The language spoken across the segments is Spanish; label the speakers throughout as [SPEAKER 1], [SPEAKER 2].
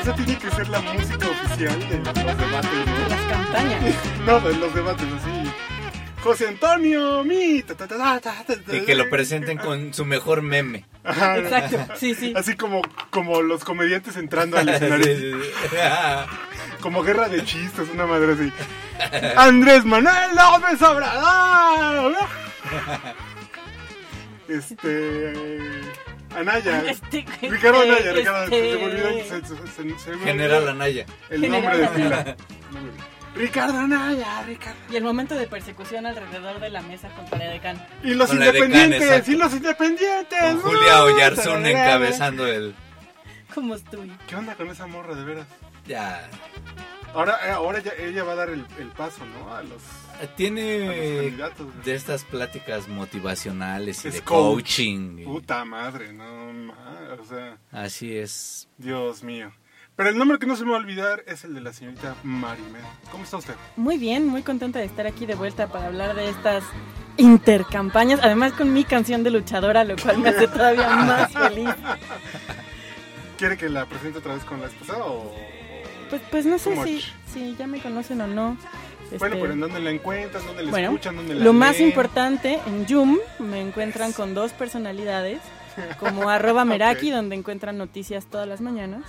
[SPEAKER 1] Esa tiene que ser la música oficial de los debates,
[SPEAKER 2] Las campañas.
[SPEAKER 1] ¿no? No, de los debates, así. José Antonio, mi. ta, ta, ta, ta, ta, ta, ta.
[SPEAKER 3] Y que lo presenten con su mejor meme.
[SPEAKER 1] Ajá,
[SPEAKER 2] Exacto, sí, sí.
[SPEAKER 1] Así como, como los comediantes entrando al
[SPEAKER 3] Sí,
[SPEAKER 1] escenario.
[SPEAKER 3] sí, sí.
[SPEAKER 1] Como guerra de chistes, una madre así. Andrés Manuel López Obrador. Este. Anaya.
[SPEAKER 2] Este, güey,
[SPEAKER 1] Ricardo Anaya, Ricardo.
[SPEAKER 2] este-
[SPEAKER 1] Se me olvidó. se- se- se- se me olvidó
[SPEAKER 3] General Anaya.
[SPEAKER 1] El
[SPEAKER 2] General
[SPEAKER 1] nombre de
[SPEAKER 2] Anaya.
[SPEAKER 1] fila. Ricardo Anaya, Ricardo.
[SPEAKER 2] Y el momento de persecución alrededor de la mesa contra la decana.
[SPEAKER 1] Y los
[SPEAKER 3] Con la de Can,
[SPEAKER 1] independientes,
[SPEAKER 3] exacto.
[SPEAKER 1] y los independientes.
[SPEAKER 3] Con
[SPEAKER 1] ¡no!
[SPEAKER 3] Julia Oyarzún
[SPEAKER 1] Tararara.
[SPEAKER 3] encabezando el.
[SPEAKER 2] Como estoy.
[SPEAKER 1] ¿Qué onda con esa morra, de veras?
[SPEAKER 3] Ya.
[SPEAKER 1] Ahora, eh, ahora ya- ella va a dar el, el paso, ¿no? A los, a los
[SPEAKER 3] Tiene
[SPEAKER 1] candidatos.
[SPEAKER 3] de estas pláticas motivacionales y
[SPEAKER 1] Es
[SPEAKER 3] de
[SPEAKER 1] coach.
[SPEAKER 3] coaching. y-
[SPEAKER 1] Puta madre, no ma- O sea,
[SPEAKER 3] Así es.
[SPEAKER 1] Dios mío. Pero el nombre que no se me va a olvidar es el de la señorita Marimel. ¿Cómo está usted?
[SPEAKER 2] Muy bien, muy contenta de estar aquí de vuelta para hablar de estas intercampañas. Además con mi canción de luchadora, lo cual me hace todavía más feliz.
[SPEAKER 1] ¿Quiere que la presente otra vez con la esposa o...?
[SPEAKER 2] Pues, pues no sé
[SPEAKER 1] Too
[SPEAKER 2] si,
[SPEAKER 1] much.
[SPEAKER 2] si ya me conocen o no.
[SPEAKER 1] Bueno,
[SPEAKER 2] Este,
[SPEAKER 1] pero ¿en dónde la encuentran? ¿Dónde la
[SPEAKER 2] Bueno,
[SPEAKER 1] escuchan? ¿Dónde la
[SPEAKER 2] Lo más
[SPEAKER 1] leen?
[SPEAKER 2] importante, en Zoom me encuentran con dos personalidades, como arroba Meraki,
[SPEAKER 1] Ok.
[SPEAKER 2] donde encuentran noticias todas las mañanas,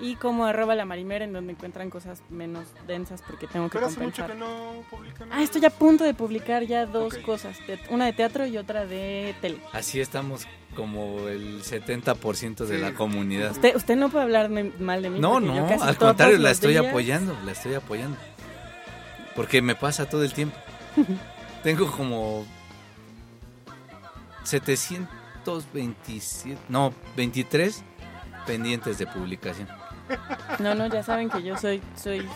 [SPEAKER 2] y como arroba la Marimer, en donde encuentran cosas menos densas porque tengo que
[SPEAKER 1] Pero hace mucho que
[SPEAKER 2] compensar.
[SPEAKER 1] no publican.
[SPEAKER 2] Ah, estoy a punto de publicar ya dos
[SPEAKER 1] Ok.
[SPEAKER 2] cosas, de- una de teatro y otra de tele.
[SPEAKER 3] Así estamos como el 70% de
[SPEAKER 1] Sí.
[SPEAKER 3] la comunidad.
[SPEAKER 2] Usted, usted no puede hablar ni- mal de mí.
[SPEAKER 3] No,
[SPEAKER 2] porque yo
[SPEAKER 3] no,
[SPEAKER 2] casi
[SPEAKER 3] al
[SPEAKER 2] todos
[SPEAKER 3] contrario, la
[SPEAKER 2] los
[SPEAKER 3] estoy
[SPEAKER 2] días-
[SPEAKER 3] apoyando, la estoy apoyando. Porque me pasa todo el tiempo. Tengo como 727, no, 23 pendientes de publicación.
[SPEAKER 2] No, no, ya saben que yo soy, soy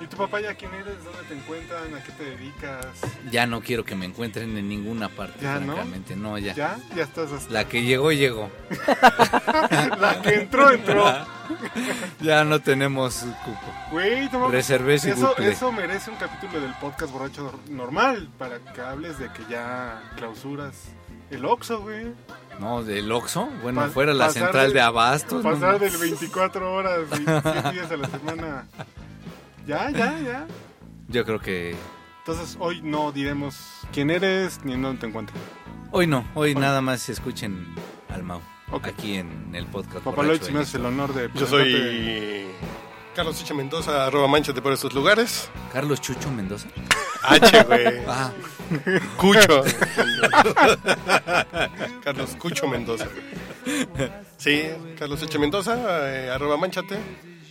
[SPEAKER 1] ¿Y tu papá ya quién eres? ¿Dónde te encuentran? ¿A qué te dedicas?
[SPEAKER 3] Ya no quiero que me encuentren en ninguna parte,
[SPEAKER 1] ¿Ya no?
[SPEAKER 3] francamente. No, ya.
[SPEAKER 1] ¿Ya? Ya estás hasta...
[SPEAKER 3] La que llegó, llegó.
[SPEAKER 1] La que entró, entró.
[SPEAKER 3] ya no tenemos cupo.
[SPEAKER 1] Güey, toma-
[SPEAKER 3] Reservé su
[SPEAKER 1] Eso,
[SPEAKER 3] cupo.
[SPEAKER 1] eso merece un capítulo del podcast borracho nor- normal para que hables de que ya clausuras el Oxxo, güey.
[SPEAKER 3] No, del Oxxo. Bueno,
[SPEAKER 1] Pa-
[SPEAKER 3] fuera la
[SPEAKER 1] pasar
[SPEAKER 3] central
[SPEAKER 1] del-
[SPEAKER 3] de abastos. no,
[SPEAKER 1] Pasar
[SPEAKER 3] no.
[SPEAKER 1] del 24 horas y 7 días a la semana. Ya, ya, ya.
[SPEAKER 3] Yo creo que
[SPEAKER 1] Entonces hoy no diremos quién eres ni en dónde te encuentras.
[SPEAKER 3] Hoy no, hoy nada más escuchen al Mau.
[SPEAKER 1] Ok.
[SPEAKER 3] Aquí en el podcast.
[SPEAKER 1] Papá
[SPEAKER 3] Borracho
[SPEAKER 1] Lloyd, si me
[SPEAKER 3] de
[SPEAKER 1] haces el honor de...
[SPEAKER 4] Yo
[SPEAKER 1] presentarte.
[SPEAKER 4] soy Carlos Hicha Mendoza, arroba manchate por esos lugares.
[SPEAKER 3] México. Carlos Chucho Mendoza.
[SPEAKER 4] H, güey.
[SPEAKER 3] Ah,
[SPEAKER 4] Cucho. Carlos Cucho Mendoza. Sí, Carlos Hicha Mendoza, eh, arroba manchate.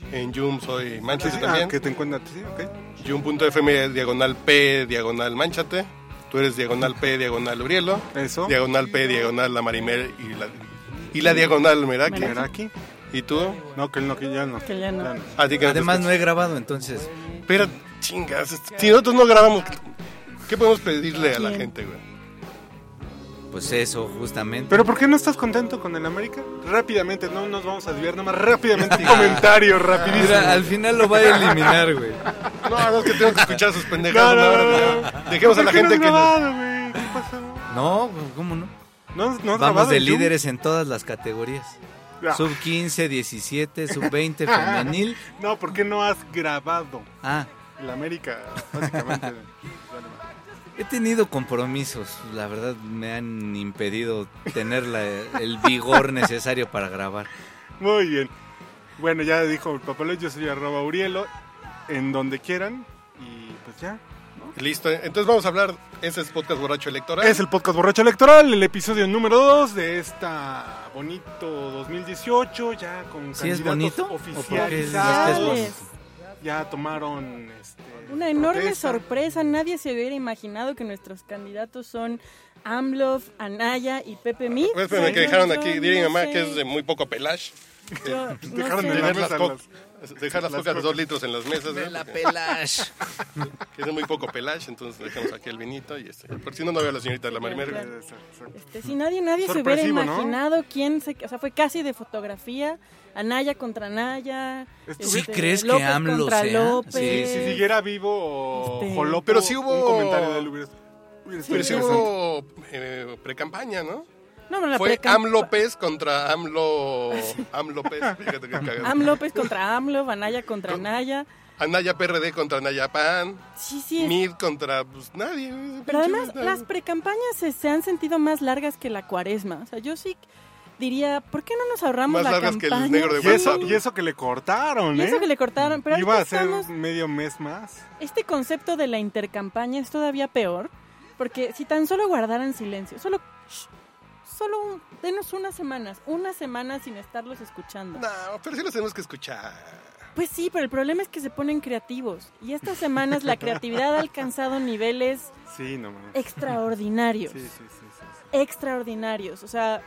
[SPEAKER 4] En Yum soy manchate
[SPEAKER 1] Ah,
[SPEAKER 4] también.
[SPEAKER 1] que te encuentras, sí, ok.
[SPEAKER 4] Yum.fm diagonal P diagonal manchate. Tú eres diagonal P diagonal Urielo.
[SPEAKER 1] Eso.
[SPEAKER 4] Diagonal P diagonal la Marimer y la, y la diagonal Meraki.
[SPEAKER 1] ¿Era aquí?
[SPEAKER 4] ¿Y tú?
[SPEAKER 1] No, que él no, que ya no.
[SPEAKER 2] Que ya no.
[SPEAKER 4] A ti que
[SPEAKER 1] pues.
[SPEAKER 4] no te
[SPEAKER 3] además no he grabado, entonces.
[SPEAKER 4] Pero, chingas, este, si nosotros no grabamos, ¿qué podemos pedirle a la
[SPEAKER 2] Bien.
[SPEAKER 4] gente, güey?
[SPEAKER 3] Pues eso, justamente.
[SPEAKER 1] ¿Pero por qué no estás contento con el América? Rápidamente, no nos vamos a desviar, nada más rápidamente. Un comentario rapidísimo.
[SPEAKER 3] Mira, al final lo va a eliminar, güey.
[SPEAKER 4] No, no, es que tengo que escuchar sus
[SPEAKER 1] No,
[SPEAKER 4] pendejadas.
[SPEAKER 1] no,
[SPEAKER 4] una hora,
[SPEAKER 1] no,
[SPEAKER 4] güey.
[SPEAKER 1] no.
[SPEAKER 4] Dejemos a la
[SPEAKER 1] ¿Por qué
[SPEAKER 4] gente
[SPEAKER 1] no
[SPEAKER 4] que...
[SPEAKER 1] has
[SPEAKER 4] No,
[SPEAKER 1] grabado, güey? ¿Qué pasó?
[SPEAKER 3] No, ¿cómo no?
[SPEAKER 1] ¿No, has- no has grabado
[SPEAKER 3] Vamos de
[SPEAKER 1] el Zoom?
[SPEAKER 3] líderes en todas las categorías.
[SPEAKER 1] Ah,
[SPEAKER 3] Sub 15, 17, sub 20 femenil.
[SPEAKER 1] No, ¿por qué no has grabado
[SPEAKER 3] Ah,
[SPEAKER 1] el América? Básicamente. Vale, va.
[SPEAKER 3] he tenido compromisos. La verdad me han impedido tener la- el vigor necesario para grabar.
[SPEAKER 1] Muy bien. Bueno, ya dijo el papaloy, yo soy arroba Urielo, en donde quieran. Y pues ya, ¿no?
[SPEAKER 4] Listo, entonces vamos a hablar, ese es Podcast Borracho Electoral.
[SPEAKER 1] Es el podcast borracho electoral, el episodio número 2 de esta bonito 2018, ya con
[SPEAKER 3] ¿Sí es
[SPEAKER 1] candidatos
[SPEAKER 3] bonito? ¿O por qué
[SPEAKER 1] oficializados.
[SPEAKER 3] es-
[SPEAKER 1] Ya tomaron este,
[SPEAKER 2] Una enorme
[SPEAKER 1] protesta.
[SPEAKER 2] sorpresa, nadie se hubiera imaginado que nuestros candidatos son AMLOF, Anaya y Pepe Mí.
[SPEAKER 4] Pues, espérame, que dejaron aquí, diré mi mamá que es de muy poco pelage.
[SPEAKER 1] Dejaron
[SPEAKER 2] sé.
[SPEAKER 1] en la
[SPEAKER 4] Tener las
[SPEAKER 1] mesa
[SPEAKER 4] co-
[SPEAKER 1] las-
[SPEAKER 4] Dejar las
[SPEAKER 1] las
[SPEAKER 4] cocas de
[SPEAKER 1] cocas.
[SPEAKER 4] dos litros en las mesas, ¿no?
[SPEAKER 3] la
[SPEAKER 4] Porque
[SPEAKER 3] pelash.
[SPEAKER 4] es de muy poco pelage, entonces dejamos aquí el vinito y este. Por si no, no veo a la señorita de la Marimer.
[SPEAKER 2] claro.
[SPEAKER 1] Exacto, exacto.
[SPEAKER 2] Este, si nadie, nadie se hubiera
[SPEAKER 1] Sorpresivo, ¿no?
[SPEAKER 2] imaginado quién se... O sea, fue casi de fotografía, Anaya contra Anaya. este,
[SPEAKER 1] Estuvi-
[SPEAKER 3] ¿Sí crees que
[SPEAKER 2] López
[SPEAKER 3] AMLO
[SPEAKER 2] contra
[SPEAKER 3] sea?
[SPEAKER 2] López.
[SPEAKER 3] Sí, sí,
[SPEAKER 1] Si
[SPEAKER 3] sí,
[SPEAKER 1] siguiera vivo o
[SPEAKER 2] Este-
[SPEAKER 1] Jolopo,
[SPEAKER 4] Pero sí hubo-
[SPEAKER 1] un comentario de él hubiera, hubiera sido
[SPEAKER 4] Pero sí
[SPEAKER 1] interesante.
[SPEAKER 4] hubo eh, pre-campaña, ¿no?
[SPEAKER 2] No, no, la
[SPEAKER 4] Fue
[SPEAKER 2] precampa-
[SPEAKER 4] Am López contra AMLO. Am López. Fíjate qué cagado.
[SPEAKER 2] Am López contra AMLO, Anaya contra
[SPEAKER 4] Con-
[SPEAKER 2] Anaya.
[SPEAKER 4] Anaya PRD contra Anaya PAN.
[SPEAKER 2] Sí, sí. es-
[SPEAKER 4] Mid contra pues, nadie.
[SPEAKER 2] Pero además,
[SPEAKER 4] Pinche-
[SPEAKER 2] las precampañas se, se han sentido más largas que la cuaresma. O sea, yo sí diría, ¿por qué no nos ahorramos
[SPEAKER 4] Más
[SPEAKER 2] la
[SPEAKER 4] largas que el
[SPEAKER 2] campaña?
[SPEAKER 4] negro de
[SPEAKER 1] Y eso,
[SPEAKER 4] Sí.
[SPEAKER 1] y eso que le cortaron,
[SPEAKER 2] Y
[SPEAKER 1] ¿eh?
[SPEAKER 2] eso que le cortaron. Pero
[SPEAKER 1] Iba
[SPEAKER 2] ahorita
[SPEAKER 1] a ser
[SPEAKER 2] estamos-
[SPEAKER 1] medio mes más.
[SPEAKER 2] este concepto de la intercampaña es todavía peor. Porque si tan solo guardaran silencio, solo... shh, Solo un- denos unas semanas, una semana sin estarlos escuchando.
[SPEAKER 4] No, Ah, pero sí los tenemos que escuchar.
[SPEAKER 2] Pues sí, pero el problema es que se ponen creativos. Y estas semanas la creatividad ha alcanzado niveles
[SPEAKER 1] Sí, no mames. Sí,
[SPEAKER 2] extraordinarios.
[SPEAKER 1] sí, sí, sí,
[SPEAKER 2] Extraordinarios. O sea,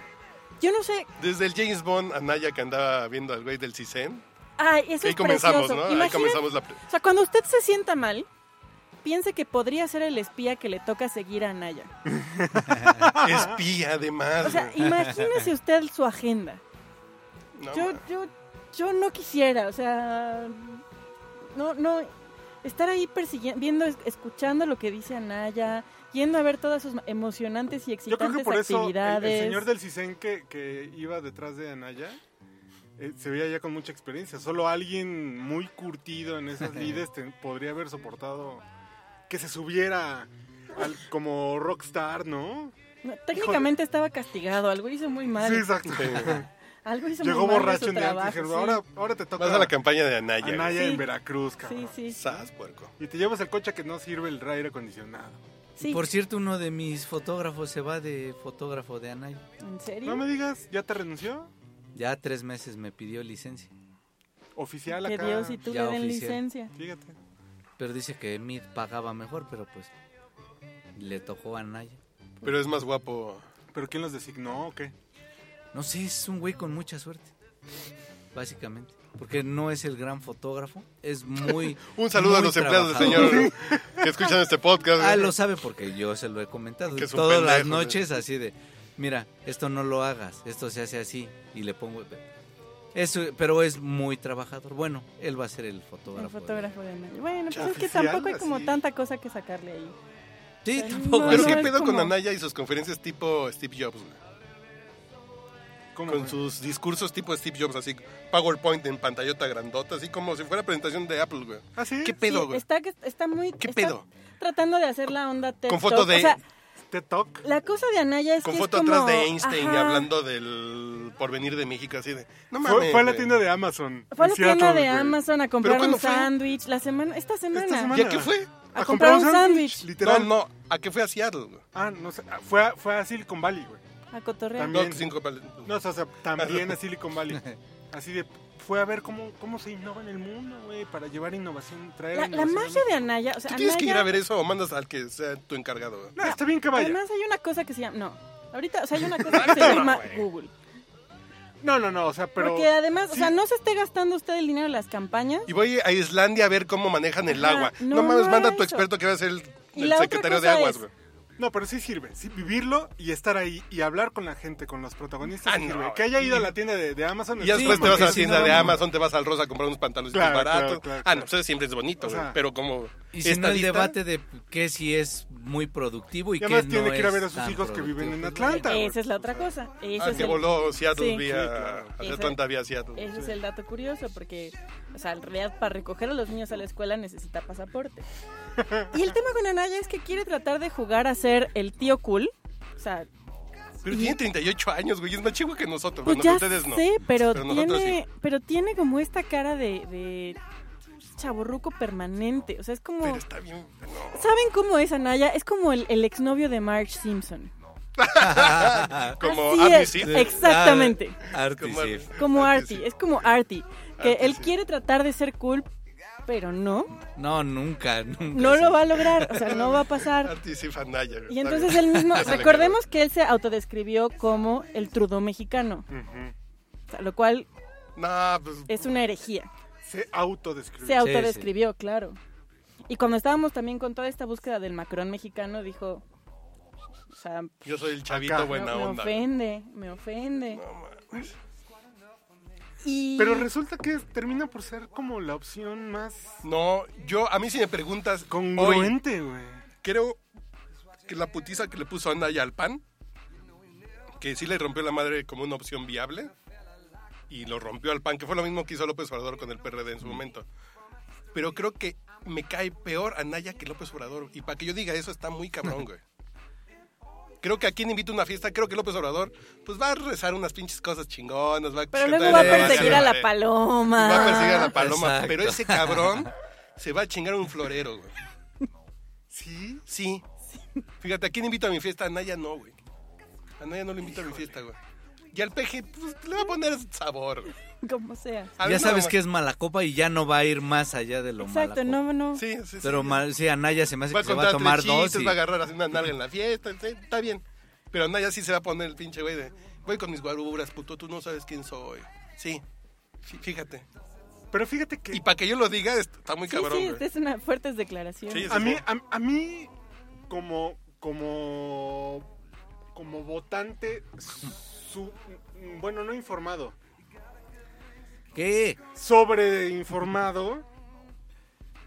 [SPEAKER 2] yo no sé
[SPEAKER 4] Desde el James Bond, Anaya que andaba viendo al güey del CISEN.
[SPEAKER 2] Ay, eso
[SPEAKER 4] Ahí
[SPEAKER 2] es
[SPEAKER 4] comenzamos,
[SPEAKER 2] precioso.
[SPEAKER 4] ¿no? Ahí
[SPEAKER 2] Imagina-
[SPEAKER 4] comenzamos la. pre-
[SPEAKER 2] O sea, cuando usted se sienta mal, piense que podría ser el espía que le toca seguir a Anaya.
[SPEAKER 4] Espía, además.
[SPEAKER 2] O sea,
[SPEAKER 4] güey.
[SPEAKER 2] imagínese usted su agenda.
[SPEAKER 4] No,
[SPEAKER 2] Yo,
[SPEAKER 4] ma.
[SPEAKER 2] yo, yo no quisiera, o sea, no, no, estar ahí persiguiendo, viendo, es- escuchando lo que dice Anaya, yendo a ver todas sus emocionantes y
[SPEAKER 1] sí. Yo creo que
[SPEAKER 2] excitantes
[SPEAKER 1] por eso el, el
[SPEAKER 2] actividades.
[SPEAKER 1] señor del Cisen que, que iba detrás de Anaya eh, se veía ya con mucha experiencia. Solo alguien muy curtido en esas lides te- podría haber soportado que se subiera al- como rockstar, ¿no?
[SPEAKER 2] No, técnicamente estaba castigado, algo hizo muy mal,
[SPEAKER 1] Sí, exacto.
[SPEAKER 2] algo hizo
[SPEAKER 1] Llegó
[SPEAKER 2] muy mal de
[SPEAKER 1] borracho
[SPEAKER 2] su
[SPEAKER 1] en el
[SPEAKER 2] trabajo.
[SPEAKER 1] dijeron,
[SPEAKER 2] sí.
[SPEAKER 1] ahora, ahora te toca
[SPEAKER 4] Vas a la campaña de Anaya. güey.
[SPEAKER 1] Anaya
[SPEAKER 2] Sí.
[SPEAKER 1] en Veracruz,
[SPEAKER 2] sí,
[SPEAKER 1] cabrón.
[SPEAKER 2] sí,
[SPEAKER 4] Sas, puerco.
[SPEAKER 1] Y te llevas el coche que no sirve el aire acondicionado.
[SPEAKER 2] sí.
[SPEAKER 3] Por cierto, uno de mis fotógrafos se va de fotógrafo de Anaya.
[SPEAKER 2] ¿En serio?
[SPEAKER 1] No me digas, ¿ya te renunció?
[SPEAKER 3] Ya tres meses me pidió licencia,
[SPEAKER 1] Oficial
[SPEAKER 2] Que
[SPEAKER 1] acá.
[SPEAKER 2] Dios y tú
[SPEAKER 3] Ya
[SPEAKER 2] le den
[SPEAKER 3] oficial.
[SPEAKER 2] licencia.
[SPEAKER 1] Fíjate.
[SPEAKER 3] pero dice que Mid pagaba mejor, pero pues le tocó a Anaya.
[SPEAKER 4] Pero es más guapo.
[SPEAKER 1] ¿Pero quién los designó o qué?
[SPEAKER 3] No sé, es un güey con mucha suerte, básicamente, porque no es el gran fotógrafo, es muy...
[SPEAKER 4] Un saludo a
[SPEAKER 3] muy
[SPEAKER 4] los empleados del
[SPEAKER 3] trabajador.
[SPEAKER 4] señor que escuchan este podcast.
[SPEAKER 3] Ah,
[SPEAKER 4] güey.
[SPEAKER 3] lo sabe porque yo se lo he comentado.
[SPEAKER 4] Que es un
[SPEAKER 3] Todas las
[SPEAKER 4] pendejo,
[SPEAKER 3] noches así de, mira, esto no lo hagas, esto se hace así y le pongo... Eso, pero es muy trabajador. Bueno, él va a ser el fotógrafo.
[SPEAKER 2] El fotógrafo de Anaya. Bueno, pues es que
[SPEAKER 1] Oficial,
[SPEAKER 2] tampoco hay como
[SPEAKER 1] así.
[SPEAKER 2] tanta cosa que sacarle ahí.
[SPEAKER 3] Sí,
[SPEAKER 2] Ay,
[SPEAKER 3] tampoco.
[SPEAKER 2] no,
[SPEAKER 4] Pero
[SPEAKER 3] es-
[SPEAKER 4] qué
[SPEAKER 2] es
[SPEAKER 4] pedo con
[SPEAKER 2] como-
[SPEAKER 4] Anaya y sus conferencias tipo Steve Jobs, güey?
[SPEAKER 1] ¿Cómo
[SPEAKER 4] Con
[SPEAKER 1] fue?
[SPEAKER 4] sus discursos tipo Steve Jobs, así PowerPoint en pantallota grandota, así como si fuera presentación de Apple, güey.
[SPEAKER 1] ¿Ah, sí?
[SPEAKER 4] ¿Qué pedo,
[SPEAKER 2] Sí,
[SPEAKER 4] güey?
[SPEAKER 2] está, que- está muy...
[SPEAKER 4] ¿Qué
[SPEAKER 2] está
[SPEAKER 4] pedo?
[SPEAKER 2] Tratando de hacer la onda TED
[SPEAKER 4] Con foto
[SPEAKER 2] Talk.
[SPEAKER 4] de-
[SPEAKER 2] O sea,
[SPEAKER 1] ¿Te toc?
[SPEAKER 2] la cosa de Anaya es
[SPEAKER 4] Con
[SPEAKER 2] que es
[SPEAKER 4] foto
[SPEAKER 2] como-
[SPEAKER 4] atrás de Einstein
[SPEAKER 2] ajá.
[SPEAKER 4] hablando del porvenir de México, así de. No mames.
[SPEAKER 1] Fue, fue a la
[SPEAKER 4] güey.
[SPEAKER 1] tienda de Amazon.
[SPEAKER 2] Fue a
[SPEAKER 1] en
[SPEAKER 2] la tienda
[SPEAKER 1] Seattle,
[SPEAKER 2] de
[SPEAKER 1] güey.
[SPEAKER 2] Amazon a comprar
[SPEAKER 4] cuándo
[SPEAKER 2] un
[SPEAKER 4] fue?
[SPEAKER 2] sándwich. La semana... Esta semana.
[SPEAKER 1] Esta semana.
[SPEAKER 4] ¿Y a qué fue?
[SPEAKER 2] A comprar un sándwich.
[SPEAKER 1] Literal.
[SPEAKER 4] No, no, ¿a qué fue a Seattle, güey?
[SPEAKER 1] Ah, no sé. ah, Fue a, fue a Silicon Valley, güey.
[SPEAKER 2] A cotorrear.
[SPEAKER 1] También.
[SPEAKER 4] No, cinco pal-
[SPEAKER 1] No, o sea, o sea, también a Silicon Valley. Así de... Fue a ver cómo, cómo se innova en el mundo, güey, para llevar innovación, traer
[SPEAKER 2] La, la
[SPEAKER 1] innovación.
[SPEAKER 2] magia de Anaya... O sea,
[SPEAKER 4] ¿Tú tienes que ir
[SPEAKER 2] Anaya-
[SPEAKER 4] a ver eso o mandas al que sea tu encargado? güey?
[SPEAKER 1] No, está bien que vaya.
[SPEAKER 2] Además hay una cosa que se llama... No. Ahorita, o sea, hay una cosa que se llama Google.
[SPEAKER 1] No, no, no, o sea, pero...
[SPEAKER 2] Porque además, o
[SPEAKER 1] sí.
[SPEAKER 2] sea, no se esté gastando usted el dinero de las campañas.
[SPEAKER 4] Y voy a Islandia a ver cómo manejan el
[SPEAKER 2] Ajá,
[SPEAKER 4] agua. No,
[SPEAKER 2] no,
[SPEAKER 4] mames,
[SPEAKER 2] no
[SPEAKER 4] manda a
[SPEAKER 2] era
[SPEAKER 4] tu
[SPEAKER 2] eso.
[SPEAKER 4] experto que va a ser el,
[SPEAKER 2] Y
[SPEAKER 4] el
[SPEAKER 2] la otra
[SPEAKER 4] secretario de
[SPEAKER 2] cosa
[SPEAKER 4] aguas,
[SPEAKER 2] es-
[SPEAKER 4] güey.
[SPEAKER 1] No, pero sí sirve. Sí, vivirlo y estar ahí y hablar con la gente, con los protagonistas.
[SPEAKER 4] Ah,
[SPEAKER 1] sí
[SPEAKER 4] no,
[SPEAKER 1] sirve.
[SPEAKER 4] güey.
[SPEAKER 1] Que haya ido a la tienda de, de Amazon.
[SPEAKER 4] Y
[SPEAKER 1] está
[SPEAKER 4] ya después
[SPEAKER 1] bien,
[SPEAKER 4] te vas a la
[SPEAKER 1] porque si
[SPEAKER 4] tienda
[SPEAKER 1] no,
[SPEAKER 4] de
[SPEAKER 1] no,
[SPEAKER 4] Amazon, te vas al Rosa a comprar unos pantalones
[SPEAKER 1] Claro,
[SPEAKER 4] baratos.
[SPEAKER 1] claro, claro,
[SPEAKER 4] Ah, no,
[SPEAKER 1] claro.
[SPEAKER 4] eso siempre es bonito,
[SPEAKER 1] O
[SPEAKER 4] güey,
[SPEAKER 1] sea,
[SPEAKER 4] pero como
[SPEAKER 3] Y si no, el
[SPEAKER 4] estadista, ah,
[SPEAKER 3] debate de que si es muy productivo y,
[SPEAKER 1] Y además
[SPEAKER 3] que
[SPEAKER 1] tiene
[SPEAKER 3] no
[SPEAKER 1] que ir a
[SPEAKER 3] es
[SPEAKER 1] ver a sus
[SPEAKER 3] tan
[SPEAKER 1] hijos que viven en
[SPEAKER 3] productivo.
[SPEAKER 1] Atlanta. güey.
[SPEAKER 2] Esa es la otra cosa. Eso
[SPEAKER 4] ah,
[SPEAKER 2] es
[SPEAKER 4] que
[SPEAKER 2] el-
[SPEAKER 4] voló Seattle
[SPEAKER 2] Sí.
[SPEAKER 4] vía,
[SPEAKER 1] Sí, claro.
[SPEAKER 4] hacia
[SPEAKER 2] Esa-
[SPEAKER 4] Atlanta vía Seattle.
[SPEAKER 2] Ese es el dato curioso, porque, o sea, en realidad para recoger a los niños a la escuela necesita pasaporte. Y el tema con Anaya es que quiere tratar de jugar a ser el tío cool. O sea,
[SPEAKER 4] Pero tiene 38 años, güey, es más chico que nosotros.
[SPEAKER 2] pues
[SPEAKER 4] bueno,
[SPEAKER 2] ya
[SPEAKER 4] ustedes no.
[SPEAKER 2] sé, pero,
[SPEAKER 4] Pero nosotros
[SPEAKER 2] tiene, pero tiene como esta cara de, de chaborruco permanente. O sea, es como.
[SPEAKER 4] Pero está bien. No.
[SPEAKER 2] ¿Saben cómo es Anaya? Es como el, el exnovio de Marge Simpson.
[SPEAKER 4] Como
[SPEAKER 2] Así
[SPEAKER 4] Abby
[SPEAKER 2] es,
[SPEAKER 4] Sid.
[SPEAKER 2] Exactamente.
[SPEAKER 3] Ah,
[SPEAKER 4] Como
[SPEAKER 3] Artisif.
[SPEAKER 4] Abby-
[SPEAKER 2] Como
[SPEAKER 4] Abby
[SPEAKER 2] Artie.
[SPEAKER 4] Sid.
[SPEAKER 2] Es como Artie. Que
[SPEAKER 4] Artie,
[SPEAKER 2] él
[SPEAKER 4] sí.
[SPEAKER 2] quiere tratar de ser cool, pero no.
[SPEAKER 3] No, nunca, nunca.
[SPEAKER 2] No
[SPEAKER 3] sí.
[SPEAKER 2] lo va a lograr. O sea, no va a pasar.
[SPEAKER 4] Artie Sif and Naya, güey.
[SPEAKER 2] Y
[SPEAKER 4] Está
[SPEAKER 2] entonces
[SPEAKER 4] bien.
[SPEAKER 2] él mismo.
[SPEAKER 4] Ya se le
[SPEAKER 2] Recordemos que él se autodescribió como el Trudeau mexicano.
[SPEAKER 1] Ujú.
[SPEAKER 2] o sea, lo cual
[SPEAKER 4] No, pues
[SPEAKER 2] es una herejía.
[SPEAKER 1] Se autodescribe.
[SPEAKER 2] Se
[SPEAKER 3] Sí, sí.
[SPEAKER 2] autodescribió, claro. Y cuando estábamos también con toda esta búsqueda del Macron mexicano, dijo. O sea,
[SPEAKER 4] yo soy el chavito
[SPEAKER 1] Acá.
[SPEAKER 4] buena
[SPEAKER 2] no, me
[SPEAKER 4] onda.
[SPEAKER 2] ofende, me ofende. Y
[SPEAKER 1] Pero resulta que termina por ser como la opción más
[SPEAKER 4] No, yo, a mí si me preguntas, hoy,
[SPEAKER 1] congruente, güey.
[SPEAKER 4] creo que la putiza que le puso Anaya al pan, que sí le rompió la madre como una opción viable, y lo rompió al pan, que fue lo mismo que hizo López Obrador con el PRD en su momento. Pero creo que me cae peor Anaya que López Obrador. Y para que yo diga eso está muy cabrón, güey. Creo que a quien invita a una fiesta, creo que López Obrador, pues va a rezar unas pinches cosas chingonas. Va a
[SPEAKER 2] Pero
[SPEAKER 4] cantar
[SPEAKER 2] luego va a
[SPEAKER 4] el evangelio,
[SPEAKER 2] perseguir a la
[SPEAKER 4] güey.
[SPEAKER 2] paloma.
[SPEAKER 4] Va a perseguir a la paloma.
[SPEAKER 3] Ah, Exacto.
[SPEAKER 4] Pero ese cabrón se va a chingar un florero, güey. ¿Sí? Sí. Fíjate, ¿a quién invito a mi fiesta? A Naya no, güey. A Naya no lo invito a mi fiesta, güey. Y al peje, pues le va a poner sabor. güey.
[SPEAKER 2] Como sea.
[SPEAKER 4] Al-
[SPEAKER 3] Ya
[SPEAKER 4] no,
[SPEAKER 3] sabes
[SPEAKER 4] güey.
[SPEAKER 3] que es mala copa y ya no va a ir más allá de lo
[SPEAKER 2] Exacto,
[SPEAKER 3] mala
[SPEAKER 2] no,
[SPEAKER 3] copa.
[SPEAKER 2] no.
[SPEAKER 4] Sí, sí, sí.
[SPEAKER 3] Pero mal, sí, Anaya se me hace
[SPEAKER 4] va a
[SPEAKER 3] que se va a
[SPEAKER 4] contar
[SPEAKER 3] tomar
[SPEAKER 4] tres
[SPEAKER 3] dos.
[SPEAKER 4] chistes,
[SPEAKER 3] y-
[SPEAKER 4] va a agarrar así una nalga en la fiesta. sí, Está bien. Pero a Naya sí se va a poner el pinche güey de, voy con mis guaruras, puto, tú no sabes quién soy. Sí. Fí- Fíjate.
[SPEAKER 1] Pero fíjate que
[SPEAKER 4] Y para que yo lo diga, está muy
[SPEAKER 2] Sí,
[SPEAKER 4] cabrón,
[SPEAKER 2] sí,
[SPEAKER 4] güey.
[SPEAKER 2] es una fuertes declaraciones.
[SPEAKER 4] Sí,
[SPEAKER 1] a mí, a, a mí como, como, como votante, su- bueno, no informado,
[SPEAKER 3] ¿Qué?
[SPEAKER 1] sobreinformado,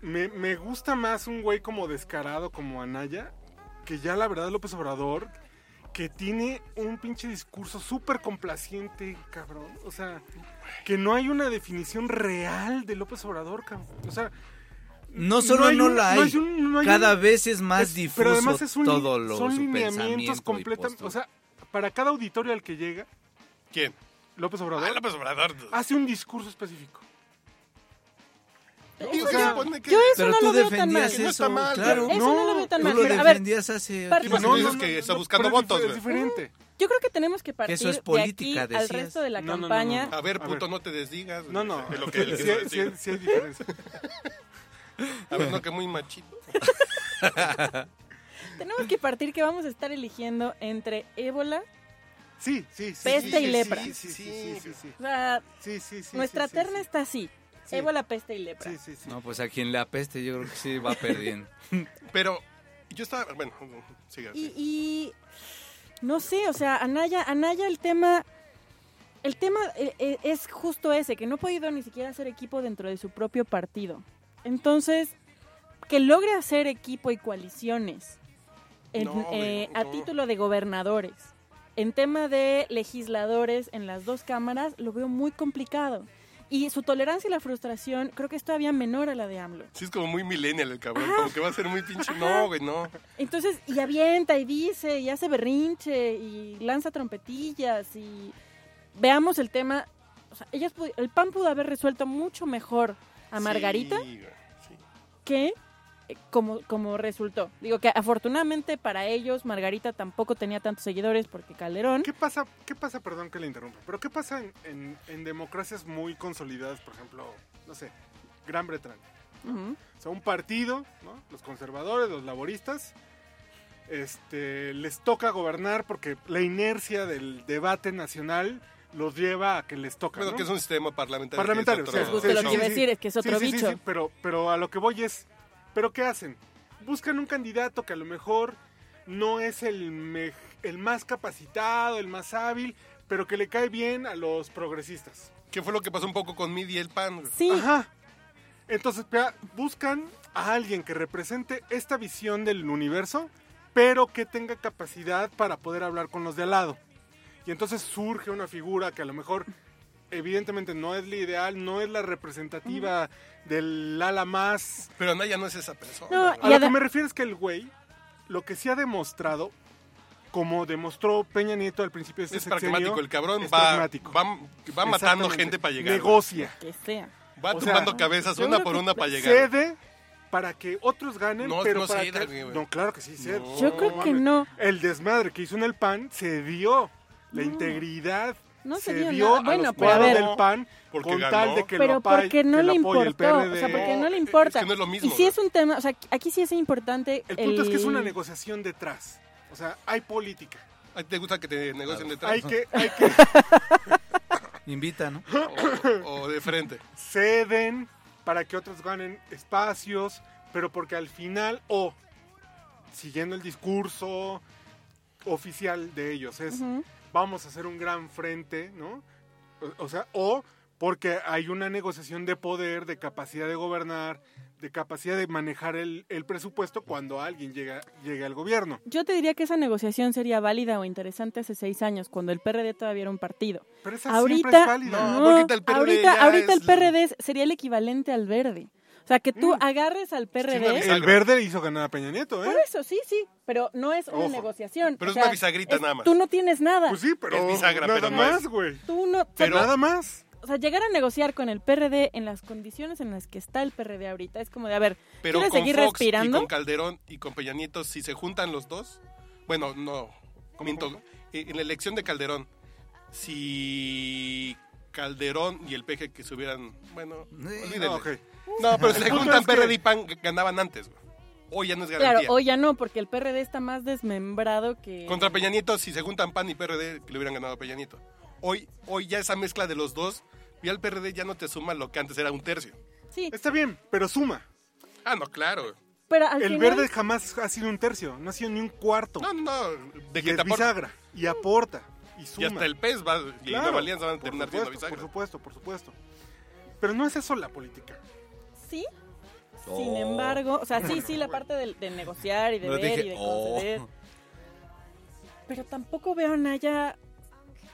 [SPEAKER 1] me, me gusta más un güey como descarado, como Anaya, que ya la verdad López Obrador, que tiene un pinche discurso súper complaciente, cabrón. O sea, que no hay una definición real de López Obrador, cabrón. O sea,
[SPEAKER 3] No solo no,
[SPEAKER 1] hay un-
[SPEAKER 3] la hay.
[SPEAKER 1] no hay un- no hay
[SPEAKER 3] Cada
[SPEAKER 1] un-
[SPEAKER 3] vez es más
[SPEAKER 1] es-
[SPEAKER 3] difuso
[SPEAKER 1] pero además es un, li-
[SPEAKER 3] todo lo
[SPEAKER 1] son
[SPEAKER 3] su
[SPEAKER 1] lineamientos
[SPEAKER 3] pensamiento y
[SPEAKER 1] completamente,
[SPEAKER 3] postura.
[SPEAKER 1] o sea, para cada auditorio al que llega
[SPEAKER 4] ¿Quién?
[SPEAKER 1] López
[SPEAKER 4] Ah,
[SPEAKER 1] Obrador
[SPEAKER 4] López Obrador.
[SPEAKER 1] hace un discurso específico.
[SPEAKER 4] No,
[SPEAKER 1] Eso
[SPEAKER 4] se
[SPEAKER 1] no-
[SPEAKER 4] supone que-
[SPEAKER 2] Yo eso
[SPEAKER 3] pero
[SPEAKER 2] no
[SPEAKER 3] tú
[SPEAKER 2] lo veo tan mal.
[SPEAKER 3] defendías
[SPEAKER 4] Que
[SPEAKER 3] eso,
[SPEAKER 4] no está mal,
[SPEAKER 3] claro.
[SPEAKER 4] güey.
[SPEAKER 2] Eso
[SPEAKER 1] Es-
[SPEAKER 2] no,
[SPEAKER 1] No,
[SPEAKER 2] lo veo tan
[SPEAKER 3] Tú
[SPEAKER 2] mal.
[SPEAKER 3] lo
[SPEAKER 2] Pero, a ver,
[SPEAKER 3] defendías hace...
[SPEAKER 2] parte-
[SPEAKER 3] tiempo.
[SPEAKER 4] Ibas a decir Pues que está
[SPEAKER 1] pero
[SPEAKER 4] buscando
[SPEAKER 1] es dif-
[SPEAKER 4] votos,
[SPEAKER 1] Es
[SPEAKER 4] güey.
[SPEAKER 1] diferente.
[SPEAKER 2] yo creo que tenemos que partir
[SPEAKER 3] eso es
[SPEAKER 2] de
[SPEAKER 3] política,
[SPEAKER 2] aquí al
[SPEAKER 3] decías.
[SPEAKER 2] resto de la
[SPEAKER 1] No, no, no, no.
[SPEAKER 2] campaña.
[SPEAKER 4] A ver,
[SPEAKER 1] A
[SPEAKER 4] puto,
[SPEAKER 1] ver.
[SPEAKER 4] no te desdigas.
[SPEAKER 1] No, no.
[SPEAKER 4] de lo que él
[SPEAKER 1] sí,
[SPEAKER 4] quiso
[SPEAKER 1] sí,
[SPEAKER 4] decir.
[SPEAKER 1] sí hay diferencia.
[SPEAKER 4] A ver, no, que muy machito.
[SPEAKER 2] Tenemos que partir que vamos a estar eligiendo entre ébola.
[SPEAKER 1] Sí, sí, sí.
[SPEAKER 2] Peste
[SPEAKER 1] sí,
[SPEAKER 2] y
[SPEAKER 1] sí,
[SPEAKER 2] lepra.
[SPEAKER 1] Sí, sí, sí, sí, sí, sí.
[SPEAKER 2] O sea,
[SPEAKER 1] Sí, sí, sí,
[SPEAKER 2] nuestra
[SPEAKER 1] sí, sí,
[SPEAKER 2] terna
[SPEAKER 1] sí.
[SPEAKER 2] está así.
[SPEAKER 1] Sí.
[SPEAKER 2] Ébola, peste y lepra.
[SPEAKER 1] Sí, sí, sí.
[SPEAKER 3] No, pues a quien le apeste yo creo que sí va perdiendo.
[SPEAKER 4] Pero yo estaba. Bueno, siga.
[SPEAKER 2] Y,
[SPEAKER 4] siga.
[SPEAKER 2] y no sé, o sea, Anaya, Anaya el tema, el tema eh, eh, es justo ese, que no ha podido ni siquiera hacer equipo dentro de su propio partido. Entonces, que logre hacer equipo y coaliciones en-
[SPEAKER 4] No,
[SPEAKER 2] eh,
[SPEAKER 4] güey,
[SPEAKER 2] a
[SPEAKER 4] no.
[SPEAKER 2] título de gobernadores. En tema de legisladores en las dos cámaras, lo veo muy complicado. Y su tolerancia y la frustración creo que es todavía menor a la de AMLO.
[SPEAKER 4] Sí, es como muy millennial el cabrón. Como que va a ser muy pinche. No, güey, no.
[SPEAKER 2] Entonces, y avienta y dice, y hace berrinche, y lanza trompetillas, y veamos el tema. O sea, ellas pu- el PAN pudo haber resuelto mucho mejor a Margarita
[SPEAKER 4] Sí, güey, sí.
[SPEAKER 2] que eh, como, como resultó. Digo que afortunadamente para ellos Margarita tampoco tenía tantos seguidores porque Calderón...
[SPEAKER 1] ¿Qué pasa, ¿Qué pasa, perdón que le interrumpa, pero qué pasa en, en- en democracias muy consolidadas, por ejemplo, no sé, Gran Bretaña?
[SPEAKER 2] Ujú.
[SPEAKER 1] O sea, un partido, ¿no? Los conservadores, los laboristas, este, les toca gobernar porque la inercia del debate nacional los lleva a que les toca.
[SPEAKER 4] Bueno,
[SPEAKER 1] ¿no?
[SPEAKER 4] que es un sistema parlamentario.
[SPEAKER 1] Parlamentario,
[SPEAKER 4] que es
[SPEAKER 1] sí,
[SPEAKER 4] otro-
[SPEAKER 2] Pues justo
[SPEAKER 1] sí,
[SPEAKER 2] lo
[SPEAKER 1] sí,
[SPEAKER 2] que iba a
[SPEAKER 1] sí.
[SPEAKER 2] decir es que es otro
[SPEAKER 1] sí, sí,
[SPEAKER 2] bicho.
[SPEAKER 1] sí, pero, pero a lo que voy es, ¿pero qué hacen? Buscan un candidato que a lo mejor no es el, mej- el más capacitado, el más hábil, pero que le cae bien a los progresistas.
[SPEAKER 4] ¿Qué fue lo que pasó un poco con Midi y el pan? güey?
[SPEAKER 2] Sí,
[SPEAKER 1] Ajá. Entonces, vea, buscan a alguien que represente esta visión del universo, pero que tenga capacidad para poder hablar con los de al lado. Y entonces surge una figura que a lo mejor evidentemente no es la ideal, no es la representativa del ala más...
[SPEAKER 4] Pero Anaya no es esa persona. Ah,
[SPEAKER 2] No,
[SPEAKER 4] güey.
[SPEAKER 1] A
[SPEAKER 2] Y
[SPEAKER 1] lo
[SPEAKER 2] ada-
[SPEAKER 1] que me refiero es que el güey, lo que sí ha demostrado, como demostró Peña Nieto al principio de este
[SPEAKER 4] es pragmático
[SPEAKER 1] sexenio,
[SPEAKER 4] el cabrón.
[SPEAKER 1] es
[SPEAKER 4] Va,
[SPEAKER 1] pragmático.
[SPEAKER 4] va, va matando
[SPEAKER 1] Exactamente.
[SPEAKER 4] gente para llegar. güey.
[SPEAKER 1] Negocia.
[SPEAKER 2] que sea.
[SPEAKER 4] Va
[SPEAKER 1] O sea,
[SPEAKER 4] tumbando cabezas
[SPEAKER 2] yo
[SPEAKER 4] una
[SPEAKER 2] creo
[SPEAKER 4] por
[SPEAKER 2] que
[SPEAKER 4] una para llegar.
[SPEAKER 1] Cede para que otros ganen,
[SPEAKER 4] No,
[SPEAKER 1] pero
[SPEAKER 4] no
[SPEAKER 1] para
[SPEAKER 4] ceda,
[SPEAKER 1] que...
[SPEAKER 4] güey.
[SPEAKER 1] No, claro que sí, cede.
[SPEAKER 4] No.
[SPEAKER 2] Yo creo que
[SPEAKER 1] mames.
[SPEAKER 2] no.
[SPEAKER 1] El desmadre que hizo en el PAN se dio. La integridad
[SPEAKER 2] No se
[SPEAKER 1] se,
[SPEAKER 2] dio
[SPEAKER 1] dio
[SPEAKER 2] nada.
[SPEAKER 1] a
[SPEAKER 2] Bueno,
[SPEAKER 1] los
[SPEAKER 2] pero a
[SPEAKER 1] cuadros
[SPEAKER 2] ver.
[SPEAKER 1] del PAN
[SPEAKER 4] Porque
[SPEAKER 1] con
[SPEAKER 4] ganó.
[SPEAKER 1] tal de que lo
[SPEAKER 2] Pero
[SPEAKER 1] apoye-
[SPEAKER 2] porque no
[SPEAKER 1] que lo
[SPEAKER 2] le
[SPEAKER 1] apoye el
[SPEAKER 2] importó, o
[SPEAKER 1] PRD.
[SPEAKER 2] sea, porque no le
[SPEAKER 4] es que
[SPEAKER 2] importa.
[SPEAKER 4] no es lo mismo,
[SPEAKER 2] y sí es
[SPEAKER 4] güey.
[SPEAKER 2] un tema, o sea, aquí sí es importante.
[SPEAKER 1] El punto es que es una negociación detrás. O sea, hay política.
[SPEAKER 4] ¿A ti te gusta que te negocien detrás?
[SPEAKER 1] Hay que, hay que
[SPEAKER 3] Invita, ¿no?
[SPEAKER 4] O, o de frente.
[SPEAKER 1] ceden para que otros ganen espacios, pero porque al final, o siguiendo el discurso oficial de ellos, es
[SPEAKER 2] Ujú.
[SPEAKER 1] vamos a hacer un gran frente, ¿no? O, o sea, o porque hay una negociación de poder, de capacidad de gobernar, de capacidad de manejar el, el presupuesto cuando alguien llega, llegue al gobierno.
[SPEAKER 2] Yo te diría que esa negociación sería válida o interesante hace seis años, cuando el PRD todavía era un partido.
[SPEAKER 1] Pero esa siempre es
[SPEAKER 2] Ahorita,
[SPEAKER 1] válida.
[SPEAKER 4] No,
[SPEAKER 2] no,
[SPEAKER 4] porque el PRD
[SPEAKER 2] ahorita,
[SPEAKER 4] ya
[SPEAKER 2] ahorita
[SPEAKER 4] es-
[SPEAKER 2] el PRD es- sería el equivalente al verde. O sea, que tú
[SPEAKER 1] Mm.
[SPEAKER 2] agarres al PRD.
[SPEAKER 4] avisar-
[SPEAKER 1] El verde hizo ganar a Peña Nieto, ¿eh?
[SPEAKER 2] por eso, sí, sí, pero no es una
[SPEAKER 1] Ojo.
[SPEAKER 2] negociación. o
[SPEAKER 4] Pero es una
[SPEAKER 2] sea,
[SPEAKER 4] bisagrita nada más.
[SPEAKER 2] Tú no tienes nada.
[SPEAKER 1] Pues sí, pero
[SPEAKER 4] Es bisagra,
[SPEAKER 1] nada
[SPEAKER 4] pero no
[SPEAKER 1] más,
[SPEAKER 4] es.
[SPEAKER 1] güey.
[SPEAKER 2] Tú no, o sea,
[SPEAKER 4] Pero-
[SPEAKER 1] nada más.
[SPEAKER 2] o sea, llegar a negociar con el PRD en las condiciones en las que está el PRD ahorita es como de, a ver,
[SPEAKER 4] Pero
[SPEAKER 2] ¿quieres
[SPEAKER 4] con
[SPEAKER 2] seguir
[SPEAKER 4] Fox y
[SPEAKER 2] respirando?
[SPEAKER 4] con Calderón y con Peña Nieto, si se juntan los dos, bueno, no, miento. Eh, En la elección de Calderón, si Calderón y el PG que se hubieran, bueno, olvídenlo.
[SPEAKER 1] Ah, ok.
[SPEAKER 4] No, pero si se
[SPEAKER 1] El punto
[SPEAKER 4] juntan
[SPEAKER 1] es que-
[SPEAKER 4] PRD y PAN, g- ganaban antes. güey. Hoy ya no es
[SPEAKER 2] Claro,
[SPEAKER 4] garantía.
[SPEAKER 2] hoy ya no, porque el PRD está más desmembrado que...
[SPEAKER 4] Contra Peña Nieto, si se juntan PAN y PRD, que le hubieran ganado a Peña Nieto. Hoy, hoy ya esa mezcla de los dos, ya el PRD ya no te suma lo que antes era un tercio.
[SPEAKER 2] Sí,
[SPEAKER 1] Está bien, pero suma.
[SPEAKER 4] Ah, no, claro.
[SPEAKER 2] pero al
[SPEAKER 1] El
[SPEAKER 2] final...
[SPEAKER 1] verde jamás ha sido un tercio, no ha sido ni un cuarto.
[SPEAKER 4] No, no, no. De
[SPEAKER 1] y
[SPEAKER 4] que
[SPEAKER 1] es
[SPEAKER 4] te aporta.
[SPEAKER 1] bisagra. Y aporta. Y
[SPEAKER 4] Y
[SPEAKER 1] suma.
[SPEAKER 4] hasta el PES va, y
[SPEAKER 1] Claro,
[SPEAKER 4] la Alianza van a
[SPEAKER 1] por
[SPEAKER 4] terminar siendo
[SPEAKER 1] supuesto,
[SPEAKER 4] bisagra.
[SPEAKER 1] Por supuesto, por supuesto. Pero no es eso la política.
[SPEAKER 2] Sí. Sin embargo, o sea, sí, sí, la parte del- de, negociar y de
[SPEAKER 3] No
[SPEAKER 2] ver
[SPEAKER 3] dije,
[SPEAKER 2] y de
[SPEAKER 3] oh.
[SPEAKER 2] conceder. Pero tampoco veo a Naya,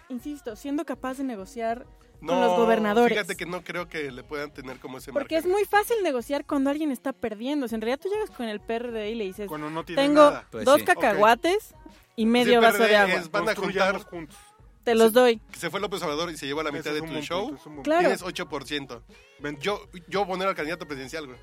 [SPEAKER 2] insisto, siendo capaz de negociar con los gobernadores.
[SPEAKER 4] Fíjate que no creo que le puedan tener como ese
[SPEAKER 2] Porque es
[SPEAKER 4] margen.
[SPEAKER 2] muy fácil negociar cuando alguien está perdiendo. O sea, en realidad tú llegas con el PRD y le dices,
[SPEAKER 1] Cuando no tiene
[SPEAKER 2] tengo
[SPEAKER 1] nada.
[SPEAKER 3] Pues
[SPEAKER 2] dos
[SPEAKER 3] sí.
[SPEAKER 2] cacahuates y
[SPEAKER 4] Si
[SPEAKER 2] medio
[SPEAKER 4] el
[SPEAKER 2] vaso
[SPEAKER 4] PRD
[SPEAKER 2] de agua.
[SPEAKER 4] es- van a
[SPEAKER 1] Construyamos
[SPEAKER 4] juntar
[SPEAKER 1] juntos.
[SPEAKER 2] Te los doy.
[SPEAKER 4] Que se fue López Obrador y se llevó la mitad
[SPEAKER 1] Ese
[SPEAKER 4] de
[SPEAKER 1] es un
[SPEAKER 4] tu
[SPEAKER 1] buen
[SPEAKER 4] show.
[SPEAKER 1] punto, es un buen
[SPEAKER 2] Claro.
[SPEAKER 4] Tienes 8%.
[SPEAKER 1] punto.
[SPEAKER 4] Yo, yo poner al candidato presidencial, güey.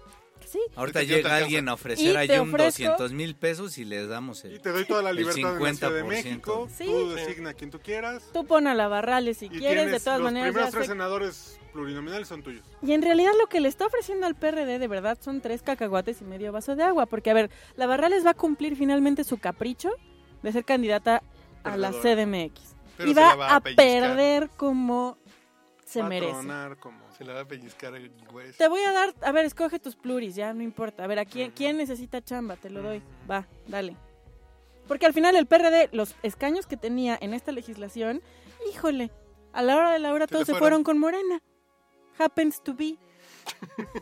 [SPEAKER 2] Sí.
[SPEAKER 3] Ahorita
[SPEAKER 4] Ahorita
[SPEAKER 3] llega
[SPEAKER 4] te
[SPEAKER 3] alguien a
[SPEAKER 2] Y
[SPEAKER 3] ofrecer
[SPEAKER 2] te
[SPEAKER 3] ahí un
[SPEAKER 2] ofrezco-
[SPEAKER 3] 200 mil pesos y les damos
[SPEAKER 1] Y
[SPEAKER 3] el...
[SPEAKER 1] te doy toda la
[SPEAKER 3] El
[SPEAKER 1] libertad de la Ciudad de
[SPEAKER 3] 50%.
[SPEAKER 1] México.
[SPEAKER 2] Sí.
[SPEAKER 1] Tú designa a quien tú quieras.
[SPEAKER 2] Tú pon a la Barrales si
[SPEAKER 1] Y
[SPEAKER 2] quieres, de
[SPEAKER 1] tienes-
[SPEAKER 2] todas
[SPEAKER 1] los
[SPEAKER 2] maneras. ya
[SPEAKER 1] primeros tres
[SPEAKER 2] sé-
[SPEAKER 1] senadores plurinominales son tuyos.
[SPEAKER 2] Y en realidad lo que le está ofreciendo al PRD de verdad son tres cacahuates y medio vaso de agua. Porque, a ver, la Barrales va a cumplir finalmente su capricho de ser candidata a la CDMX.
[SPEAKER 4] Pero
[SPEAKER 2] y
[SPEAKER 4] se
[SPEAKER 2] va,
[SPEAKER 4] la va a
[SPEAKER 2] a,
[SPEAKER 4] pellizcar.
[SPEAKER 2] perder como se
[SPEAKER 1] Va a
[SPEAKER 2] merece.
[SPEAKER 1] tronar como...
[SPEAKER 4] Se la va a pellizcar el güey.
[SPEAKER 2] Te voy a dar, a ver, escoge tus pluris, ya no importa. A ver, ¿a quién, quién necesita chamba? Te lo doy. Va, dale. Porque al final el PRD, los escaños que tenía en esta legislación, híjole, a la hora de la hora
[SPEAKER 4] Se
[SPEAKER 2] todos
[SPEAKER 4] le
[SPEAKER 2] se fueron con Morena. Happens to be.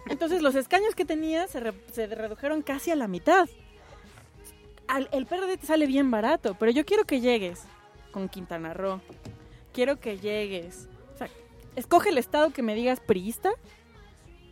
[SPEAKER 2] Entonces los escaños que tenía se, re- se redujeron casi a la mitad. Al- el PRD te sale bien barato, pero yo quiero que llegues con Quintana Roo. Quiero que llegues. O sea, escoge el estado que me digas priista,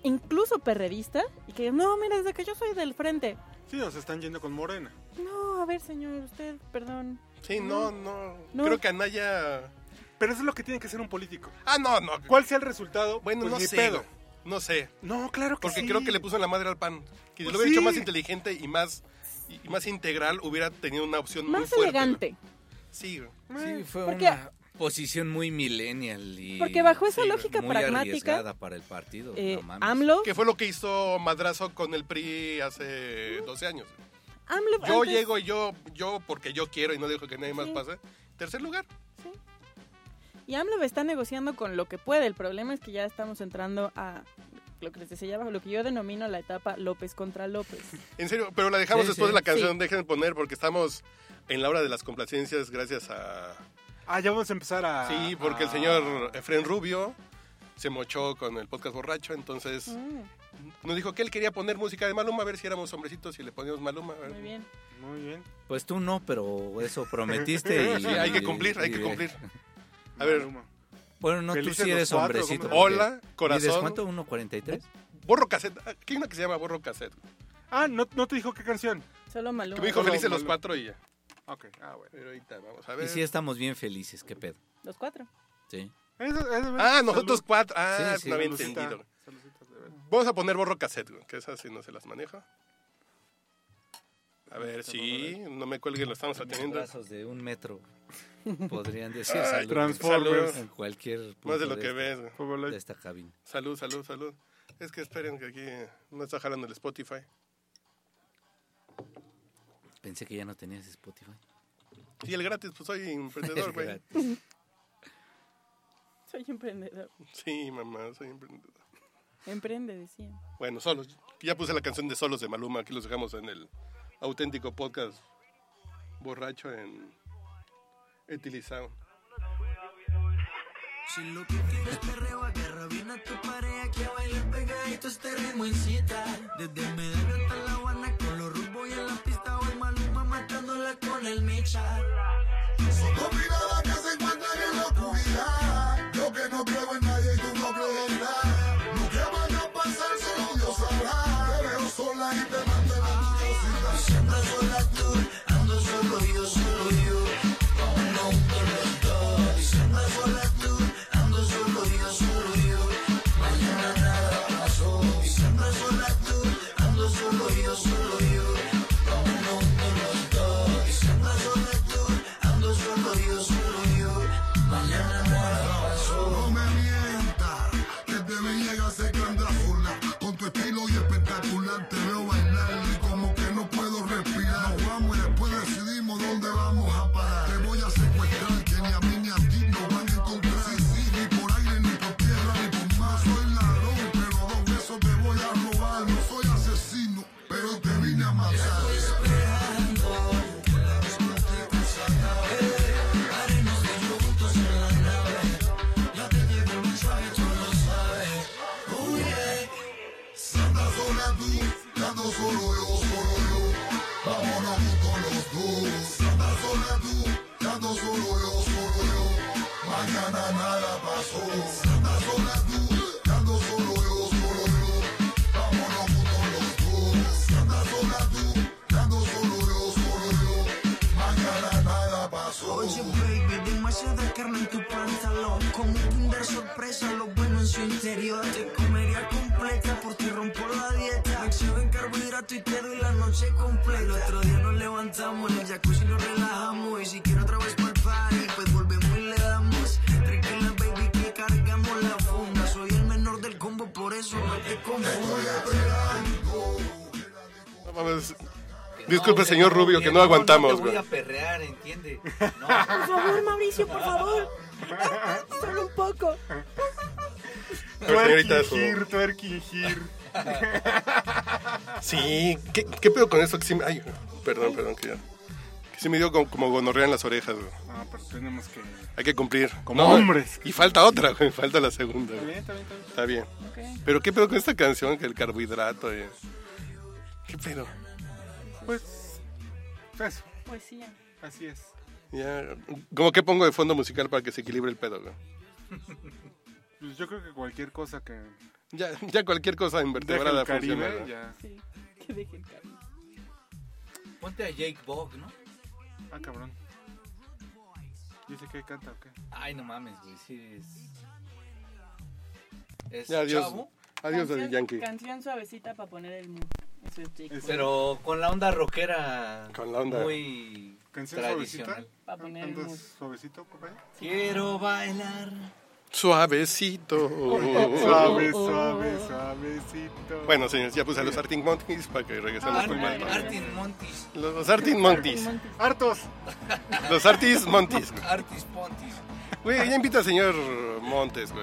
[SPEAKER 2] incluso perredista, y que digas, no, mira, desde que yo soy del frente.
[SPEAKER 1] Sí, nos están yendo con Morena.
[SPEAKER 2] No, a ver, señor, usted, perdón.
[SPEAKER 4] Sí, no, no,
[SPEAKER 2] No.
[SPEAKER 4] Creo que Anaya.
[SPEAKER 1] Pero eso es lo que tiene que ser un político.
[SPEAKER 4] Ah, no, no.
[SPEAKER 1] ¿Cuál sea el resultado?
[SPEAKER 4] Bueno,
[SPEAKER 1] Pues
[SPEAKER 4] no
[SPEAKER 1] ni
[SPEAKER 4] sé.
[SPEAKER 1] pedo.
[SPEAKER 4] güey. No sé.
[SPEAKER 1] No, claro que
[SPEAKER 4] Porque
[SPEAKER 1] sí.
[SPEAKER 4] creo que le puso en la madre al pan. Que si
[SPEAKER 1] Pues
[SPEAKER 4] lo hubiera hecho
[SPEAKER 1] sí.
[SPEAKER 4] más inteligente y más, y y más integral, hubiera tenido una opción muy
[SPEAKER 2] Más
[SPEAKER 4] fuerte. güey.
[SPEAKER 2] elegante.
[SPEAKER 4] Sí, güey.
[SPEAKER 3] Sí, fue
[SPEAKER 2] Porque-
[SPEAKER 3] una posición muy millennial y...
[SPEAKER 2] Porque bajo esa
[SPEAKER 4] sí,
[SPEAKER 2] lógica
[SPEAKER 3] muy
[SPEAKER 2] pragmática,
[SPEAKER 3] arriesgada para el partido.
[SPEAKER 2] eh,
[SPEAKER 3] no mames.
[SPEAKER 2] AMLO,
[SPEAKER 4] ¿Qué fue lo que hizo Madrazo con el PRI hace 12 años?
[SPEAKER 2] AMLO
[SPEAKER 4] Yo
[SPEAKER 2] antes-
[SPEAKER 4] llego y yo, yo porque yo quiero y no dejo que nadie más
[SPEAKER 2] Sí.
[SPEAKER 4] pase. Tercer lugar.
[SPEAKER 2] Y AMLO está negociando con lo que puede. El problema es que ya estamos entrando a lo que les decía abajo, lo que yo denomino la etapa López contra López.
[SPEAKER 4] En serio, pero la dejamos
[SPEAKER 3] Sí,
[SPEAKER 4] después
[SPEAKER 3] sí.
[SPEAKER 4] de la canción. Dejen de poner porque estamos en la hora de las complacencias gracias a...
[SPEAKER 1] Ah, ya vamos a empezar a...
[SPEAKER 4] Sí, porque el
[SPEAKER 1] a-
[SPEAKER 4] señor eh, Efren Rubio se mochó con el podcast borracho, entonces
[SPEAKER 2] Mm,
[SPEAKER 4] nos dijo que él quería poner música de Maluma, a ver si éramos hombrecitos y le poníamos Maluma. a ver.
[SPEAKER 2] muy bien.
[SPEAKER 1] Muy bien.
[SPEAKER 3] Pues tú no, pero eso prometiste y...
[SPEAKER 4] Sí, hay que cumplir, hay
[SPEAKER 3] y-
[SPEAKER 4] que cumplir. A ver,
[SPEAKER 1] Maluma.
[SPEAKER 3] Bueno, no, tú
[SPEAKER 1] Felices
[SPEAKER 3] sí
[SPEAKER 1] los
[SPEAKER 3] eres
[SPEAKER 1] cuatro, ¿cómo
[SPEAKER 3] hombrecito.
[SPEAKER 1] no?
[SPEAKER 3] porque-
[SPEAKER 4] hola,
[SPEAKER 3] ¿Mides
[SPEAKER 4] corazón.
[SPEAKER 3] cuánto? ¿1.43?
[SPEAKER 4] Borro cassette. Aquí hay una que se llama Borro cassette.
[SPEAKER 1] Ah, ¿no, no te dijo qué canción?
[SPEAKER 2] Solo
[SPEAKER 4] Que
[SPEAKER 2] Maluma.
[SPEAKER 4] me dijo
[SPEAKER 1] Borro,
[SPEAKER 4] felices los
[SPEAKER 1] Maluma.
[SPEAKER 4] cuatro y ya.
[SPEAKER 1] Ok, ah, bueno.
[SPEAKER 4] Pero ahorita vamos a
[SPEAKER 3] Y
[SPEAKER 4] ver.
[SPEAKER 3] sí estamos bien felices, qué pedo.
[SPEAKER 2] Los cuatro.
[SPEAKER 3] Sí.
[SPEAKER 1] Eso- eso-
[SPEAKER 4] Ah, nosotros cuatro. Ah,
[SPEAKER 3] Sí, sí.
[SPEAKER 4] no había
[SPEAKER 1] Saludcita,
[SPEAKER 4] entendido.
[SPEAKER 1] saludcita.
[SPEAKER 4] Vamos a poner borro cassette, güey, que esa sí no se las maneja. A ver, sí, no me cuelguen, lo estamos atendiendo.
[SPEAKER 3] Brazos de un metro. Podrían decir salud.
[SPEAKER 1] Transformers.
[SPEAKER 3] En cualquier punto
[SPEAKER 4] Más de lo que
[SPEAKER 3] esta-
[SPEAKER 4] ves, güey.
[SPEAKER 1] Fuego
[SPEAKER 3] de
[SPEAKER 1] Live.
[SPEAKER 3] esta cabina.
[SPEAKER 4] Salud, salud, salud. Es que esperen que aquí no está jalando el Spotify.
[SPEAKER 3] Pensé que ya no tenías Spotify.
[SPEAKER 4] Y el gratis, pues soy emprendedor, güey.
[SPEAKER 2] Soy emprendedor.
[SPEAKER 4] Sí, mamá, soy emprendedor.
[SPEAKER 2] Emprende, decía.
[SPEAKER 4] Bueno, solos. Ya puse la canción de solos de Maluma, aquí los dejamos en el auténtico podcast borracho en Etilizado.
[SPEAKER 5] Si lo que quieres perreo, agarra bien a tu pareja que a bailar pegadito este ritmo incita. Desde Medellín hasta La Habana con los rumbos y en la pista hoy Maluma matándola con el mecha.
[SPEAKER 6] Son dos miradas que se encuentran en la oscuridad. Yo que no creo en nadie y tú no crees en nada. Lo que vaya a pasar solo Dios sabrá. Te veo sola y te mando la curiosidad.
[SPEAKER 5] Siempre sola tú, ando solo yo, solo yo. No correcto. Siempre sola tú, ando solo yo, solo yo. Mañana nada pasó. Siempre sola tú, ando solo yo, solo yo. No correcto. Siempre sola tú, ando solo yo, solo yo. Mañana nada pasó.
[SPEAKER 6] No me mientas, que te me llega secando sola. Con tu estilo y espectacular te veo bailar y como que no puedo respirar. Nos vamos y después decidimos dónde vamos a parar. Te voy a secuestrar, que ni a mí ni a ti nos van a encontrar. Sí, sí, ni por aire, ni por tierra, ni por mar. Soy ladrón, pero dos besos te voy a robar. No soy asesino, pero te vine a matar. Santa sola tú, dando solo yo, solo yo. Vámonos juntos los dos. Santa sola tú, dando solo yo, solo yo. Mañana nada pasó. Santa sola tú, dando solo yo, solo yo. Vámonos juntos los dos. Santa sola tú, dando solo yo, solo yo. Mañana nada pasó.
[SPEAKER 5] Oye, baby, demasiada carne en tu pantalón. Como un Kinder sorpresa, lo bueno en su interior. Te comería completa por ti rompo la dieta. Me exhibo en carbohidrato y te doy la noche completa. El otro día nos levantamos, en el jacuzzi nos relajamos. Y si quiero otra vez pa'l party, pues volvemos y le damos. Tranquila, baby, que cargamos la funda. Soy el menor del combo, por eso no te confundas.
[SPEAKER 4] No mames. Disculpe, señor Rubio, que no aguantamos,
[SPEAKER 3] te voy
[SPEAKER 4] güey.
[SPEAKER 3] a perrear, ¿entiende? No,
[SPEAKER 2] Por favor, Mauricio, por favor. Solo un poco.
[SPEAKER 1] Twerking
[SPEAKER 4] Señorita, eso.
[SPEAKER 1] here, twerking here.
[SPEAKER 4] Sí, ¿qué, qué pedo con eso? Que sí me- Ay, perdón, perdón, que ya. Que sí me dio como, como gonorrea en las orejas, güey.
[SPEAKER 1] Ah, pero tenemos que.
[SPEAKER 4] Hay que cumplir.
[SPEAKER 1] Como hombres.
[SPEAKER 4] Y falta otra, güey. Falta la segunda,
[SPEAKER 1] Está
[SPEAKER 4] güey.
[SPEAKER 1] bien, está bien, está bien.
[SPEAKER 4] Está bien. Pero qué pedo con esta canción, que el carbohidrato. eh? ¿Qué pedo?
[SPEAKER 1] Pues. Eso,
[SPEAKER 2] Poesía.
[SPEAKER 1] así es.
[SPEAKER 4] Ya, ¿Cómo que pongo de fondo musical para que se equilibre el pedo, güey?
[SPEAKER 1] Pues yo creo que cualquier cosa que.
[SPEAKER 4] Ya, ya cualquier cosa
[SPEAKER 1] Deja
[SPEAKER 4] invertebrada
[SPEAKER 1] el
[SPEAKER 4] funciona.
[SPEAKER 1] Caribe,
[SPEAKER 4] güey.
[SPEAKER 1] ya.
[SPEAKER 2] Sí. Que deje el cariño.
[SPEAKER 3] ponte a Jake Bog, ¿no?
[SPEAKER 1] Ah, cabrón. Dice que canta o qué.
[SPEAKER 3] Ay, no mames, güey, sí es... Es
[SPEAKER 4] Ya, adiós.
[SPEAKER 3] chavo,
[SPEAKER 4] Adiós, Daddy
[SPEAKER 2] Canción-
[SPEAKER 4] Yankee.
[SPEAKER 2] Canción suavecita para poner el mood. Eso es Jake.
[SPEAKER 1] Es-
[SPEAKER 3] pero con la onda rockera
[SPEAKER 4] Con la onda.
[SPEAKER 3] muy
[SPEAKER 1] Canción
[SPEAKER 3] tradicional.
[SPEAKER 1] suavecita.
[SPEAKER 2] Pa' poner el mood.
[SPEAKER 1] Andas suavecito, por ahí.
[SPEAKER 3] Uh, Quiero bailar.
[SPEAKER 4] Suavecito. uh,
[SPEAKER 1] Suave, suave, suavecito.
[SPEAKER 4] Bueno, señores, ya puse a los Arctic Monkeys para que regresemos con
[SPEAKER 3] Martin,
[SPEAKER 4] más.
[SPEAKER 3] Martin Montis.
[SPEAKER 4] Los Arctic Monkeys.
[SPEAKER 1] ¡Hartos!
[SPEAKER 4] Los Artis Montis.
[SPEAKER 3] Artis Pontis.
[SPEAKER 4] Güey, ya invita al señor Montes, güey.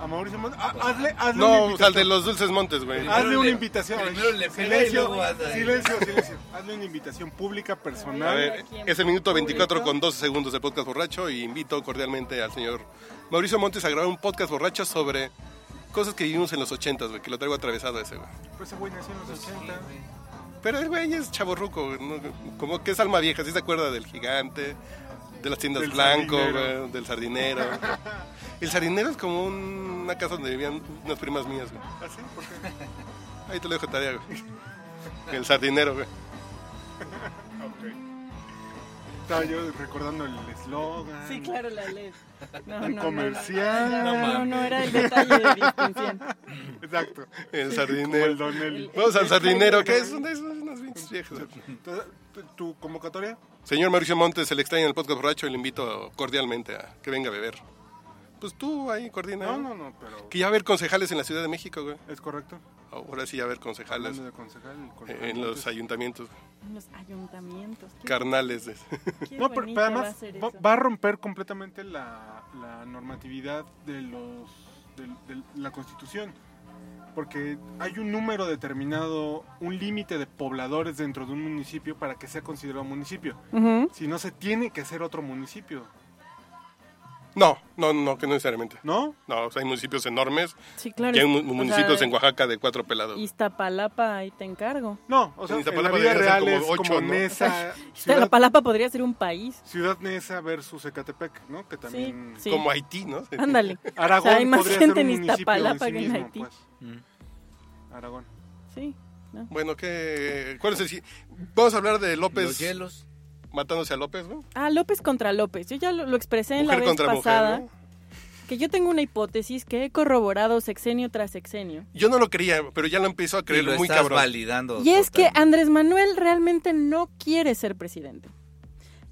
[SPEAKER 1] A Mauricio Montt. Ah, hazle, hazle una
[SPEAKER 4] No, o sea,
[SPEAKER 1] invitación.
[SPEAKER 4] al de los dulces Montes, güey.
[SPEAKER 3] Ah,
[SPEAKER 1] Hazle
[SPEAKER 3] Primero
[SPEAKER 1] una
[SPEAKER 3] le-
[SPEAKER 1] invitación.
[SPEAKER 3] primero le pega y luego
[SPEAKER 1] silencio,
[SPEAKER 3] hazle.
[SPEAKER 1] silencio, silencio. Hazle una invitación pública,
[SPEAKER 4] A
[SPEAKER 1] personal.
[SPEAKER 4] ver, es el minuto 24 con 12 segundos de Podcast Borracho y invito cordialmente al señor Mauricio Montes a grabar un podcast borracho sobre cosas que vivimos en los 80, güey, que lo traigo atravesado ese, güey.
[SPEAKER 1] Pues ese güey nació en los 80.
[SPEAKER 4] Pero el güey es chaborruco, güey, ¿no? como que es alma vieja, ¿sí se acuerda del gigante, de las tiendas
[SPEAKER 1] Del
[SPEAKER 4] blanco,
[SPEAKER 1] sardinero.
[SPEAKER 4] güey, del sardinero? el sardinero es como un- una casa donde vivían unas primas mías, güey.
[SPEAKER 1] ¿Ah, sí? ¿Por qué?
[SPEAKER 4] Ahí te lo dejo de tarea, güey. El sardinero, güey.
[SPEAKER 1] Ok. Estaba yo recordando el eslogan.
[SPEAKER 2] Sí, claro, la ley. No,
[SPEAKER 1] El
[SPEAKER 2] no, no,
[SPEAKER 1] comercial.
[SPEAKER 2] No, no, no, no,
[SPEAKER 4] No
[SPEAKER 2] no, era el detalle de distinción.
[SPEAKER 1] Exacto.
[SPEAKER 4] El
[SPEAKER 1] Como
[SPEAKER 4] sardinero.
[SPEAKER 1] el Don Eli.
[SPEAKER 4] Vamos al sardinero, que es una- es unas pinches viejas.
[SPEAKER 1] Entonces, ¿tu- ¿Tu convocatoria?
[SPEAKER 4] Señor Mauricio Montes, se le extraña el podcast borracho y le invito cordialmente a que venga a beber. Pues tú ahí coordina.
[SPEAKER 1] No, no, no, pero
[SPEAKER 4] Que ya va a haber concejales en la Ciudad de México, güey.
[SPEAKER 1] es correcto.
[SPEAKER 4] Ahora sí ya va a haber concejales
[SPEAKER 1] Hablando de concejal, el concejal
[SPEAKER 4] en los
[SPEAKER 1] Montes.
[SPEAKER 4] ayuntamientos
[SPEAKER 2] Los ayuntamientos. Qué,
[SPEAKER 4] carnales. de-
[SPEAKER 2] qué
[SPEAKER 1] No, pero,
[SPEAKER 2] bonito
[SPEAKER 1] pero
[SPEAKER 2] va a
[SPEAKER 1] además
[SPEAKER 2] ser
[SPEAKER 1] va,
[SPEAKER 2] eso.
[SPEAKER 1] va a romper completamente la, la normatividad de los de, de la Constitución. Porque hay un número determinado, un límite de pobladores dentro de un municipio para que sea considerado municipio.
[SPEAKER 2] Ujú.
[SPEAKER 1] Si no, se tiene que hacer otro municipio,
[SPEAKER 4] No, no, no, que no necesariamente.
[SPEAKER 1] ¿no?
[SPEAKER 4] No, o sea, hay municipios enormes.
[SPEAKER 2] Sí, claro.
[SPEAKER 4] Ya hay
[SPEAKER 2] O
[SPEAKER 4] mu-
[SPEAKER 2] sea,
[SPEAKER 4] municipios en Oaxaca de cuatro pelados.
[SPEAKER 2] Iztapalapa, ahí te encargo.
[SPEAKER 1] No, o sea,
[SPEAKER 4] En
[SPEAKER 1] en,
[SPEAKER 4] Iztapalapa
[SPEAKER 1] la vida
[SPEAKER 4] deberían ser
[SPEAKER 1] real es
[SPEAKER 4] como ocho,
[SPEAKER 1] como
[SPEAKER 4] ¿no?
[SPEAKER 1] Nesa, ciudad,
[SPEAKER 2] Iztapalapa podría ser un país.
[SPEAKER 1] ciudad Nesa versus Ecatepec, ¿no? Que
[SPEAKER 2] Sí,
[SPEAKER 1] también...
[SPEAKER 2] sí.
[SPEAKER 4] Como Haití, ¿no?
[SPEAKER 2] Ándale. O
[SPEAKER 1] Aragón
[SPEAKER 2] sea, hay más
[SPEAKER 1] podría
[SPEAKER 2] gente
[SPEAKER 1] ser un
[SPEAKER 2] en
[SPEAKER 1] municipio
[SPEAKER 2] Iztapalapa
[SPEAKER 1] sí
[SPEAKER 2] que en
[SPEAKER 1] mismo,
[SPEAKER 2] Haití.
[SPEAKER 1] pues.
[SPEAKER 3] Mm.
[SPEAKER 1] Aragón.
[SPEAKER 2] Sí. ¿no?
[SPEAKER 4] Bueno, ¿qué, ¿cuál es el si- Vamos a hablar de
[SPEAKER 3] Los
[SPEAKER 4] López
[SPEAKER 3] hielos.
[SPEAKER 4] matándose a López, ¿no?
[SPEAKER 2] Ah, López contra López. Yo ya lo, lo expresé en
[SPEAKER 4] mujer
[SPEAKER 2] la vez
[SPEAKER 4] contra
[SPEAKER 2] pasada.
[SPEAKER 4] mujer. ¿no?
[SPEAKER 2] Que yo tengo una hipótesis que he corroborado sexenio tras sexenio.
[SPEAKER 4] Yo no lo creía, pero ya lo empiezo a
[SPEAKER 3] Y
[SPEAKER 4] creer
[SPEAKER 3] lo
[SPEAKER 4] muy
[SPEAKER 3] estás
[SPEAKER 4] cabrón.
[SPEAKER 3] validando.
[SPEAKER 2] Y es que
[SPEAKER 3] totalmente.
[SPEAKER 2] Andrés Manuel realmente no quiere ser presidente.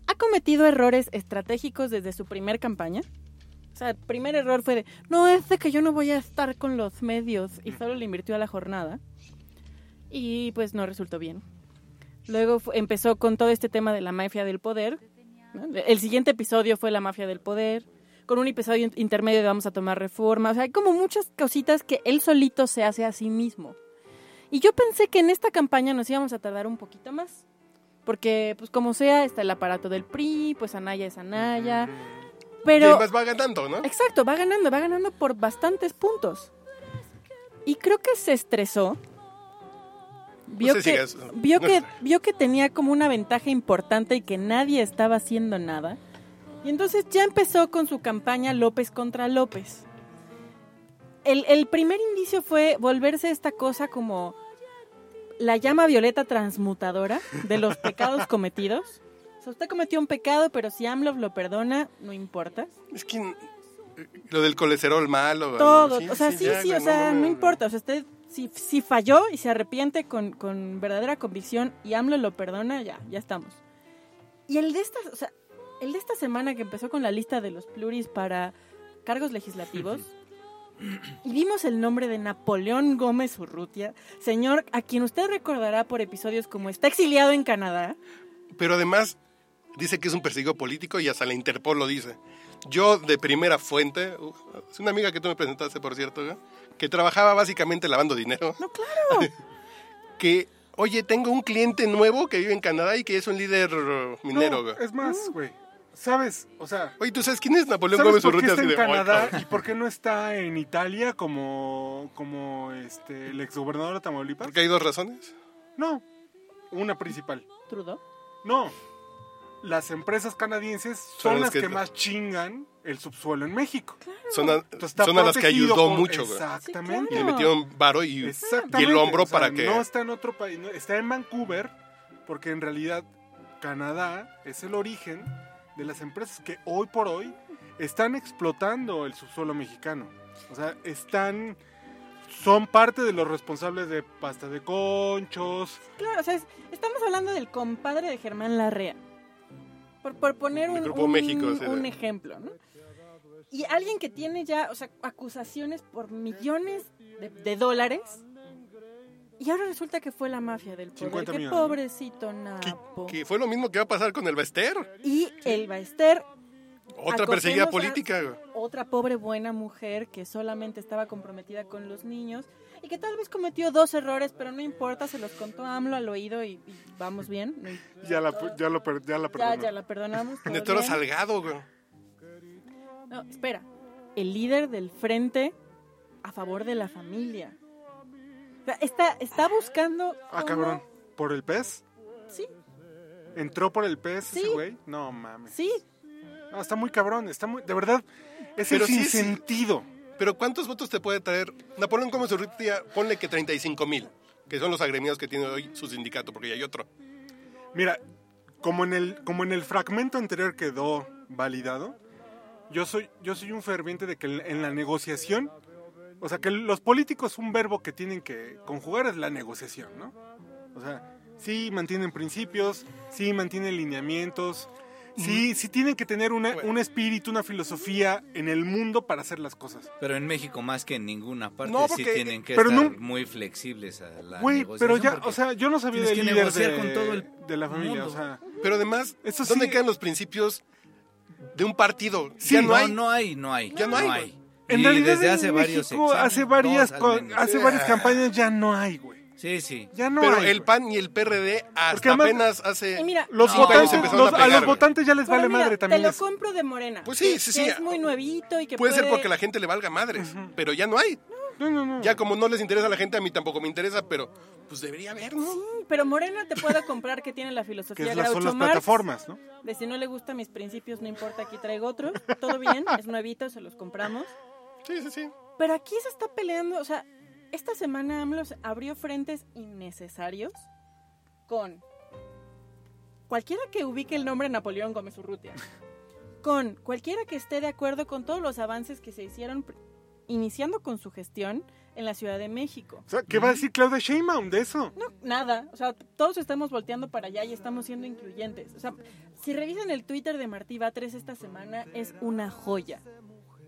[SPEAKER 2] Ha cometido errores estratégicos desde su primer campaña. O sea, el primer error fue de, no, es de que yo no voy a estar con los medios y solo le invirtió a la jornada. Y pues no resultó bien. Luego fu- empezó con todo este tema de la mafia del poder. ¿no? El siguiente episodio fue la mafia del poder. Con un episodio in- intermedio de vamos a tomar reforma. O sea, hay como muchas cositas que él solito se hace a sí mismo. Y yo pensé que en esta campaña nos íbamos a tardar un poquito más. Porque, pues como sea, está el aparato del PRI, pues Anaya es Anaya. Pero...
[SPEAKER 4] ¿Quién más va ganando, no?
[SPEAKER 2] Exacto, va ganando, va ganando por bastantes puntos. Y creo que se estresó. Vio,
[SPEAKER 4] sé si
[SPEAKER 2] que,
[SPEAKER 4] es-
[SPEAKER 2] vio,
[SPEAKER 4] no
[SPEAKER 2] que,
[SPEAKER 4] sé.
[SPEAKER 2] vio que tenía como una ventaja importante y que nadie estaba haciendo nada. Y entonces ya empezó con su campaña López contra López. El, el primer indicio fue volverse esta cosa como la llama violeta transmutadora de los pecados cometidos. O sea, usted cometió un pecado, pero si AMLO lo perdona, no importa.
[SPEAKER 4] Es que eh, lo del colesterol malo.
[SPEAKER 2] Todo,
[SPEAKER 4] ¿no?
[SPEAKER 2] o sea, sí,
[SPEAKER 4] ya,
[SPEAKER 2] sí, o
[SPEAKER 4] güey,
[SPEAKER 2] sea,
[SPEAKER 4] mames.
[SPEAKER 2] no importa, o sea, usted si, si falló y se arrepiente con, con verdadera convicción y AMLO lo perdona, ya, ya estamos. Y el de esta, o sea, el de esta semana que empezó con la lista de los pluris para cargos legislativos, y vimos el nombre de Napoleón Gómez Urrutia, señor a quien usted recordará por episodios como está exiliado en Canadá.
[SPEAKER 4] Pero además dice que es un perseguido político y hasta la Interpol lo dice. Yo de primera fuente, uh, es una amiga que tú me presentaste, por cierto, ¿eh? que trabajaba básicamente lavando dinero,
[SPEAKER 2] No, claro.
[SPEAKER 4] que, oye, tengo un cliente nuevo que vive en Canadá y que es un líder uh, minero.
[SPEAKER 1] No,
[SPEAKER 4] güey.
[SPEAKER 1] es más, güey. ¿Sabes? O sea,
[SPEAKER 4] Oye, ¿tú sabes quién es Napoleón
[SPEAKER 1] ¿sabes
[SPEAKER 4] Gómez
[SPEAKER 1] por qué
[SPEAKER 4] Urrutia?
[SPEAKER 1] está en
[SPEAKER 4] Así de, "Oye,
[SPEAKER 1] Canadá
[SPEAKER 4] oye".
[SPEAKER 1] y por qué no está en Italia como, como este, el exgobernador de Tamaulipas?
[SPEAKER 4] Porque hay dos razones.
[SPEAKER 1] No, una principal.
[SPEAKER 2] Trudeau.
[SPEAKER 1] No, las empresas canadienses son,
[SPEAKER 4] Son las
[SPEAKER 1] las
[SPEAKER 4] que-
[SPEAKER 1] que, más chingan el subsuelo en México.
[SPEAKER 4] Son a,
[SPEAKER 1] Entonces, pues está
[SPEAKER 4] son a las que
[SPEAKER 1] protegido
[SPEAKER 4] ayudó
[SPEAKER 1] por-
[SPEAKER 4] mucho, güey.
[SPEAKER 1] Exactamente.
[SPEAKER 4] Y le metieron varo y,
[SPEAKER 1] Exactamente.
[SPEAKER 4] y el hombro
[SPEAKER 1] O sea,
[SPEAKER 4] para que...
[SPEAKER 1] No está en otro país, no- está en Vancouver, porque en realidad Canadá es el origen de las empresas que hoy por hoy están explotando el subsuelo mexicano. O sea, están. Son parte de los responsables de pasta de conchos.
[SPEAKER 2] Claro, o sea, es- estamos hablando del compadre de Germán Larrea. Por, por poner
[SPEAKER 4] Del
[SPEAKER 2] un,
[SPEAKER 4] Grupo
[SPEAKER 2] un-
[SPEAKER 4] México, sí, de-
[SPEAKER 2] un ejemplo, ¿no? Y alguien que tiene ya, o sea, acusaciones por millones de, de dólares. Y ahora resulta que fue la mafia del poder.
[SPEAKER 1] 50
[SPEAKER 2] Qué
[SPEAKER 1] millones, ¿no?
[SPEAKER 2] pobrecito Napo.
[SPEAKER 4] Que fue lo mismo que va a pasar con el Bester.
[SPEAKER 2] Y el Baester,
[SPEAKER 4] Otra perseguida
[SPEAKER 2] Acotemos a-
[SPEAKER 4] política. güey.
[SPEAKER 2] otra pobre buena mujer que solamente estaba comprometida con los niños y que tal vez cometió dos errores, pero no importa, se los contó AMLO al oído y, y vamos bien. no importa.
[SPEAKER 1] Ya la, ya lo per- ya la
[SPEAKER 2] Ya,
[SPEAKER 1] perdoné.
[SPEAKER 2] ya la perdonamos. todo
[SPEAKER 4] De Toro
[SPEAKER 2] bien.
[SPEAKER 4] Salgado, güey.
[SPEAKER 2] No, espera. El líder del frente a favor de la familia. O sea, está, está buscando.
[SPEAKER 1] Ah,
[SPEAKER 2] cómo-
[SPEAKER 1] cabrón. ¿Por el pez?
[SPEAKER 2] Sí,
[SPEAKER 1] ¿Entró por el pez
[SPEAKER 2] Sí.
[SPEAKER 1] ese güey? No mames.
[SPEAKER 2] sí.
[SPEAKER 1] No, está muy cabrón. Está muy. De verdad, es
[SPEAKER 4] Pero
[SPEAKER 1] el
[SPEAKER 4] sí es-
[SPEAKER 1] sinsentido.
[SPEAKER 4] Pero ¿cuántos votos te puede traer? Napoleón Gómez Urrutia, ponle que 35 mil, que son los agremiados que tiene hoy su sindicato, porque ya hay otro.
[SPEAKER 1] Mira, como en el, como en el fragmento anterior quedó validado, yo soy, yo soy un ferviente de que en la negociación, o sea, que los políticos un verbo que tienen que conjugar es la negociación, ¿no? O sea, sí mantienen principios, sí mantienen lineamientos,
[SPEAKER 3] Mm.
[SPEAKER 1] sí, sí tienen que tener una-
[SPEAKER 4] Bueno.
[SPEAKER 1] un espíritu, una filosofía en el mundo para hacer las cosas.
[SPEAKER 3] Pero en México más que en ninguna parte
[SPEAKER 4] No,
[SPEAKER 3] sí
[SPEAKER 4] porque-
[SPEAKER 3] tienen que
[SPEAKER 1] pero
[SPEAKER 3] estar
[SPEAKER 1] no-
[SPEAKER 3] muy flexibles a la
[SPEAKER 1] Güey,
[SPEAKER 3] negociación.
[SPEAKER 1] pero ya,
[SPEAKER 3] porque-
[SPEAKER 1] o sea, yo no sabía
[SPEAKER 3] tienes
[SPEAKER 1] del
[SPEAKER 3] que
[SPEAKER 1] líder
[SPEAKER 3] negociar
[SPEAKER 1] de,
[SPEAKER 3] con todo el
[SPEAKER 1] de la familia,
[SPEAKER 3] mundo.
[SPEAKER 1] o sea...
[SPEAKER 4] Pero además,
[SPEAKER 1] Eso sí.
[SPEAKER 4] ¿dónde quedan los principios de un partido?
[SPEAKER 1] Sí,
[SPEAKER 4] ya no,
[SPEAKER 3] no,
[SPEAKER 4] hay.
[SPEAKER 3] no hay, no hay,
[SPEAKER 4] Ya no hay, güey.
[SPEAKER 1] En
[SPEAKER 3] Y
[SPEAKER 1] realidad
[SPEAKER 3] desde
[SPEAKER 1] en
[SPEAKER 3] hace varios
[SPEAKER 1] México,
[SPEAKER 3] sexenios,
[SPEAKER 1] hace varias,
[SPEAKER 3] dos al
[SPEAKER 1] co-
[SPEAKER 3] menos.
[SPEAKER 1] hace varias campañas ya no hay, güey.
[SPEAKER 3] Sí, sí.
[SPEAKER 1] Ya no
[SPEAKER 4] pero
[SPEAKER 1] hay.
[SPEAKER 4] el
[SPEAKER 1] güey.
[SPEAKER 4] PAN y el PRD
[SPEAKER 1] Porque
[SPEAKER 4] hasta
[SPEAKER 1] además-
[SPEAKER 4] apenas hace...
[SPEAKER 2] Y mira,
[SPEAKER 1] los
[SPEAKER 3] No,
[SPEAKER 1] votantes,
[SPEAKER 3] se empezaron
[SPEAKER 1] los-
[SPEAKER 4] a
[SPEAKER 1] a, los
[SPEAKER 4] pegar,
[SPEAKER 1] votantes ya les
[SPEAKER 2] pero
[SPEAKER 1] vale
[SPEAKER 2] mira,
[SPEAKER 1] madre
[SPEAKER 2] Te
[SPEAKER 1] también.
[SPEAKER 2] lo
[SPEAKER 1] es-
[SPEAKER 2] compro de Morena.
[SPEAKER 4] Pues sí,
[SPEAKER 2] que-
[SPEAKER 4] sí, sí.
[SPEAKER 2] que es muy nuevito y que
[SPEAKER 4] Puede
[SPEAKER 2] puede
[SPEAKER 4] ser porque la gente le valga madres, pero ya no hay.
[SPEAKER 1] No, no, no.
[SPEAKER 4] Ya como no les interesa a la gente, a mí tampoco me interesa, pero pues debería haber, ¿no?
[SPEAKER 2] Pero Morena te puedo comprar que tiene la
[SPEAKER 1] que
[SPEAKER 2] filosofía
[SPEAKER 1] es las-
[SPEAKER 2] Groucho
[SPEAKER 1] son las
[SPEAKER 2] Marx,
[SPEAKER 1] plataformas, ¿no?
[SPEAKER 2] De si no le gustan mis principios, no importa, aquí traigo otro. Todo bien, es nuevito, se los compramos.
[SPEAKER 4] Sí, sí, sí.
[SPEAKER 2] Pero aquí se está peleando, o sea, esta semana AMLO se- abrió frentes innecesarios con cualquiera que ubique el nombre Napoleón Gómez Urrutia, con cualquiera que esté de acuerdo con todos los avances que se hicieron pr- iniciando con su gestión en la Ciudad de México.
[SPEAKER 1] O sea, ¿qué va a decir Claudia Sheinbaum de eso?
[SPEAKER 2] No, nada, o sea, todos estamos volteando para allá y estamos siendo incluyentes. O sea, si revisan el Twitter de Martí Batres esta semana, es una joya.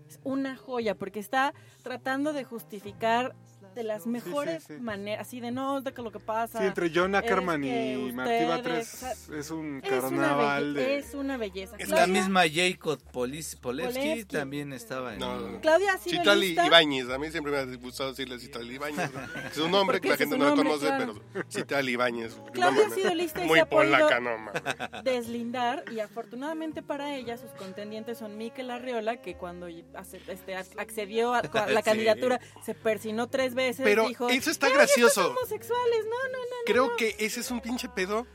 [SPEAKER 2] Es una joya, porque está tratando de justificar de las mejores
[SPEAKER 1] sí.
[SPEAKER 2] maneras, así de no, de que lo que pasa.
[SPEAKER 1] Sí, entre John Ackerman
[SPEAKER 2] es que
[SPEAKER 1] y
[SPEAKER 2] ustedes,
[SPEAKER 1] Martí
[SPEAKER 2] o sea,
[SPEAKER 1] Batres es un
[SPEAKER 2] es, una
[SPEAKER 1] carnaval
[SPEAKER 2] belle-
[SPEAKER 1] de...
[SPEAKER 2] es una belleza.
[SPEAKER 4] Es
[SPEAKER 3] La
[SPEAKER 2] Claudia,
[SPEAKER 3] misma Jacob Polis- Polevsky,
[SPEAKER 2] Polevsky.
[SPEAKER 3] también estaba en...
[SPEAKER 4] No, no, no.
[SPEAKER 2] Claudia ha sido
[SPEAKER 4] Citlali
[SPEAKER 2] lista.
[SPEAKER 4] Ibáñez, a mí siempre me ha gustado decirle Citlali Ibáñez. ¿no? Es un nombre que la
[SPEAKER 2] Porque ese
[SPEAKER 4] gente
[SPEAKER 2] es
[SPEAKER 4] no
[SPEAKER 2] su nombre,
[SPEAKER 4] reconoce,
[SPEAKER 2] claro.
[SPEAKER 4] pero Citlali Ibáñez. no
[SPEAKER 2] Claudia ha
[SPEAKER 4] mames.
[SPEAKER 2] sido lista y se
[SPEAKER 4] Muy
[SPEAKER 2] ha podido-
[SPEAKER 4] polaca, no mames.
[SPEAKER 2] deslindar y afortunadamente para ella sus contendientes son Miquel Arriola que cuando ace- este, ac- accedió a a la
[SPEAKER 3] Sí.
[SPEAKER 2] candidatura se persinó tres veces
[SPEAKER 4] Pero
[SPEAKER 2] dijo
[SPEAKER 4] eso está
[SPEAKER 2] "Ay,
[SPEAKER 4] gracioso.
[SPEAKER 2] estos homosexuales no no no
[SPEAKER 4] Creo que ese es un pinche pedo